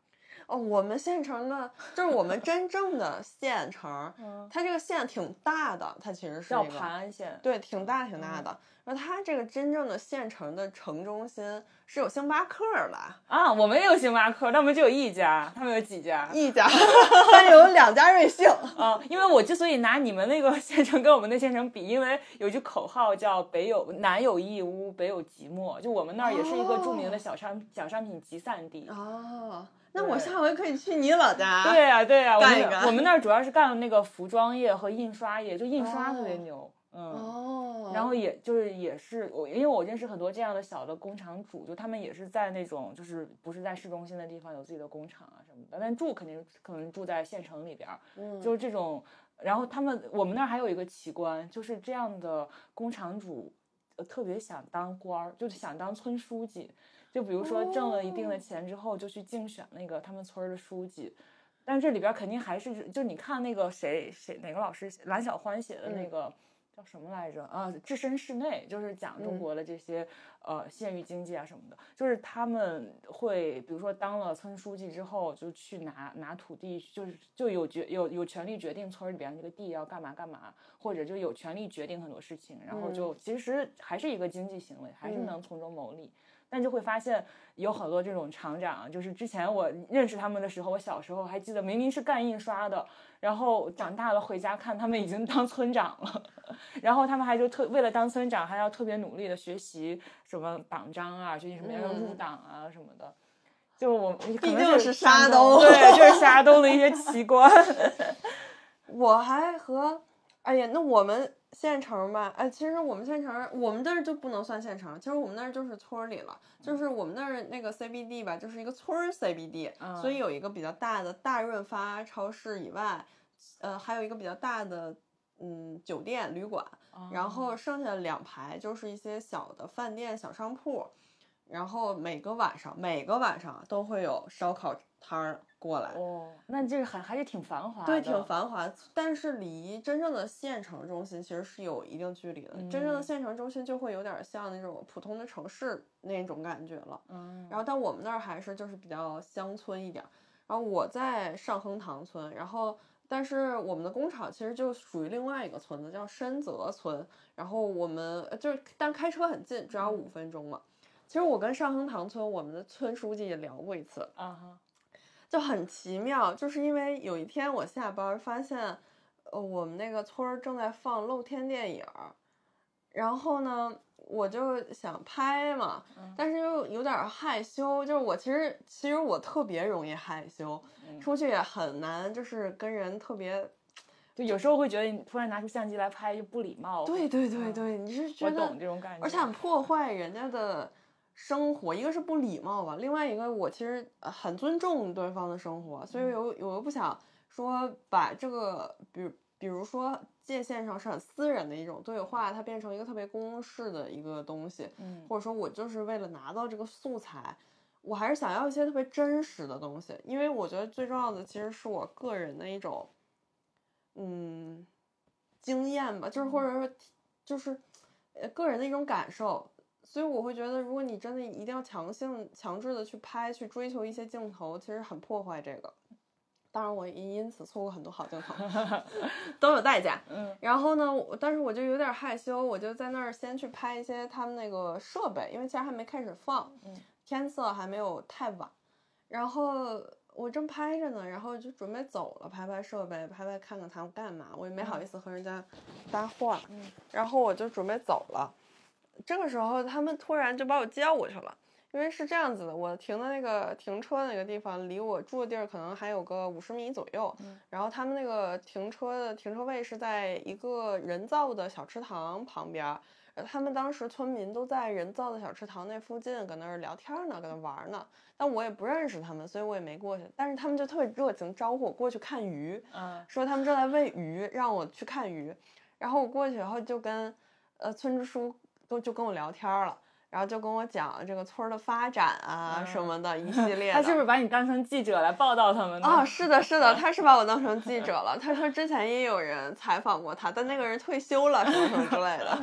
[SPEAKER 1] 哦，我们县城的，就是我们真正的县城
[SPEAKER 2] 嗯，
[SPEAKER 1] 它这个县挺大的，它其实是
[SPEAKER 2] 叫
[SPEAKER 1] 一个
[SPEAKER 2] 盘安县。
[SPEAKER 1] 对，挺大挺大的。然后它这个真正的县城的城中心是有星巴克儿吧，
[SPEAKER 2] 啊，我们也有星巴克，但我们只有一家，他们有几家？
[SPEAKER 1] 一家， 但是有两家瑞幸。
[SPEAKER 2] 啊，因为我之所以拿你们那个 县城跟我们的县城比，因为有句口号叫“北有南有义乌，北有即墨”，就我们那儿也是一个著名的小商、小商品集散地。
[SPEAKER 1] 哦，那我
[SPEAKER 2] 对
[SPEAKER 1] 下回可以去你老家。嗯
[SPEAKER 2] 对，呀、对啊呀、
[SPEAKER 1] 啊
[SPEAKER 2] 我
[SPEAKER 1] 干
[SPEAKER 2] 们
[SPEAKER 1] 一
[SPEAKER 2] 那
[SPEAKER 1] 干
[SPEAKER 2] 我们那儿主要是干那个服装业和印刷业，就印刷特别
[SPEAKER 1] 哦
[SPEAKER 2] 牛，嗯。
[SPEAKER 1] 哦，
[SPEAKER 2] 然后也就是也是我，因为我认识很多这样的小的工厂主，就他们也是在那种就是不是在市中心的地方有自己的工厂啊什么的，但住肯定可能住在县城里边儿，
[SPEAKER 1] 嗯
[SPEAKER 2] 就是这种。然后他们我们那儿还有一个奇观，就是这样的工厂主，呃，特别想当官儿，就是想当村书记。就比如说挣了一定的
[SPEAKER 1] 哦
[SPEAKER 2] 钱之后，就去竞选那个他们村儿的书记。但这里边儿肯定还是就你看那个谁谁哪个老师蓝小欢写的那
[SPEAKER 1] 嗯
[SPEAKER 2] 个。叫什么来着？啊，置身事内，就是讲中
[SPEAKER 1] 嗯
[SPEAKER 2] 国的这些、呃县域经济啊什么的。就是他们会，比如说当了村书记之后，就去拿拿土地，就是就有决有有权利决定村儿里边这个地要干嘛干嘛，或者就有权利决定很多事情。然后就其实还是一个经济行为，还是
[SPEAKER 1] 嗯
[SPEAKER 2] 能从中牟利。但就会发现有很多这种厂长，就是之前我认识他们的时候，我小时候还记得明明是干印刷的，然后长大了回家看他们已经当村长了， 然后他们还就特为了当村长还要特别努力的学习什么党章啊，学习什么要入
[SPEAKER 1] 嗯
[SPEAKER 2] 党啊什么的。就我毕
[SPEAKER 1] 毕竟是沙东
[SPEAKER 2] 对，这是沙东的一些 奇观。
[SPEAKER 1] 我还和，哎呀，那我们县城吧，哎，其实我们县城，我们那儿就不能算县城，其实我们那儿就是村儿里了，就是我们那儿那个 CBD 吧，就是一个村儿 CBD，、
[SPEAKER 2] 啊
[SPEAKER 1] 所以有一个比较大的大润发超市以外，呃，还有一个比较大的嗯酒店旅馆，
[SPEAKER 2] 哦
[SPEAKER 1] 然后剩下的两排就是一些小的饭店、小商铺，然后每个晚上每个晚上都会有烧烤摊儿过来。
[SPEAKER 2] 哦，那这还还是挺繁华的，
[SPEAKER 1] 对，挺繁华，但是离真正的县城中心其实是有一定距离的。真正的
[SPEAKER 2] 嗯
[SPEAKER 1] 县城中心就会有点像那种普通的城市那种感觉了。
[SPEAKER 2] 嗯。
[SPEAKER 1] 然后，但我们那儿还是就是比较乡村一点儿。然后我在上亨塘村，然后但是我们的工厂其实就属于另外一个村子，叫深泽村。然后我们呃就是，但开车很近，只要五分钟嘛。其实我跟上亨塘村我们的村书记也聊过一次，
[SPEAKER 2] 啊哈，
[SPEAKER 1] 就很奇妙，就是因为有一天我下班儿发现，呃，我们那个村儿正在放露天电影儿，然后呢，我就想拍嘛
[SPEAKER 2] 嗯，
[SPEAKER 1] 但是又有点儿害羞，就是我其实其实我特别容易害羞，
[SPEAKER 2] 嗯
[SPEAKER 1] 出去也很难，就是跟人特别，
[SPEAKER 2] 就有时候会觉得你突然拿出相机来拍就不礼貌。
[SPEAKER 1] 对对对
[SPEAKER 2] 嗯，
[SPEAKER 1] 对，你是觉
[SPEAKER 2] 我
[SPEAKER 1] 得
[SPEAKER 2] 懂这种感觉。
[SPEAKER 1] 而且很破坏人家的生活，一个是不礼貌吧，另外一个我其实呃很尊重对方的生活，所以
[SPEAKER 2] 嗯
[SPEAKER 1] 我又我又不想说把这个，比如比如说界限上是很私人的一种对话，它变成一个特别公式的一个东西，
[SPEAKER 2] 嗯，
[SPEAKER 1] 或者说我就是为了拿到这个素材，我还是想要一些特别真实的东西，因为我觉得最重要的其实是我个人的一种，嗯，经验吧，就是或者说就是呃个人的一种感受。所以我会觉得，如果你真的一定要强性、强制的去拍、去追求一些镜头，其实很破坏这个。当然，我也因此错过很多好镜头，都有代价。
[SPEAKER 2] 嗯，
[SPEAKER 1] 然后呢，我但是我就有点害羞，我就在那儿先去拍一些他们那个设备，因为其实还没开始放，
[SPEAKER 2] 嗯
[SPEAKER 1] 天色还没有太晚。然后我正拍着呢，然后就准备走了，拍拍设备，拍拍看看他们干嘛，我也没好意思和人家搭话。
[SPEAKER 2] 嗯
[SPEAKER 1] 然后我就准备走了，这个时候他们突然就把我叫过去了。因为是这样子的，我停的那个停车那个地方离我住的地儿可能还有个五十米左右，
[SPEAKER 2] 嗯
[SPEAKER 1] 然后他们那个停车的停车位是在一个人造的小池塘旁边儿，呃他们当时村民都在人造的小池塘那附近搁那儿聊天儿呢，搁那儿玩儿呢，但我也不认识他们，所以我也没过去，但是他们就特别热情招呼我过去看鱼，
[SPEAKER 2] 嗯
[SPEAKER 1] 说他们正在喂鱼，让我去看鱼。然后我过去，然后就跟呃村支书都就跟我聊天儿了，然后就跟我讲这个村儿的发展啊什
[SPEAKER 2] 嗯
[SPEAKER 1] 么的，一系列
[SPEAKER 2] 他
[SPEAKER 1] 的。
[SPEAKER 2] 是不是把你当成记者来报道他们呢？
[SPEAKER 1] 啊、是的，是的，他是把我当成记者了。他说之前也有人采访过他，但那个人退休了，什么什么之类的。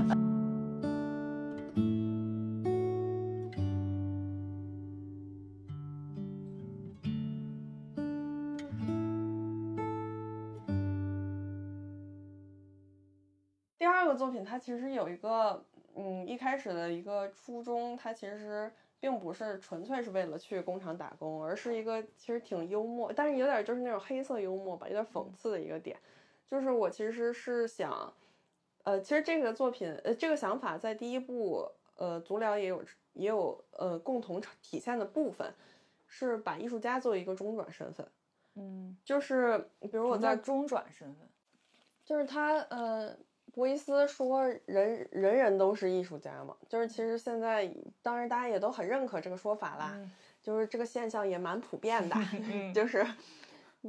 [SPEAKER 1] 第二个作品，它其实有一个，嗯，一开始的一个初衷，它其实并不是纯粹是为了去工厂打工，而是一个其实挺幽默，但是有点就是那种黑色幽默吧，有点讽刺的一个点。就是我其实是想，呃，其实这个作品，呃，这个想法在第一部，呃，足疗也有也有呃共同体现的部分，是把艺术家作为一个中转身份，
[SPEAKER 2] 嗯，
[SPEAKER 1] 就是比如我
[SPEAKER 2] 我在
[SPEAKER 1] 在
[SPEAKER 2] 中转身份，
[SPEAKER 1] 就是他呃，博伊斯说人人人都是艺术家嘛，就是其实现在当然大家也都很认可这个说法啦，
[SPEAKER 2] 嗯
[SPEAKER 1] 就是这个现象也蛮普遍的，
[SPEAKER 2] 嗯
[SPEAKER 1] 就是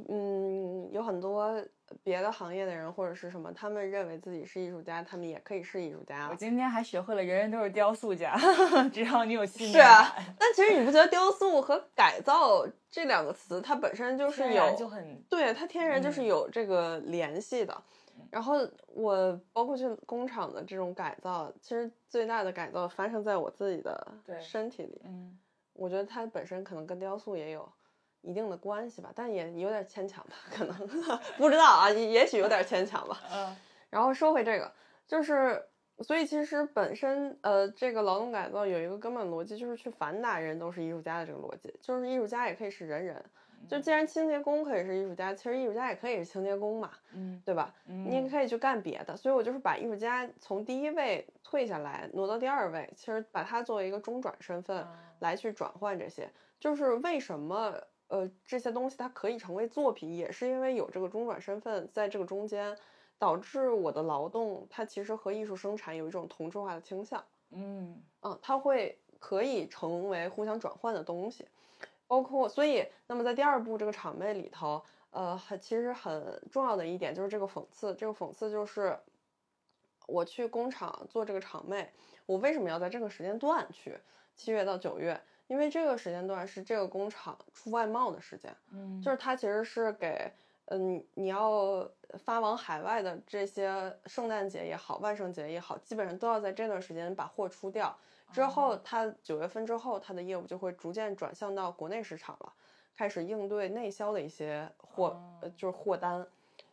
[SPEAKER 1] 嗯，有很多别的行业的人或者是什么，他们认为自己是艺术家，他们也可以是艺术家
[SPEAKER 2] 啊
[SPEAKER 1] 啊
[SPEAKER 2] 我。今天还学会了，人人都是雕塑家， 只要你有信念。
[SPEAKER 1] 是啊，但其实你不觉得雕塑和改造这两个词，它本身就
[SPEAKER 2] 虽
[SPEAKER 1] 是
[SPEAKER 2] 然
[SPEAKER 1] 有
[SPEAKER 2] 就很
[SPEAKER 1] 对，它天然就是
[SPEAKER 2] 嗯
[SPEAKER 1] 有这个联系的。然后我包括去工厂的这种改造，其实最大的改造发生在我自己的
[SPEAKER 2] 对
[SPEAKER 1] 身体里。
[SPEAKER 2] 嗯，
[SPEAKER 1] 我觉得它本身可能跟雕塑也有一定的关系吧，但也有点牵强吧，可能 不知道啊，也也许有点牵强吧。
[SPEAKER 2] 呃，
[SPEAKER 1] 然后说回这个，就是所以其实本身呃，这个劳动改造有一个根本逻辑，就是去反打人都是艺术家的这个逻辑，就是艺术家也可以是人人。就既然清洁工可以是艺术家，其实艺术家也可以是清洁工嘛，
[SPEAKER 2] 嗯
[SPEAKER 1] 对吧？
[SPEAKER 2] 嗯，
[SPEAKER 1] 你也可以去干别的。所以我就是把艺术家从第一位退下来，挪到第二位，其实把它作为一个中转身份
[SPEAKER 2] 啊
[SPEAKER 1] 来去转换这些。就是为什么呃这些东西它可以成为作品，也是因为有这个中转身份在这个中间，导致我的劳动它其实和艺术生产有一种同质化的倾向。
[SPEAKER 2] 嗯
[SPEAKER 1] 嗯，它会可以成为互相转换的东西，包括所以，那么在第二部这个场面里头，呃，很其实很重要的一点就是这个讽刺，这个讽刺就是我去工厂做这个场妹，我为什么要在这个时间段去，七月到九月？因为这个时间段是这个工厂出外贸的时间，
[SPEAKER 2] 嗯，
[SPEAKER 1] 就是它其实是给，嗯，你要发往海外的这些圣诞节也好，万圣节也好，基本上都要在这段时间把货出掉。之后，
[SPEAKER 2] 哦
[SPEAKER 1] 它九月份之后，它的业务就会逐渐转向到国内市场了，开始应对内销的一些货，呃
[SPEAKER 2] 哦
[SPEAKER 1] 就是货单。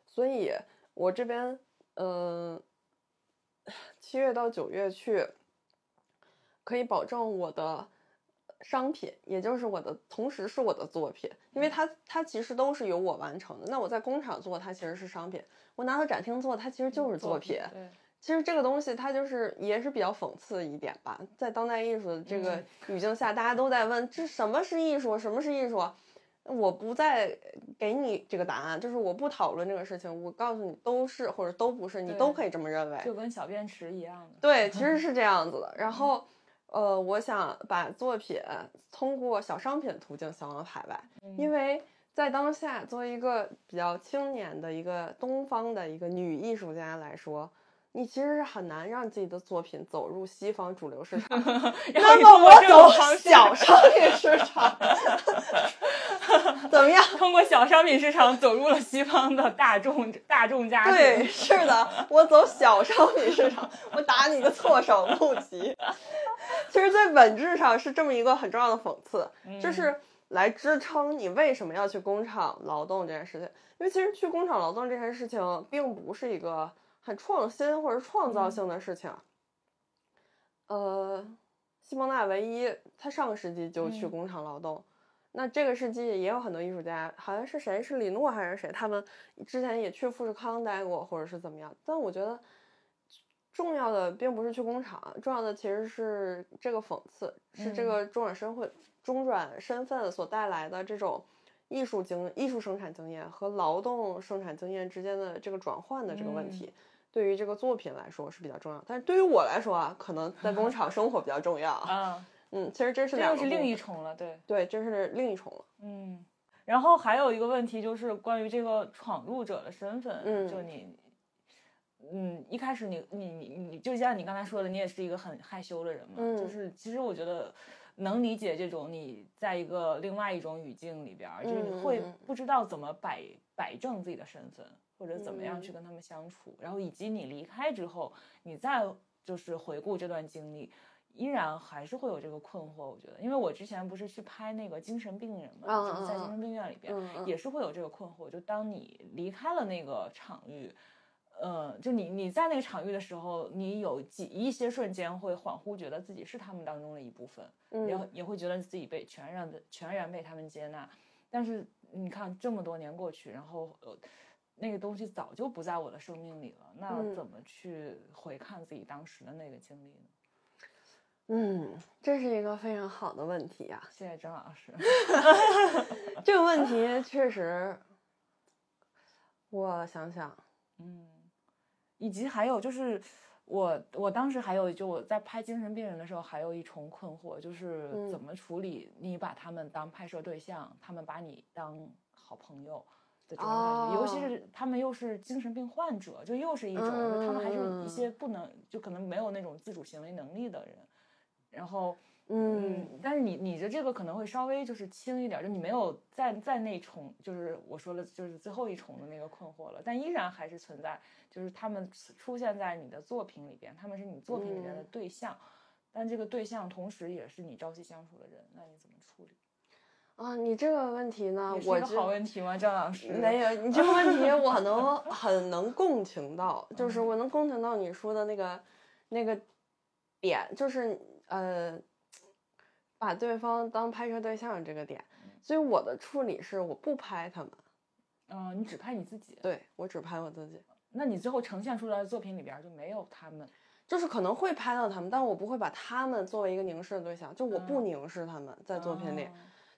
[SPEAKER 1] 所以我这边，嗯、七月到九月去，可以保证我的商品，也就是我的，同时是我的作品，因为它它其实都是由我完成的。那我在工厂做，它其实是商品；我拿到展厅做，它其实就是作品。
[SPEAKER 2] 对，
[SPEAKER 1] 其实这个东西它就是也是比较讽刺一点吧，在当代艺术的这个语境下，大家都在问这什么是艺术，什么是艺术。我不再给你这个答案，就是我不讨论这个事情，我告诉你都是或者都不是，你
[SPEAKER 2] 对
[SPEAKER 1] 都可以这么认为。
[SPEAKER 2] 就跟小便池一样的。
[SPEAKER 1] 对，其实是这样子的。然后，呃，我想把作品通过小商品途径销往海外，因
[SPEAKER 2] 为
[SPEAKER 1] 为在当下，作为一个比较青年的一个东方的一个女艺术家来说，你其实是很难让自己的作品走入西方主流市场。那么我走小商品市场， 怎么样？
[SPEAKER 2] 通过小商品市场走入了西 方的大众大众家庭。
[SPEAKER 1] 对，是的，我走小商品市场，我打你个措手不及。其实，在本质上是这么一个很重要的讽刺，就
[SPEAKER 2] 嗯
[SPEAKER 1] 是来支撑你为什么要去工厂劳动这件事情。因为其实去工厂劳动这件事情，并不是一个很创新或者创
[SPEAKER 2] 嗯
[SPEAKER 1] 造性的事情。呃，西蒙娜维伊，她上个世纪就去
[SPEAKER 2] 嗯
[SPEAKER 1] 工厂劳动。那这个世纪也有很多艺术家，好像是谁是李诺还是谁，他们之前也去富士康待过，或者是怎么样。但我觉得重要的并不是去工厂，重要的其实是这个讽刺，是这
[SPEAKER 3] 嗯
[SPEAKER 1] 个中转身会中转身份所带来的这种艺术经艺术生产经验和劳动生产经验之间的这个转换的这个问
[SPEAKER 2] 嗯
[SPEAKER 1] 题。对于这个作品来说是比较重要，但是对于我来说啊，可能在 工厂生活比较重要啊。
[SPEAKER 2] 啊，
[SPEAKER 1] 嗯，其实这是
[SPEAKER 2] 这
[SPEAKER 1] 两
[SPEAKER 2] 又
[SPEAKER 1] 个
[SPEAKER 2] 是另
[SPEAKER 1] 部
[SPEAKER 2] 一
[SPEAKER 1] 分
[SPEAKER 2] 重了，对，
[SPEAKER 1] 对，这是另一重了。
[SPEAKER 2] 嗯。然后还有一个问题就是关于这个闯入者的身份，
[SPEAKER 1] 嗯
[SPEAKER 2] 就你，嗯，一开始你你你你，就像你刚才说的，你也是一个很害羞的人嘛，
[SPEAKER 1] 嗯
[SPEAKER 2] 就是其实我觉得能理解这种你在一个另外一种语境里边儿，就是
[SPEAKER 1] 嗯嗯
[SPEAKER 2] 你会
[SPEAKER 1] 嗯
[SPEAKER 2] 不知道怎么摆摆正自己的身份，或者怎么样去
[SPEAKER 1] 嗯
[SPEAKER 2] 跟他们相处，然后以及你离开之后，你再就是回顾这段经历。依然还是会有这个困惑，我觉得，因为我之前不是去拍那个精神病人嘛，
[SPEAKER 1] 嗯
[SPEAKER 2] 就是在
[SPEAKER 1] 嗯
[SPEAKER 2] 精
[SPEAKER 1] 嗯
[SPEAKER 2] 神病院里边，
[SPEAKER 1] 嗯嗯
[SPEAKER 2] 也是会有这个困惑。就当你离开了那个场域，呃，就你你在那个场域的时候，你有几一些瞬间会恍惚觉得自己是他们当中的一部分，然后
[SPEAKER 1] 嗯
[SPEAKER 2] 也会觉得自己被全然的全然被他们接纳。但是你看这么多年过去，然后呃，那个东西早就不在我的生命里了，那
[SPEAKER 1] 嗯
[SPEAKER 2] 怎么去回看自己当时的那个经历呢？
[SPEAKER 1] 嗯，这是一个非常好的问 题啊。
[SPEAKER 2] 谢谢张老师。
[SPEAKER 1] 这个问题确实，我想想，
[SPEAKER 2] 嗯，以及还有就是我我当时还有就我在拍精神病人的时候，还有一重困惑，就是
[SPEAKER 1] 嗯
[SPEAKER 2] 怎么处理你把他们当拍摄对象，他们把你当好朋友。的这种感觉，尤其
[SPEAKER 1] 哦
[SPEAKER 2] 是他们又是精神病患者，就又是一种，就他们还是一
[SPEAKER 1] 嗯
[SPEAKER 2] 些不能，就可能没有那种自主行为能力的人。然后，
[SPEAKER 1] 嗯
[SPEAKER 2] 嗯，但是你你的这个可能会稍微就是轻一点，就你没有在在那重，就是我说的，就是最后一重的那个困惑了，但依然还是存在，就是他们出出现在你的作品里边，他们是你作品里边的
[SPEAKER 1] 嗯
[SPEAKER 2] 对象，但这个对象同时也是你朝夕相处的人，那你怎么处理？
[SPEAKER 1] 啊，你这个问题呢
[SPEAKER 2] 也，是
[SPEAKER 1] 啊我
[SPEAKER 2] 一个
[SPEAKER 1] 这
[SPEAKER 2] 好问题吗，张老师？
[SPEAKER 1] 没有，你这个问 题我能很能共情到，就是
[SPEAKER 2] 嗯
[SPEAKER 1] 我能共情到你说的那个那个点，就是呃，把对方当拍摄对象这个点。所以我的处理是我不拍他们，
[SPEAKER 2] 嗯、你只拍你自己，
[SPEAKER 1] 对我只拍我自己，
[SPEAKER 2] 那你最后呈现出来的作品里边就没有他们，
[SPEAKER 1] 就是可能会拍到他们，但我不会把他们作为一个凝视的对象，就我不
[SPEAKER 2] 嗯
[SPEAKER 1] 凝视他们在作品里。
[SPEAKER 2] 哦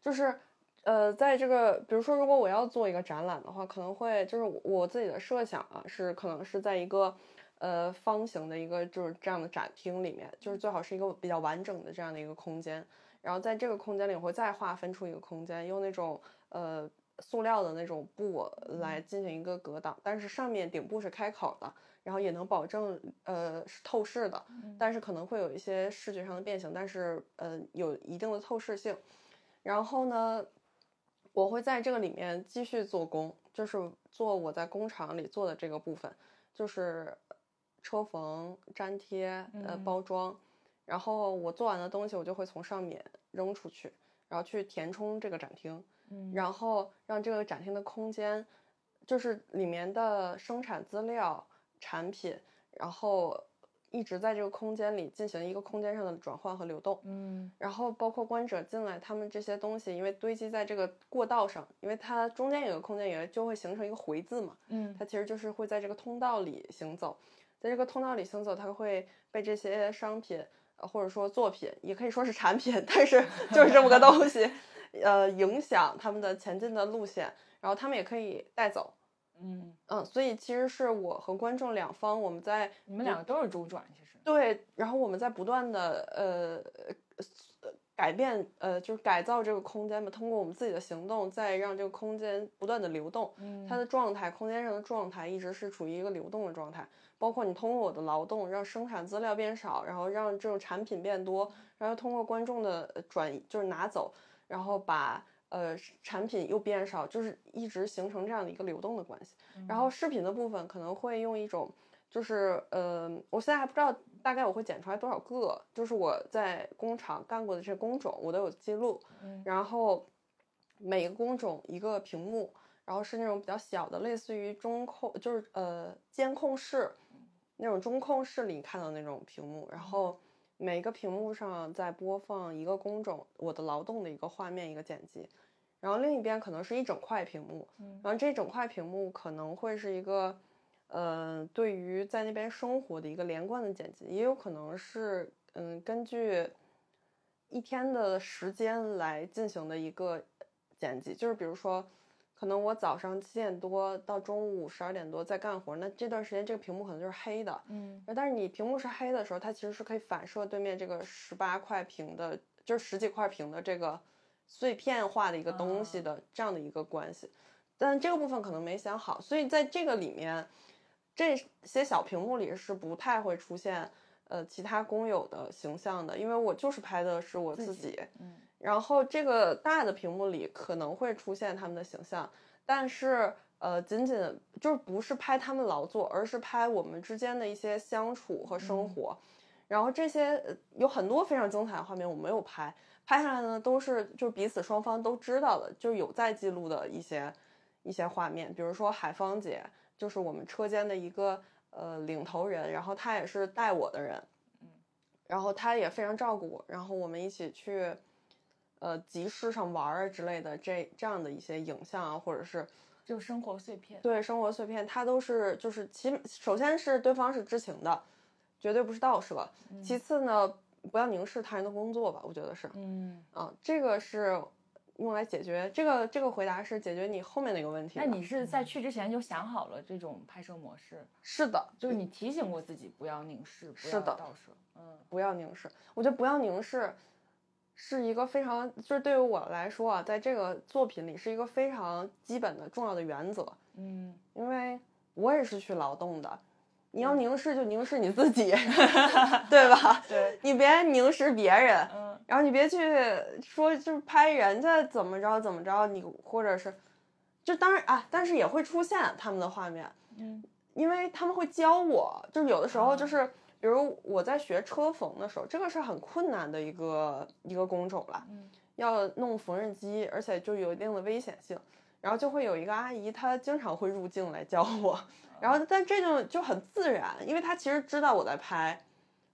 [SPEAKER 1] 就是呃，在这个比如说，如果我要做一个展览的话，可能会就是我我自己的设想啊，是可能是在一个呃方形的一个就是这样的展厅里面，就是最好是一个比较完整的这样的一个空间。然后在这个空间里，我会再划分出一个空间，用那种呃塑料的那种布
[SPEAKER 2] 嗯
[SPEAKER 1] 来进行一个隔挡，但是上面顶部是开口的，然后也能保证呃是透视的，但是可能会有一些视觉上的变形，但是呃有一定的透视性。然后呢，我会在这个里面继续做工，就是做我在工厂里做的这个部分，就是车缝、粘贴、呃
[SPEAKER 2] 嗯
[SPEAKER 1] 包装。然后我做完的东西，我就会从上面扔出去，然后去填充这个展厅。
[SPEAKER 2] 嗯，
[SPEAKER 1] 然后让这个展厅的空间，就是里面的生产资料、产品，然后一直在这个空间里进行一个空间上的转换和流动。
[SPEAKER 2] 嗯
[SPEAKER 1] 然后包括观者进来，他们这些东西因为堆积在这个过道上，因为它中间有个空间，也就会形成一个回字嘛。
[SPEAKER 2] 嗯
[SPEAKER 1] 它其实就是会在这个通道里行走，在这个通道里行走，它会被这些商品呃或者说作品，也可以说是产品，但 是就是这么个东西，呃，影响他们的前进的路线，然后他们也可以带走。
[SPEAKER 2] 嗯，
[SPEAKER 1] 嗯，所以其实是我和观众两方，我们在
[SPEAKER 2] 你们两个都是中转，其实，
[SPEAKER 1] 对，然后我们在不断的呃呃改变呃，就是改造这个空间嘛，通过我们自己的行动，再让这个空间不断的流动。
[SPEAKER 2] 嗯，
[SPEAKER 1] 它的状态，空间上的状态一直是处于一个流动的状态。包括你通过我的劳动，让生产资料变少，然后让这种产品变多，然后通过观众的呃转移，就是拿走，然后把呃产品又变少，就是一直形成这样的一个流动的关系。
[SPEAKER 2] 嗯
[SPEAKER 1] 然后视频的部分可能会用一种，就是呃，我现在还不知道大概我会剪出来多少个，就是我在工厂干过的这些工种，我都有记录。
[SPEAKER 2] 嗯
[SPEAKER 1] 然后每个工种一个屏幕，然后是那种比较小的，类似于中控，就是呃监控室那种中控室里看到那种屏幕，然后每个屏幕上在播放一个工种我的劳动的一个画面一个剪辑，然后另一边可能是一整块屏幕，
[SPEAKER 2] 嗯
[SPEAKER 1] 然后这整块屏幕可能会是一个，呃，对于在那边生活的一个连贯的剪辑，也有可能是嗯根据一天的时间来进行的一个剪辑，就是比如说。可能我早上七点多到中午十二点多在干活，那这段时间这个屏幕可能就是黑的，
[SPEAKER 2] 嗯
[SPEAKER 1] 呃但是你屏幕是黑的时候，它其实是可以反射对面这个十八块屏的，就是十几块屏的这个碎片化的一个东西的、这样的一个关系。但这个部分可能没想好，所以在这个里面，这些小屏幕里是不太会出现呃其他工友的形象的，因为我就是拍的是我自己。
[SPEAKER 2] 自己嗯
[SPEAKER 1] 然后这个大的屏幕里可能会出现他们的形象，但是呃，仅仅就是不是拍他们劳作，而是拍我们之间的一些相处和生活。然后这些呃有很多非常精彩的画面我没有拍，拍下来呢都是就是彼此双方都知道的，就是有在记录的一些一些画面，比如说海芳姐就是我们车间的一个呃领头人，然后她也是带我的人，然后她也非常照顾我，然后我们一起去。呃，集市上玩儿啊之类的，这这样的一些影像啊，或者是
[SPEAKER 2] 就生活碎片。
[SPEAKER 1] 对生活碎片，它都是就是其首先是对方是知情的，绝对不是盗摄。
[SPEAKER 2] 嗯
[SPEAKER 1] 其次呢，不要凝视他人的工作吧，我觉得是
[SPEAKER 2] 嗯，
[SPEAKER 1] 啊，这个是用来解决这个这个回答是解决你后面那个问题
[SPEAKER 2] 那
[SPEAKER 1] 的。嗯
[SPEAKER 2] 你是在去之前就想好了这种拍摄模式，
[SPEAKER 1] 是的，
[SPEAKER 2] 就是你提醒过自己不要凝视，不
[SPEAKER 1] 是
[SPEAKER 2] 要
[SPEAKER 1] 的
[SPEAKER 2] 倒射。嗯
[SPEAKER 1] 不要凝视，我觉得不要凝视是一个非常就是对于我来说啊，在这个作品里是一个非常基本的重要的原则。
[SPEAKER 2] 嗯，
[SPEAKER 1] 因为我也是去劳动的，你要凝视就凝视你自己，对吧？
[SPEAKER 2] 对，
[SPEAKER 1] 你别凝视别人，
[SPEAKER 2] 嗯
[SPEAKER 1] 然后你别去说就是拍人家怎么着怎么着，你或者是，就当然啊，但是也会出现他们的画面，
[SPEAKER 2] 嗯
[SPEAKER 1] 因为他们会教我，就是有的时候
[SPEAKER 2] 啊
[SPEAKER 1] 就是。比如我在学车缝的时候，这个是很困难的一个一个工种了，
[SPEAKER 2] 嗯
[SPEAKER 1] 要弄缝纫机，而且就有一定的危险性。然后就会有一个阿姨，她经常会入镜来教我，
[SPEAKER 2] 啊
[SPEAKER 1] 然后但这就就很自然，因为她其实知道我在拍，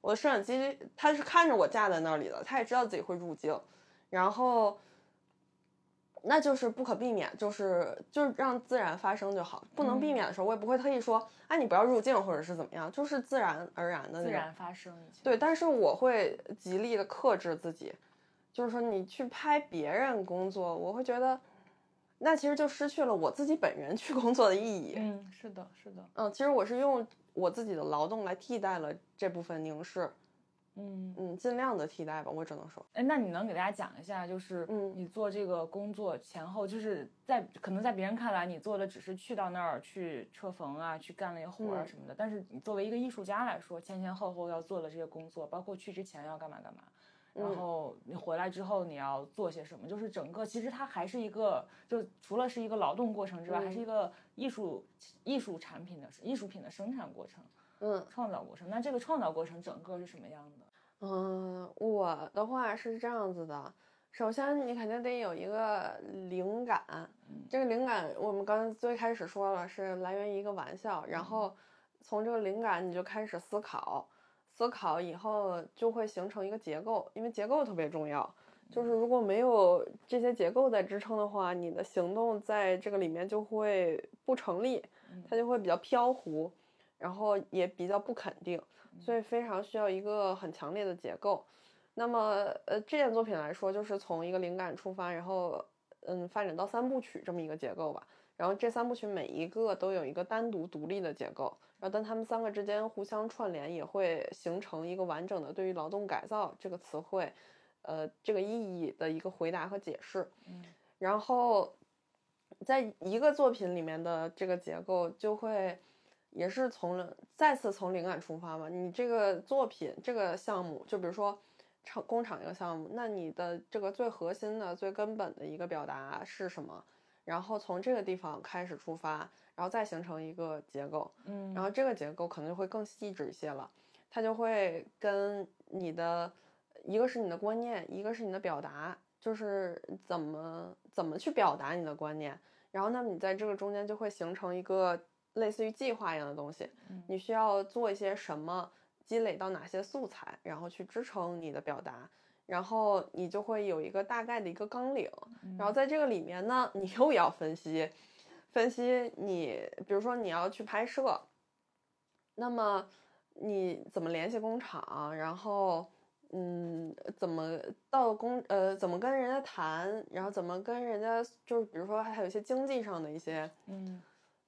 [SPEAKER 1] 我的摄影机她是看着我架在那里的，她也知道自己会入镜，然后那就是不可避免，就是就是让自然发生就好，不能避
[SPEAKER 2] 嗯
[SPEAKER 1] 免的时候，我也不会特意说，哎，你不要入镜或者是怎么样，就是自然而然的那
[SPEAKER 2] 自
[SPEAKER 1] 种。
[SPEAKER 2] 然发生一切。
[SPEAKER 1] 对，但是我会极力的克制自己，就是说你去拍别人工作，我会觉得，那其实就失去了我自己本人去工作的意义。
[SPEAKER 2] 嗯，是的，是的，
[SPEAKER 1] 嗯，其实我是用我自己的劳动来替代了这部分凝视，
[SPEAKER 2] 嗯。
[SPEAKER 1] 嗯，尽量的替代吧，我只能说，
[SPEAKER 2] 哎，那你能给大家讲一下，就是
[SPEAKER 1] 嗯
[SPEAKER 2] 你做这个工作前后，就是在可能在别人看来，你做的只是去到那儿去车缝啊，去干了一个活儿啊
[SPEAKER 1] 嗯
[SPEAKER 2] 什么的，但是你作为一个艺术家来说，前前后后要做的这些工作，包括去之前要干嘛干嘛，然
[SPEAKER 1] 嗯
[SPEAKER 2] 后你回来之后你要做些什么，就是整个其实它还是一个，就除了是一个劳动过程之外，还是
[SPEAKER 1] 嗯
[SPEAKER 2] 一个艺术艺术产品的艺术品的生产过程、
[SPEAKER 1] 嗯
[SPEAKER 2] 创造过程。那这个创造过程整个是什么样的？
[SPEAKER 1] 嗯，我的话是这样子的。首先，你肯定得有一个灵感，这个灵感我们刚才最开始说了是来源于一个玩笑，然后从这个灵感你就开始思考，思考以后就会形成一个结构，因为结构特别重要。就是如果没有这些结构在支撑的话，你的行动在这个里面就会不成立，
[SPEAKER 2] 嗯
[SPEAKER 1] 它就会比较飘忽，然后也比较不肯定，所以非常需要一个很强烈的结构。那么，呃，这件作品来说，就是从一个灵感出发，然后嗯，发展到三部曲这么一个结构吧。然后这三部曲每一个都有一个单独独立的结构，然后但它们三个之间互相串联，也会形成一个完整的对于劳动改造这个词汇，呃，这个意义的一个回答和解释。
[SPEAKER 2] 嗯
[SPEAKER 1] 然后在一个作品里面的这个结构就会也是从了再次从灵感出发嘛。你这个作品这个项目，就比如说厂工厂这个项目，那你的这个最核心的、最根本的一个表达是什么？然后从这个地方开始出发，然后再形成一个结构，
[SPEAKER 2] 嗯
[SPEAKER 1] 然后这个结构可能就会更细致一些了，它就会跟你的一个是你的观念，一个是你的表达，就是怎么怎么去表达你的观念，然后那么你在这个中间就会形成一个类似于计划一样的东西，
[SPEAKER 2] 嗯
[SPEAKER 1] 你需要做一些什么，积累到哪些素材，然后去支撑你的表达。然后你就会有一个大概的一个纲领，
[SPEAKER 2] 嗯
[SPEAKER 1] 然后在这个里面呢，你又要分析，分析你，比如说你要去拍摄，那么你怎么联系工厂？然后，嗯，怎么到工呃，怎么跟人家谈？然后怎么跟人家就是比如说还有一些经济上的一些
[SPEAKER 2] 嗯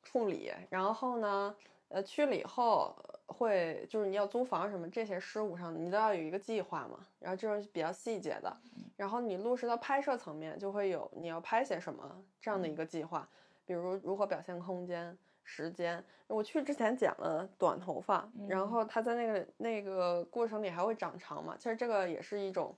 [SPEAKER 1] 处理。然后呢，呃，去了以后会就是你要租房什么这些事务上，你都要有一个计划嘛。然后这种比较细节的，
[SPEAKER 2] 嗯
[SPEAKER 1] 然后你落实到拍摄层面，就会有你要拍些什么这样的
[SPEAKER 2] 嗯
[SPEAKER 1] 一个计划，比如如何表现空间。时间，我去之前剪了短头发，然
[SPEAKER 2] 嗯
[SPEAKER 1] 后它在那个那个过程里还会长长嘛，其实这个也是一种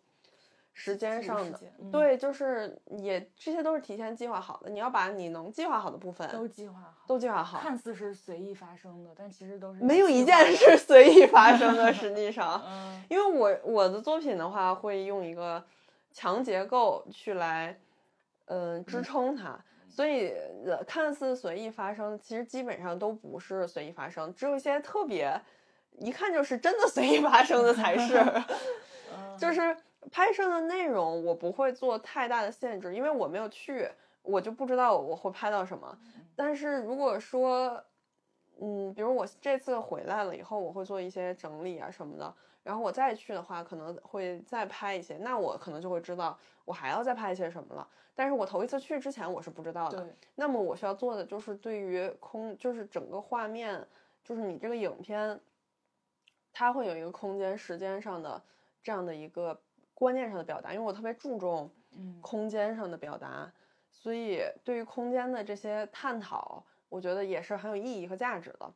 [SPEAKER 1] 时间
[SPEAKER 2] 技术
[SPEAKER 1] 上
[SPEAKER 2] 时
[SPEAKER 1] 的，
[SPEAKER 2] 间嗯
[SPEAKER 1] 对，就是也这些都是提前计划好的，你要把你能计划好的部分
[SPEAKER 2] 都计划好，
[SPEAKER 1] 都计划好，
[SPEAKER 2] 看似是随意发生的，但其实都是
[SPEAKER 1] 没有一
[SPEAKER 2] 计划
[SPEAKER 1] 件
[SPEAKER 2] 的
[SPEAKER 1] 是随意发生的。实际上，
[SPEAKER 2] 嗯
[SPEAKER 1] 因为我我的作品的话，会用一个强结构去来，嗯、支撑它。所以、呃看似随意发生，其实基本上都不是随意发生，只有一些特别一看就是真的随意发生的才 是。
[SPEAKER 2] 嗯
[SPEAKER 1] 就是拍摄的内容，我不会做太大的限制，因为我没有去，我就不知道我会拍到什么。但是如果说，嗯，比如我这次回来了以后，我会做一些整理啊什么的，然后我再去的话，可能会再拍一些，那我可能就会知道我还要再拍一些什么了。但是我头一次去之前我是不知道的，
[SPEAKER 2] 对，
[SPEAKER 1] 那么我需要做的就是对于空，就是整个画面，就是你这个影片，它会有一个空间、时间上的这样的一个观念上的表达，因为我特别注重
[SPEAKER 2] 嗯
[SPEAKER 1] 空间上的表达，所以对于空间的这些探讨，我觉得也是很有意义和价值的。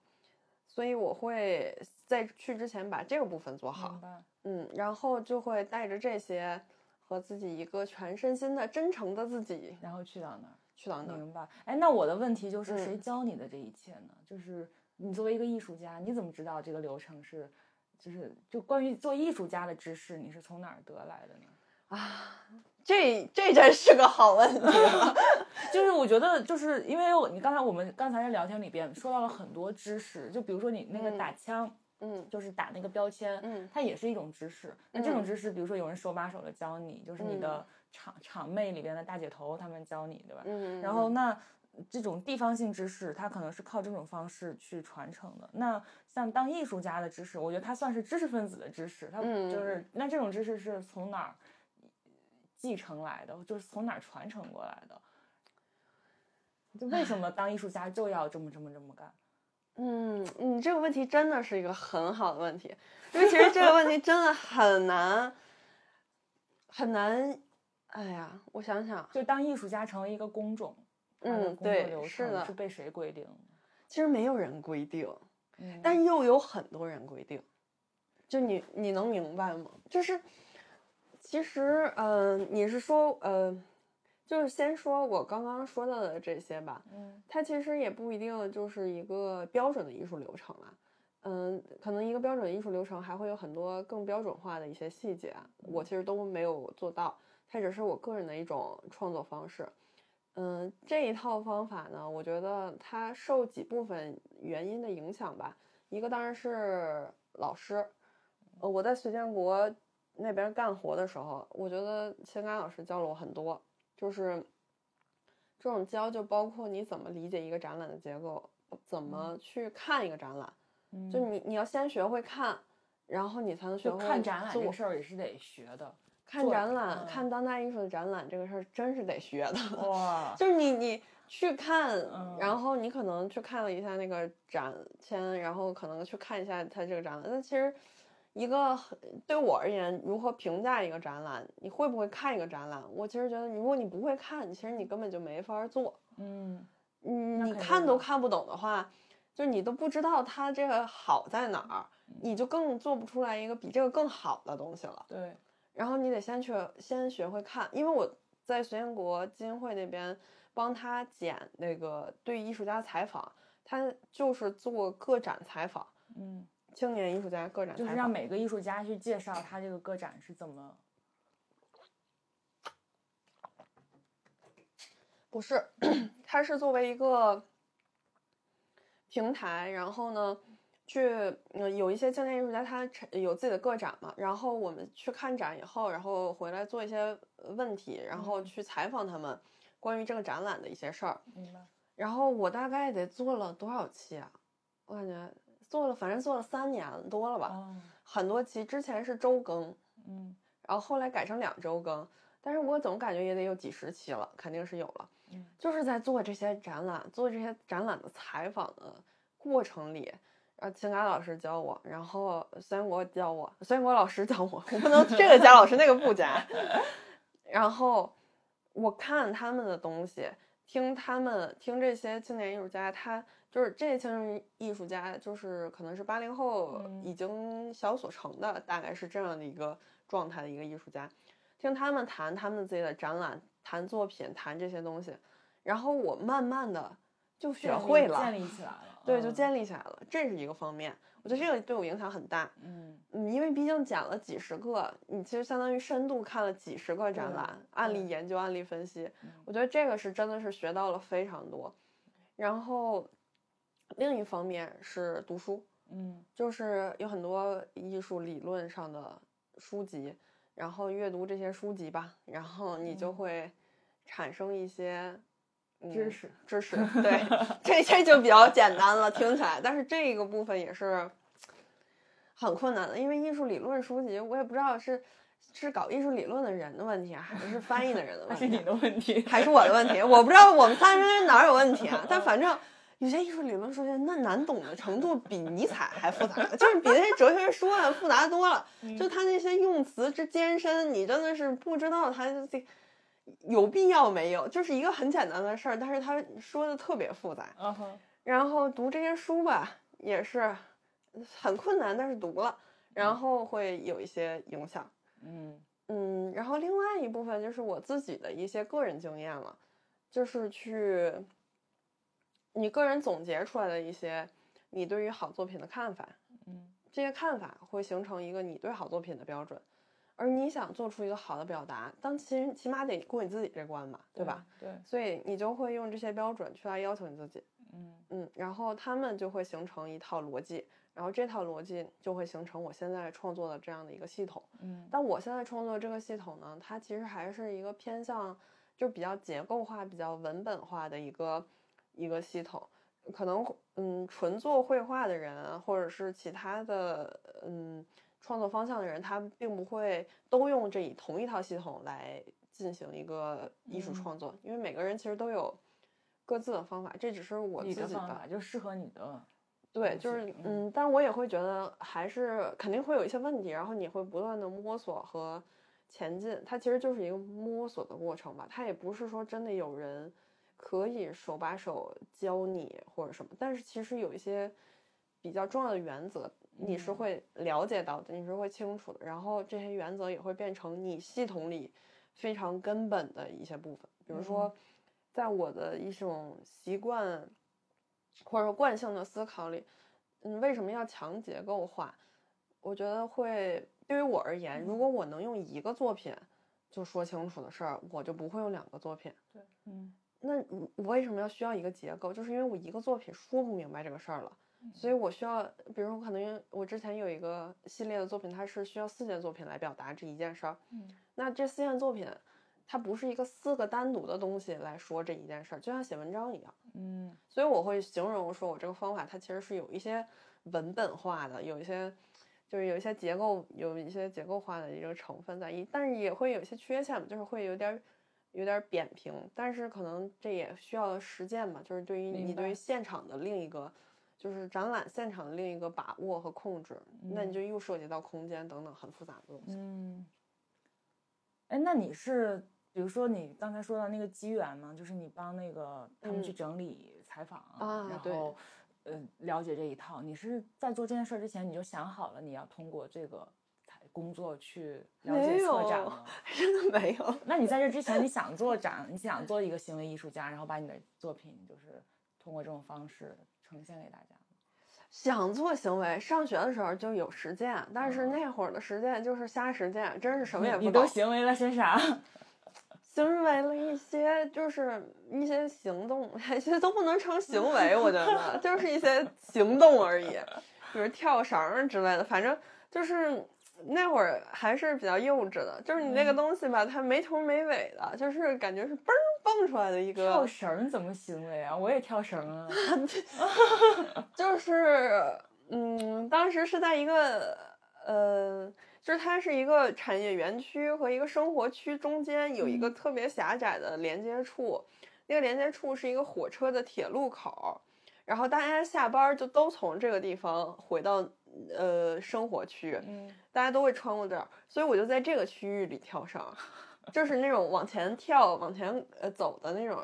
[SPEAKER 1] 所以我会在去之前把这个部分做好
[SPEAKER 2] 明，白
[SPEAKER 1] 嗯，然后就会带着这些和自己一个全身心的、真诚的自己
[SPEAKER 2] 然后去到那儿。
[SPEAKER 1] 去到那儿。
[SPEAKER 2] 明白。哎，那我的问题就是，谁
[SPEAKER 1] 嗯
[SPEAKER 2] 教你的这一切呢？就是你作为一个艺术家，你怎么知道这个流程是，就是就关于做艺术家的知识，你是从哪儿得来的呢？
[SPEAKER 1] 啊，这这真是个好问题
[SPEAKER 2] 啊
[SPEAKER 1] 了。
[SPEAKER 2] 就是我觉得，就是因为我你刚才我们刚才在聊天里边说到了很多知识，就比如说你那个
[SPEAKER 1] 嗯
[SPEAKER 2] 打枪，
[SPEAKER 1] 嗯
[SPEAKER 2] 就是打那个标签，
[SPEAKER 1] 嗯
[SPEAKER 2] 它也是一种知识。那这
[SPEAKER 1] 嗯
[SPEAKER 2] 种知识，比如说有人手把手的教你，就是你
[SPEAKER 1] 嗯
[SPEAKER 2] 的场场妹里边的大姐头他们教你，对吧？
[SPEAKER 1] 嗯，
[SPEAKER 2] 然后那这种地方性知识，它可能是靠这种方式去传承的。那像当艺术家的知识，我觉得它算是知识分子的知识，它
[SPEAKER 1] 嗯
[SPEAKER 2] 就是、那这种知识是从哪儿继承来的，就是从哪儿传承过来的。就为什么当艺术家就要这么这么这么干？
[SPEAKER 1] 嗯，你这个问题真的是一个很好的问题，因为其实这个问题真的很难，很难。哎呀，我想想，
[SPEAKER 2] 就当艺术家成为一个工种，它的
[SPEAKER 1] 嗯
[SPEAKER 2] 工作
[SPEAKER 1] 对
[SPEAKER 2] 流
[SPEAKER 1] 是
[SPEAKER 2] 程
[SPEAKER 1] 的
[SPEAKER 2] 是被谁规定的？
[SPEAKER 1] 其实没有人规定，
[SPEAKER 2] 嗯，
[SPEAKER 1] 但又有很多人规定，就你你能明白吗？就是其实，嗯、你是说，呃，就是先说我刚刚说到的这些吧，
[SPEAKER 2] 嗯
[SPEAKER 1] 它其实也不一定就是一个标准的艺术流程啦。嗯，可能一个标准的艺术流程还会有很多更标准化的一些细节，啊我其实都没有做到，它只是我个人的一种创作方式。嗯，这一套方法呢，我觉得它受几部分原因的影响吧。一个当然是老师，呃，我在隋建国那边干活的时候，我觉得情感老师教了我很多，就是这种教就包括你怎么理解一个展览的结构，怎么去看一个展览，
[SPEAKER 2] 嗯
[SPEAKER 1] 就你你要先学会看，然后你才能学
[SPEAKER 2] 就
[SPEAKER 1] 会
[SPEAKER 2] 看展览这
[SPEAKER 1] 做
[SPEAKER 2] 个事儿也是得学的，
[SPEAKER 1] 看
[SPEAKER 2] 做
[SPEAKER 1] 展览、
[SPEAKER 2] 嗯
[SPEAKER 1] 看当代艺术的展览这个事儿真是得学的，
[SPEAKER 2] 哇，
[SPEAKER 1] 就是你你去看，
[SPEAKER 2] 嗯
[SPEAKER 1] 然后你可能去看了一下那个展签，然后可能去看一下它这个展览。但其实一个很对我而言，如何评价一个展览，你会不会看一个展览？我其实觉得，如果你不会看，其实你根本就没法做。
[SPEAKER 2] 嗯，
[SPEAKER 1] 嗯，你
[SPEAKER 2] 肯定
[SPEAKER 1] 看都
[SPEAKER 2] 的
[SPEAKER 1] 看不懂的话，就你都不知道它这个好在哪儿，
[SPEAKER 2] 嗯
[SPEAKER 1] 你就更做不出来一个比这个更好的东西了。
[SPEAKER 2] 对，
[SPEAKER 1] 然后你得先去先学会看，因为我在隋建国基金会那边帮他剪那个对艺术家采访，他就是做个展采访，
[SPEAKER 2] 嗯。
[SPEAKER 1] 青年艺术家个展
[SPEAKER 2] 就是
[SPEAKER 1] 采
[SPEAKER 2] 让
[SPEAKER 1] 访。
[SPEAKER 2] 每个艺术家去介绍他这个个展是怎么，
[SPEAKER 1] 不是，他是作为一个平台，然后呢，去嗯有一些青年艺术家他产有自己的个展嘛，然后我们去看展以后，然后回来做一些问题，然后
[SPEAKER 2] 嗯
[SPEAKER 1] 去采访他们关于这个展览的一些事儿。
[SPEAKER 2] 明白？
[SPEAKER 1] 然后我大概得做了多少期啊？我感觉做了，反正做了三年多了吧，
[SPEAKER 2] 哦，
[SPEAKER 1] 很多期。之前是周更，
[SPEAKER 2] 嗯
[SPEAKER 1] 然后后来改成两周更，但是我总感觉也得有几十期了，肯定是有了。
[SPEAKER 2] 嗯
[SPEAKER 1] 就是在做这些展览、做这些展览的采访的过程里，呃，情感老师教我，然后孙国教我，孙国老师教我，我不能这个加老师那个不加。 然后我看他们的东西，听他们听这些青年艺术家，他就是这些青年艺术家，就是可能是八零后
[SPEAKER 2] 嗯
[SPEAKER 1] 已经小所成的，大概是这样的一个状态的一个艺术家。听他们谈他们自己的展览、谈作品、谈这些东西，然后我慢慢的就学
[SPEAKER 2] 建立
[SPEAKER 1] 会了，
[SPEAKER 2] 建立起来了，
[SPEAKER 1] 对，就
[SPEAKER 2] 嗯
[SPEAKER 1] 建立起来了，这是一个方面。我觉得这个对我影响很大，
[SPEAKER 2] 嗯
[SPEAKER 1] 嗯，因为毕竟讲了几十个，你其实相当于深度看了几十个展
[SPEAKER 2] 对
[SPEAKER 1] 览，案
[SPEAKER 2] 对
[SPEAKER 1] 例研究、案例分析，
[SPEAKER 2] 嗯
[SPEAKER 1] 我觉得这个是真的是学到了非常多。然后，另一方面是读书，
[SPEAKER 2] 嗯
[SPEAKER 1] 就是有很多艺术理论上的书籍，然后阅读这些书籍吧，然后你就
[SPEAKER 2] 嗯
[SPEAKER 1] 会产生一些、嗯
[SPEAKER 2] 知识，
[SPEAKER 1] 知 识。对，这这就比较简单了，听起来，但是这个部分也是很困难的，因为艺术理论书籍，我也不知道是是搞艺术理论的人的问题啊，还是翻译的人的问
[SPEAKER 2] 那
[SPEAKER 1] 题
[SPEAKER 2] 是你
[SPEAKER 1] 啊，
[SPEAKER 2] 的问题，
[SPEAKER 1] 还是我的问题，我不知道我们三人哪儿有问题 啊，但反正。有些艺术理论书籍，那难懂的程度比尼采还复杂，就是比那些哲学书啊复杂多了。
[SPEAKER 2] 嗯
[SPEAKER 1] 就他那些用词之艰深，你真的是不知道他这有必要没有，就是一个很简单的事儿，但是他说的特别复杂。
[SPEAKER 2] 嗯哼
[SPEAKER 1] 然后读这些书吧，也是很困难，但是读了，然后会有一些影响。
[SPEAKER 2] 嗯
[SPEAKER 1] 嗯，然后另外一部分就是我自己的一些个人经验了，就是去你个人总结出来的一些你对于好作品的看法，
[SPEAKER 2] 嗯
[SPEAKER 1] 这些看法会形成一个你对好作品的标准，而你想做出一个好的表达，当其起码得过你自己这关吧，对吧？？
[SPEAKER 2] 对，
[SPEAKER 1] 所以你就会用这些标准去来要求你自己，
[SPEAKER 2] 嗯
[SPEAKER 1] 嗯，然后他们就会形成一套逻辑，然后这套逻辑就会形成我现在创作的这样的一个系统。
[SPEAKER 2] 嗯
[SPEAKER 1] 但我现在创作这个系统呢，它其实还是一个偏向就比较结构化、比较文本化的一个一个系统。可能嗯，纯做绘画的人，啊或者是其他的嗯创作方向的人，他并不会都用这一同一套系统来进行一个艺术
[SPEAKER 2] 嗯
[SPEAKER 1] 创作，因为每个人其实都有各自的方法。这只是我自
[SPEAKER 2] 你
[SPEAKER 1] 己
[SPEAKER 2] 的
[SPEAKER 1] 的
[SPEAKER 2] 方法就适合你的，
[SPEAKER 1] 对，
[SPEAKER 2] 东
[SPEAKER 1] 就
[SPEAKER 2] 西
[SPEAKER 1] 是
[SPEAKER 2] 嗯
[SPEAKER 1] 嗯，但我也会觉得还是肯定会有一些问题，然后你会不断的摸索和前进，它其实就是一个摸索的过程吧，它也不是说真的有人可以手把手教你或者什么，但是其实有一些比较重要的原则，你是
[SPEAKER 2] 嗯
[SPEAKER 1] 会了解到的，你是会清楚的，然后这些原则也会变成你系统里非常根本的一些部分，比如说
[SPEAKER 2] 嗯，
[SPEAKER 1] 在我的一种习惯或者说惯性的思考里，嗯，为什么要强结构化？我觉得会对于我而言，
[SPEAKER 2] 嗯
[SPEAKER 1] 如果我能用一个作品就说清楚的事儿，我就不会用两个作品。
[SPEAKER 2] 嗯
[SPEAKER 1] 那我我为什么要需要一个结构？就是因为我一个作品说不明白这个事儿了，所以我需要，比如说，可能我之前有一个系列的作品，它是需要四件作品来表达这一件事儿。
[SPEAKER 2] 嗯
[SPEAKER 1] 那这四件作品，它不是一个四个单独的东西来说这一件事儿，就像写文章一样。
[SPEAKER 2] 嗯
[SPEAKER 1] 所以我会形容说，我这个方法它其实是有一些文本化的，有一些就是有一些结构，有一些结构化的一个成分在，一但是也会有一些缺陷嘛，就是会有点儿有点儿扁平，但是可能这也需要实践吧，就是对于
[SPEAKER 2] 明
[SPEAKER 1] 你对
[SPEAKER 2] 白
[SPEAKER 1] 于现场的另一个。就是展览现场的另一个把握和控制，那
[SPEAKER 2] 嗯
[SPEAKER 1] 你就又涉及到空间等等很复杂的东西。
[SPEAKER 2] 嗯，哎，那你是比如说你刚才说到那个机缘嘛，就是你帮那个他们去
[SPEAKER 1] 嗯
[SPEAKER 2] 整理采访，
[SPEAKER 1] 啊
[SPEAKER 2] 然
[SPEAKER 1] 对
[SPEAKER 2] 后呃了解这一套，你是在做这件事儿之前你就想好了你要通过这个采工作去了解
[SPEAKER 1] 没
[SPEAKER 2] 策展
[SPEAKER 1] 有
[SPEAKER 2] 吗？
[SPEAKER 1] 真的没有，
[SPEAKER 2] 那你在这之前，你想做展，你想做一个行为艺术家，然后把你的作品就是通过这种方式呈现给大家。
[SPEAKER 1] 想做行为，上学的时候就有实践，但是那会儿的实践就是瞎实践，真是什 么也
[SPEAKER 2] 嗯你
[SPEAKER 1] 不
[SPEAKER 2] 你都
[SPEAKER 1] 懂，
[SPEAKER 2] 行为了些啥？
[SPEAKER 1] 行为了一些就是一些行动， 其实都不能成 行为，我觉得就是一些行动而已，比如跳绳儿之类的，反正就是。那会儿还是比较幼稚的，就是你那个
[SPEAKER 2] 嗯
[SPEAKER 1] 东西吧，它没头没尾的，就是感觉是嘣儿蹦出来的一个
[SPEAKER 2] 跳 啊绳儿怎么行为啊？我也跳绳啊。
[SPEAKER 1] 就是嗯，当时是在一个呃，就是它是一个产业园区和一个生活区中间有一个特别狭窄的连接处，那个连接处是一个火车的铁路口，然后大家下班儿就都从这个地方回到呃生活区，
[SPEAKER 2] 嗯，
[SPEAKER 1] 大家都会穿过这儿，所以我就在这个区域里跳绳，就是那种往前跳、往前呃走的那 种，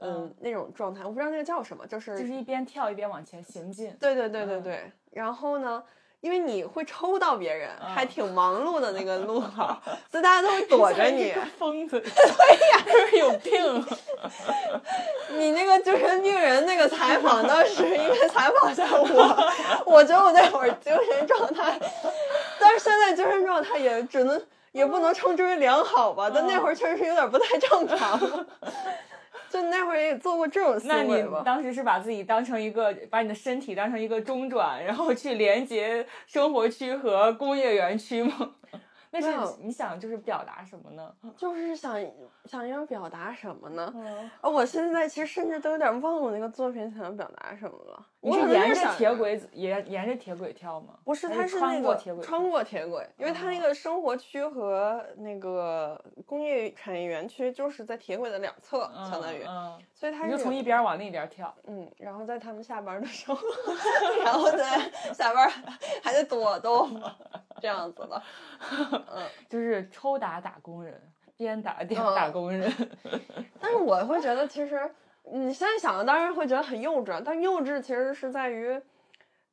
[SPEAKER 1] 嗯、
[SPEAKER 2] 嗯
[SPEAKER 1] 那种状态。我不知道那个叫什么，就是
[SPEAKER 2] 就是一边跳一边往前行进。
[SPEAKER 1] 对对对对
[SPEAKER 2] 嗯
[SPEAKER 1] 对。然后呢，因为你会抽到别人，还
[SPEAKER 2] 嗯
[SPEAKER 1] 挺忙碌的那个路口， 所以大家都会躲着
[SPEAKER 2] 像一
[SPEAKER 1] 你
[SPEAKER 2] 个。疯子， 对呀，有病。
[SPEAKER 1] 你那个精神病人那个采访，当 时应该采访一下我，我觉得我那会儿精神状态，但是现在精神状态也只能也不能称之为良好吧，但
[SPEAKER 2] 嗯
[SPEAKER 1] 那会儿确实是有点不太正常。 就那会儿也做过这种思
[SPEAKER 2] 那你
[SPEAKER 1] 维吧，
[SPEAKER 2] 当时是把自己当成一个，把你的身体当成一个中转，然后去连接生活区和工业园区吗？ 那
[SPEAKER 1] 没有
[SPEAKER 2] 是你想就是表达什么呢？
[SPEAKER 1] 就是想想要表达什么呢？
[SPEAKER 2] 嗯，
[SPEAKER 1] 啊，我现在其实甚至都有点忘了我那个作品想要表达什么了。
[SPEAKER 2] 你
[SPEAKER 1] 我可
[SPEAKER 2] 是
[SPEAKER 1] 能
[SPEAKER 2] 沿
[SPEAKER 1] 想
[SPEAKER 2] 着铁轨沿沿着铁轨跳吗？
[SPEAKER 1] 不是，
[SPEAKER 2] 还
[SPEAKER 1] 它
[SPEAKER 2] 是
[SPEAKER 1] 是
[SPEAKER 2] 穿
[SPEAKER 1] 那
[SPEAKER 2] 过
[SPEAKER 1] 个
[SPEAKER 2] 铁轨
[SPEAKER 1] 穿过铁轨，因为它那
[SPEAKER 2] 哦
[SPEAKER 1] 个生活区和那个工业产业园区就是在铁轨的两侧，
[SPEAKER 2] 嗯
[SPEAKER 1] 相当于，
[SPEAKER 2] 嗯，
[SPEAKER 1] 所以它
[SPEAKER 2] 你
[SPEAKER 1] 是
[SPEAKER 2] 就从一边儿往另一边儿跳。
[SPEAKER 1] 嗯，然后在他们下班的时候， 然后在下班 还得躲躲 这样子的，
[SPEAKER 2] 就是抽打打工人，鞭打点
[SPEAKER 1] 嗯
[SPEAKER 2] 打工人。
[SPEAKER 1] 但是我会觉得，其实你现在想的当然会觉得很幼稚，啊但幼稚其实是在于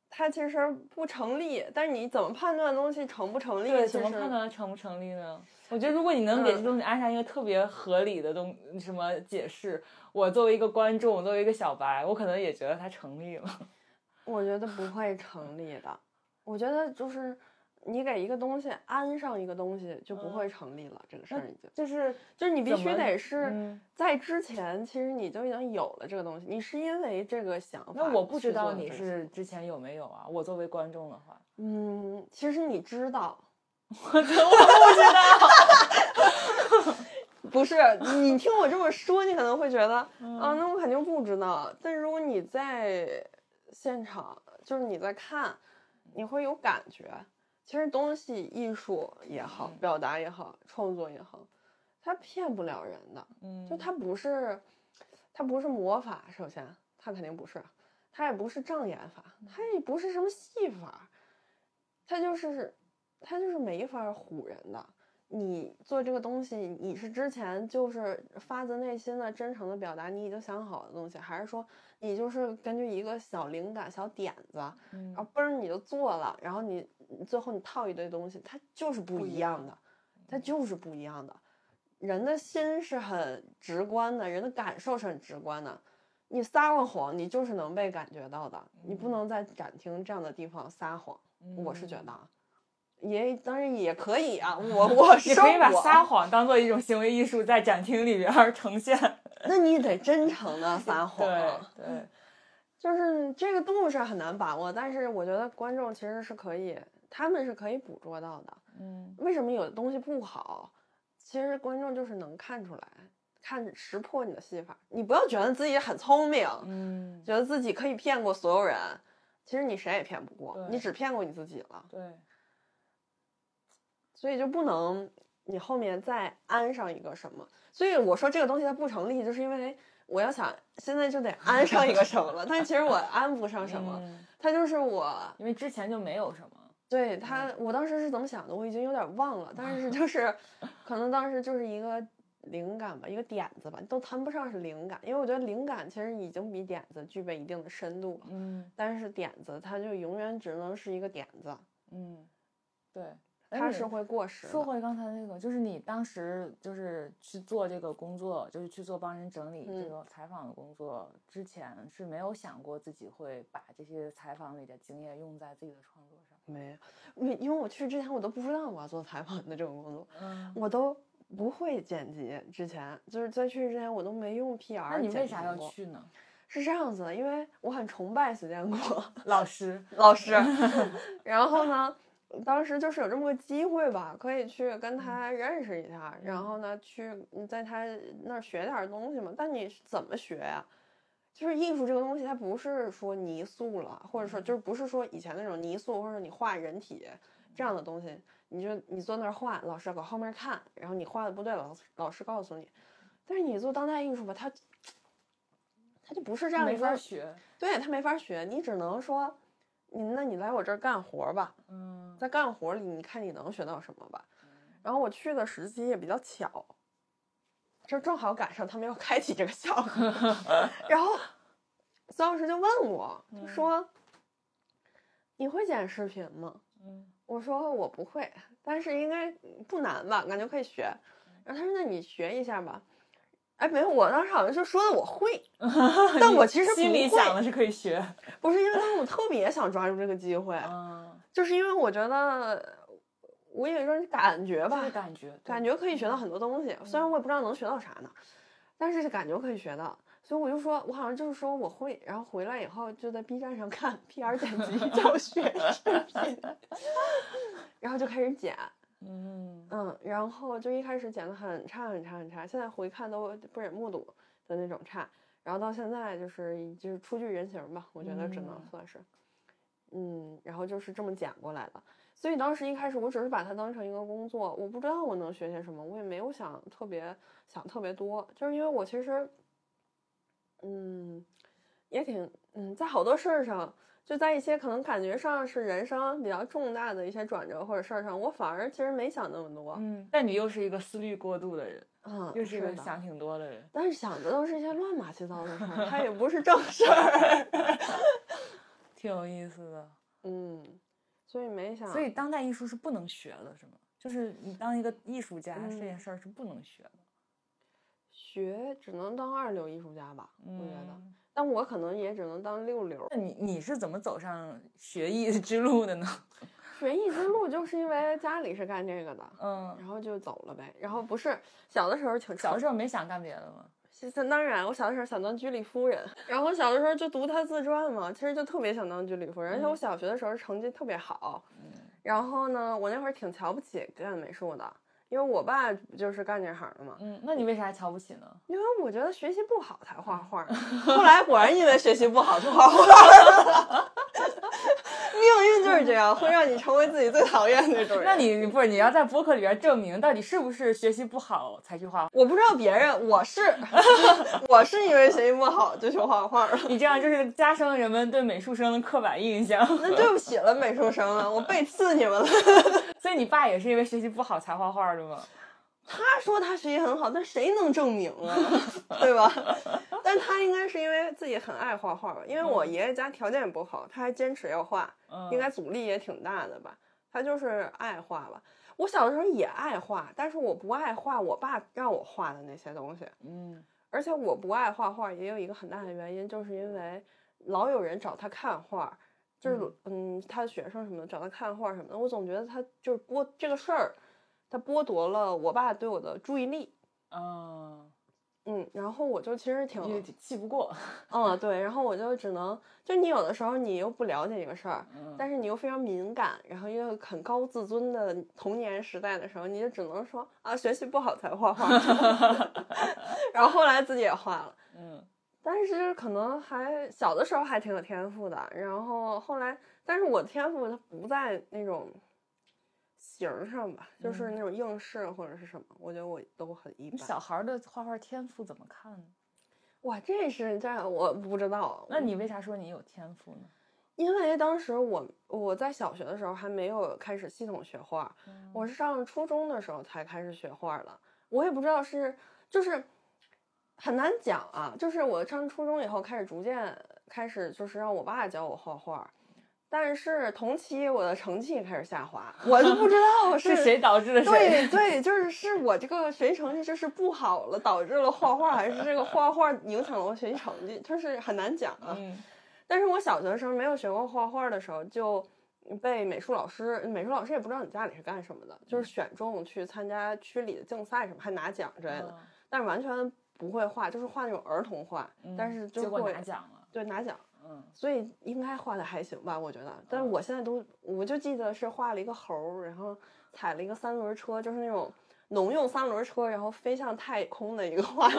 [SPEAKER 1] 它其实不成立，但是你怎么判断东西成不成立？
[SPEAKER 2] 对，
[SPEAKER 1] 其
[SPEAKER 2] 怎么
[SPEAKER 1] 实
[SPEAKER 2] 判断成不成立呢？我觉得如果你能给
[SPEAKER 1] 嗯
[SPEAKER 2] 这东西安上一个特别合理的东什么解释，我作为一个观众，我作为一个小白，我可能也觉得它成立了。
[SPEAKER 1] 我觉得不会成立的。我觉得就是你给一个东西安上一个东西，就不会成立了。这个事儿已经
[SPEAKER 2] 就是
[SPEAKER 1] 就是你必
[SPEAKER 2] 嗯怎
[SPEAKER 1] 须
[SPEAKER 2] 么
[SPEAKER 1] 得是
[SPEAKER 2] 嗯，
[SPEAKER 1] 在之前，其实你就已经有了这个东西，你是因为这个想法。
[SPEAKER 2] 那我不知道你，是之前有没有啊？我作为观众的话，
[SPEAKER 1] 嗯，其实你知道，我不知道，不是你听我这么说，你可能会觉得。啊，那我肯定不知道。但是如果你在现场，就是你在看，你会有感觉。其实东西、艺术也好，
[SPEAKER 2] 嗯
[SPEAKER 1] 表达也好，创作也好，它骗不了人的。
[SPEAKER 2] 嗯，
[SPEAKER 1] 就它不是，它不是魔法，首先它肯定不是，它也不是障眼法，它也不是什么戏法，它就是它就是没法唬人的。你做这个东西，你是之前就是发自内心的、真诚的表达你已经想好的东西，还是说你就是根据一个小灵感、小点子，
[SPEAKER 2] 嗯
[SPEAKER 1] 然后嘣哦儿你就做了，然后你你最后你套一堆东西，它就是不
[SPEAKER 2] 不一嗯
[SPEAKER 1] 一样的，它就是不一样的。人的心是很直观的，人的感受是很直观的。你撒过谎，你就是能被感觉到的，你不
[SPEAKER 2] 嗯
[SPEAKER 1] 能在展厅这样的地方撒谎。我是觉
[SPEAKER 2] 嗯
[SPEAKER 1] 得，啊，也当然也可以啊， 我我
[SPEAKER 2] 你
[SPEAKER 1] 是
[SPEAKER 2] 嗯可以把
[SPEAKER 1] 我
[SPEAKER 2] 撒谎当做一种行为艺术，在展厅里边儿呈现。
[SPEAKER 1] 那你得真诚的撒 谎啊、
[SPEAKER 2] 对对，
[SPEAKER 1] 就是这个度是很难把握，但是我觉得观众其实是可以，他们是可以捕捉到的。
[SPEAKER 2] 嗯
[SPEAKER 1] 为什么有的东西不好？其实观众就是能看出来，看识破你的戏法。你不要觉得自己很聪明，
[SPEAKER 2] 嗯，
[SPEAKER 1] 觉得自己可以骗过所有人，其实你谁也骗不过，
[SPEAKER 2] 对
[SPEAKER 1] 你只骗过你自己了。
[SPEAKER 2] 对。
[SPEAKER 1] 所以就不能你后面再安上一个什么。所以我说这个东西它不成立，就是因为我要想现在就得安上一个什么了，但是其实我安不上什么，
[SPEAKER 2] 嗯
[SPEAKER 1] 它就是我
[SPEAKER 2] 因为之前就没有什么。
[SPEAKER 1] 对他，我当时是怎么想的，我已经有点忘了，但 是就是，可能当时就是一个灵感吧，一个点子吧，都谈不上是灵感，因为我觉得灵感其实已经比点子具备一定的深度了，
[SPEAKER 2] 嗯
[SPEAKER 1] 但是点子它就永远只能是一个点子，
[SPEAKER 2] 嗯，对，哎
[SPEAKER 1] 它
[SPEAKER 2] 你
[SPEAKER 1] 是会过时
[SPEAKER 2] 说
[SPEAKER 1] 的。
[SPEAKER 2] 回刚才那个，就是你当时就是去做这个工作，就是去做帮人整理这
[SPEAKER 1] 嗯
[SPEAKER 2] 个采访的工作之前，是没有想过自己会把这些采访里的经验用在自己的创作上。
[SPEAKER 1] 没有，因为因为我去之前我都不知道我要做采访的这种工作，
[SPEAKER 2] 嗯，
[SPEAKER 1] 我都不会剪辑，之前就是在去之前我都没用 PR。
[SPEAKER 2] 那你为啥要？去呢？
[SPEAKER 1] 是这样子的，因为我很崇拜隋建国。
[SPEAKER 2] 老师，
[SPEAKER 1] 老 师。然后呢，当时就是有这么个机会吧，可以去
[SPEAKER 2] 嗯
[SPEAKER 1] 跟他认识一下，然后呢，去你在他那儿学点儿东西嘛。但你是怎么学呀、就是艺术这个东西，它不是说泥塑了，或
[SPEAKER 2] 嗯
[SPEAKER 1] 者说就是不是说以前那种泥塑，或者你画人体这样的东西，你就你坐那儿画，老师搁后面看，然后你画的不对，老师老师告诉你。但是你做当代艺术吧，它它就不是这样
[SPEAKER 2] 没
[SPEAKER 1] 一
[SPEAKER 2] 法
[SPEAKER 1] 个，
[SPEAKER 2] 学，
[SPEAKER 1] 对，它没法学，你只能说，你那你来我这儿干活儿吧，
[SPEAKER 2] 嗯，
[SPEAKER 1] 在干活里，你看你能学到什么吧。然后我去的时机也比较巧，这正好赶上他们要开启这个项目， 然后孙老师就问我，就
[SPEAKER 2] 嗯
[SPEAKER 1] 说：“你会剪视频吗？”
[SPEAKER 2] 嗯
[SPEAKER 1] 我说我不会，但是应该不难吧，感觉可以学。然后他说那你学一下吧。哎，没有，我当时好像是说的我会， 但我其实不
[SPEAKER 2] 心里
[SPEAKER 1] 会
[SPEAKER 2] 想的是可以学，
[SPEAKER 1] 不是因为当时我特别想抓住这个机会，
[SPEAKER 2] 嗯，
[SPEAKER 1] 就是因为我觉得我有一种感觉吧
[SPEAKER 2] 就是，感觉，对嗯
[SPEAKER 1] 感觉可以学到很多东西，虽然我也不知道能学到啥呢，但是感觉可以学到。所以我就说，我好像就是说我会，然后回来以后就在 B 站上看 PR 剪 辑教学视频， 然后就开始剪，
[SPEAKER 2] 嗯，
[SPEAKER 1] 嗯，然后就一开始剪的很差很差很差，现在回看都不忍目睹的那种差，然后到现在就是就是初具人形吧，我觉得只能
[SPEAKER 2] 嗯
[SPEAKER 1] 算是，嗯然后就是这么剪过来的。所以当时一开始我只是把它当成一个工作，我不知道我能学些什么，我也没有想特别想特别多，就是因为我其实，嗯，也挺嗯，在好多事儿上，就在一些可能感觉上是人生比较重大的一些转折或者事儿上，我反而其实没想那么多，
[SPEAKER 2] 嗯，但你又是一个思虑过度的人，
[SPEAKER 1] 嗯，
[SPEAKER 2] 又是一个
[SPEAKER 1] 的
[SPEAKER 2] 想挺多的人，
[SPEAKER 1] 但是想的都是一些乱码七糟的事儿，它也不是正 事儿。
[SPEAKER 2] 挺有意思的。
[SPEAKER 1] 嗯，所以没想。
[SPEAKER 2] 所以当代艺术是不能学的，是吗？就是你当一个艺术家这件
[SPEAKER 1] 嗯
[SPEAKER 2] 事儿是不能学的，
[SPEAKER 1] 学只能当二流艺术家吧，我觉得。
[SPEAKER 2] 嗯
[SPEAKER 1] 但我可能也只能当六流。
[SPEAKER 2] 那你你是怎么走上学艺之路的呢？
[SPEAKER 1] 学艺之路就是因为家里是干这个的，
[SPEAKER 2] 嗯，
[SPEAKER 1] 然后就走了呗。然后不是小的时候挺
[SPEAKER 2] 小
[SPEAKER 1] 候。
[SPEAKER 2] 时候没想干别的吗？
[SPEAKER 1] 是是当然，我小的时候想当居里夫人，然后小的时候就读他自传嘛，其实就特别想当居里夫人，而且我
[SPEAKER 2] 嗯
[SPEAKER 1] 小学的时候成绩特别好，
[SPEAKER 2] 嗯
[SPEAKER 1] 然后呢，我那会儿挺瞧不起干美术的，因为我爸就是干这行的嘛，
[SPEAKER 2] 嗯，那你为啥瞧不起呢？
[SPEAKER 1] 因为我觉得学习不好才画画 儿，后来果然因为学习不好就画画儿了。 命运就是这样，会让你成为自己最讨厌那种人。
[SPEAKER 2] 那你不是你要在博客里边证明到底是不是学习不好才去画画？
[SPEAKER 1] 我不知道别人，我是 我是因为学习不好就去画画儿了。
[SPEAKER 2] 你这样就是加深人们对美术生的刻板印象。
[SPEAKER 1] 那对不起了，美术生啊，我背刺你们了。
[SPEAKER 2] 所以你爸也是因为学习不好才画画的吗？
[SPEAKER 1] 他说他学习很好，但谁能证明啊？ 对吧？但他应该是因为自己很爱画画吧，因为我爷爷家条件也不好，他还坚持要画，
[SPEAKER 2] 嗯，
[SPEAKER 1] 应该阻力也挺大的吧。他就是爱画吧。我小的时候也爱画，但是我不爱画我爸让我画的那些东西。
[SPEAKER 2] 嗯
[SPEAKER 1] 而且我不爱画画，也有一个很大的原因，就是因为老有人找他看画，就是嗯他的学生什么的找他看画什么的，我总觉得他就是剥这个事儿，他剥夺了我爸对我的注意力。
[SPEAKER 2] 嗯，
[SPEAKER 1] 嗯，然后我就其实挺，
[SPEAKER 2] 也气不过。
[SPEAKER 1] 嗯，对，然后我就只能，就你有的时候你又不了解一个事儿，
[SPEAKER 2] 嗯，
[SPEAKER 1] 但是你又非常敏感，然后又很高自尊的童年时代的时候，你就只能说啊，学习不好才画 画，然后后来自己也画了。
[SPEAKER 2] 嗯
[SPEAKER 1] 但是可能还小的时候还挺有天赋的，然后后来，但是我的天赋它不在那种形儿上吧，就是
[SPEAKER 2] 嗯
[SPEAKER 1] 那种应试或者是什么，我觉得我都很一般。
[SPEAKER 2] 你小孩儿的画画天赋怎么看呢？
[SPEAKER 1] 哇，这是这样我不知道。
[SPEAKER 2] 那你为啥说你有天赋呢？
[SPEAKER 1] 因为当时我我在小学的时候还没有开始系统学画，
[SPEAKER 2] 嗯
[SPEAKER 1] 我是上初中的时候才开始学画的。我也不知道是就是很难讲啊，就是我上初中以后开始逐渐开始就是让我爸教我画画，但是同期我的成绩开始下滑，我就不知道
[SPEAKER 2] 是谁导致的
[SPEAKER 1] 对
[SPEAKER 2] 谁？
[SPEAKER 1] 对，就是是我这个学习成绩就是不好了，导致了画画，还是这个画画影响了我学习成绩，就是很难讲啊。
[SPEAKER 2] 嗯
[SPEAKER 1] 但是我小学的时候没有学过画画的时候，就被美术老师，美术老师也不知道你家里是干什么的，就是
[SPEAKER 2] 嗯
[SPEAKER 1] 选中去参加区里的竞赛什么，还拿奖之类的，
[SPEAKER 2] 嗯
[SPEAKER 1] 但是完全不会画，就是画那种儿童画，但是
[SPEAKER 2] 嗯结
[SPEAKER 1] 就
[SPEAKER 2] 果
[SPEAKER 1] 会
[SPEAKER 2] 拿奖了。
[SPEAKER 1] 对拿奖，
[SPEAKER 2] 嗯，
[SPEAKER 1] 所以应该画的还行吧，我觉得。但是
[SPEAKER 2] 嗯
[SPEAKER 1] 我现在都，我就记得是画了一个猴儿，然后踩了一个三轮车，就是那种农用三轮车，然后飞向太空的一个画面。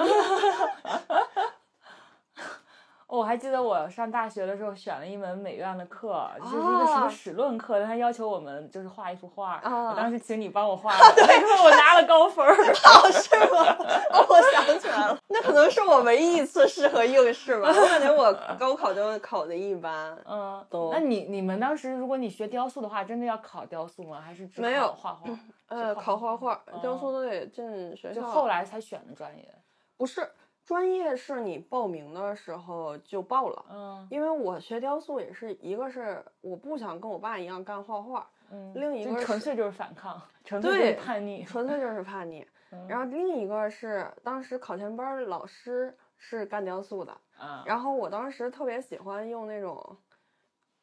[SPEAKER 2] 哦我还记得我上大学的时候选了一门美院的课，就是一个什么
[SPEAKER 1] 啊
[SPEAKER 2] 史论课，他要求我们就是画一幅画儿，我
[SPEAKER 1] 啊
[SPEAKER 2] 当时请你帮我画的，那个我拿了高 分儿。
[SPEAKER 1] 哦，是吗？哦，我想起来了，那可能是我唯一一次适合应试吧。 我感觉我高考就考的一般，
[SPEAKER 2] 嗯
[SPEAKER 1] 懂，
[SPEAKER 2] 那你你们当时如果你学雕塑的话，真的要考雕塑吗？还是只
[SPEAKER 1] 没有
[SPEAKER 2] 考画画？
[SPEAKER 1] 呃，考
[SPEAKER 2] 考
[SPEAKER 1] 画画
[SPEAKER 2] 哦、
[SPEAKER 1] 雕塑都得进学校。
[SPEAKER 2] 就后来才选的专业。
[SPEAKER 1] 不是专业，是你报名的时候就报了。
[SPEAKER 2] 嗯
[SPEAKER 1] 因为我学雕塑也是一个是我不想跟我爸一样干画 画，
[SPEAKER 2] 嗯，
[SPEAKER 1] 另一
[SPEAKER 2] 就
[SPEAKER 1] 个
[SPEAKER 2] 纯
[SPEAKER 1] 是
[SPEAKER 2] 粹就是反 抗，纯粹就是
[SPEAKER 1] 对
[SPEAKER 2] 叛逆。
[SPEAKER 1] 纯粹就是叛逆。
[SPEAKER 2] 嗯
[SPEAKER 1] 然后另一个是当时考前班儿老师是干雕塑的，
[SPEAKER 2] 啊，
[SPEAKER 1] 然后我当时特别喜欢用那种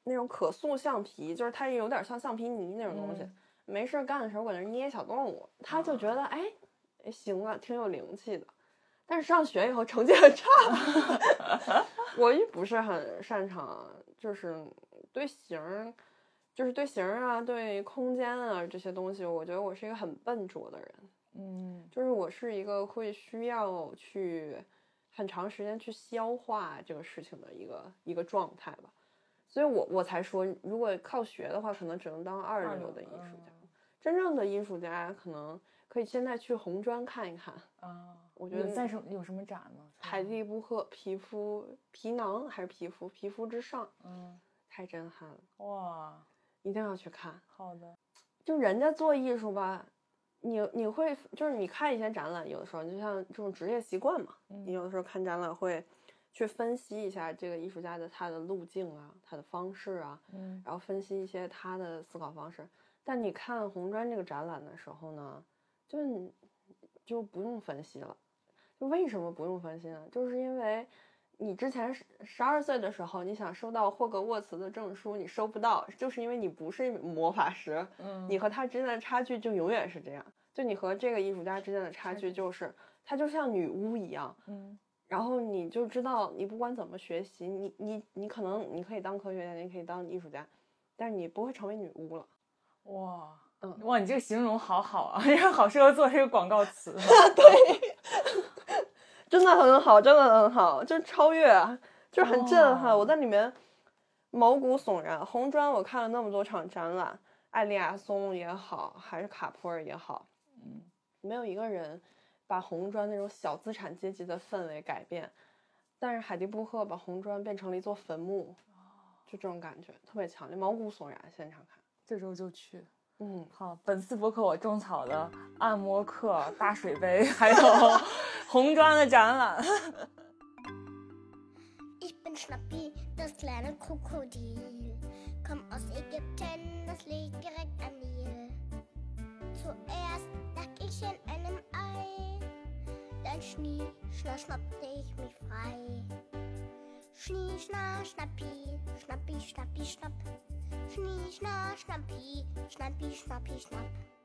[SPEAKER 1] 那种可塑橡皮，就是它有点像橡皮泥那种东西。
[SPEAKER 2] 嗯
[SPEAKER 1] 没事儿干的时候，我在那儿捏小动物，他就觉得、哎哎行啊，挺有灵气的。但是上学以后成绩很差，我也不是很擅长，就是对形儿，就是对形儿啊，对空间啊这些东西，我觉得我是一个很笨拙的人。
[SPEAKER 2] 嗯
[SPEAKER 1] 就是我是一个会需要去很长时间去消化这个事情的一个一个状态吧，所以我我才说，如果靠学的话，可能只能当二
[SPEAKER 2] 二
[SPEAKER 1] 流
[SPEAKER 2] 流
[SPEAKER 1] 的艺术家。
[SPEAKER 2] 嗯
[SPEAKER 1] 真正的艺术家可能可以现在去红砖看一看，
[SPEAKER 2] 啊，
[SPEAKER 1] 我觉
[SPEAKER 2] 有
[SPEAKER 1] 得
[SPEAKER 2] 在什么有什么展吗？
[SPEAKER 1] 海蒂布赫皮肤皮囊还是皮肤皮肤之上，
[SPEAKER 2] 嗯，
[SPEAKER 1] 太震撼了，
[SPEAKER 2] 哇，
[SPEAKER 1] 一定要去看。
[SPEAKER 2] 好的，
[SPEAKER 1] 就人家做艺术吧，你你会就是你看一些展览，有的时候你就像这种职业习惯嘛。你
[SPEAKER 2] 嗯
[SPEAKER 1] 有的时候看展览会去分析一下这个艺术家的他的路径啊，他的方式啊，
[SPEAKER 2] 嗯
[SPEAKER 1] 然后分析一些他的思考方式。但你看红砖这个展览的时候呢，就是你就不用分析了。就为什么不用分析呢？就是因为你之前十二岁的时候，你想收到霍格沃茨的证书，你收不到，就是因为你不是魔法师，
[SPEAKER 2] 嗯，
[SPEAKER 1] 你和他之间的差距就永远是这样。就你和这个艺术家之间的差
[SPEAKER 2] 差
[SPEAKER 1] 距
[SPEAKER 2] 距
[SPEAKER 1] 就是，他就像女巫一样，
[SPEAKER 2] 嗯
[SPEAKER 1] 然后你就知道，你不管怎么学习，你你你可能你可以当科学家，你可以当艺术家，但是你不会成为女巫了。
[SPEAKER 2] 哇。
[SPEAKER 1] 嗯
[SPEAKER 2] 哇，你这个形容好好啊， 好适合做这个广告词。啊
[SPEAKER 1] 真的很好，真的很好，就超越啊，就是很震撼。
[SPEAKER 2] 哦
[SPEAKER 1] 我在里面毛骨悚然。红砖我看了那么多场展览，艾利亚松也好，还是卡普尔也好，
[SPEAKER 2] 嗯
[SPEAKER 1] 没有一个人把红砖那种小资产阶级的氛围改变，但是海蒂布赫把红砖变成了一座坟墓，就这种感觉特别强烈，毛骨悚然。现场看，
[SPEAKER 2] 这周就去。
[SPEAKER 1] 嗯，
[SPEAKER 2] 好，本次博客我种草的按摩课、大水杯，还有红砖的展览。
[SPEAKER 4] Ich bin Schnappi, das kleine Krokodil. Komm aus Ägypten, das liegt direkt am Nil. Zuerst lag ich in einem Ei. Dann schnie, schna, schnappte ich mich frei. Schnie, schna, schnappi, schnappi, schnappi, schnapp. Schnie, schna, schnappi, schnappi, schnappi, schnapp.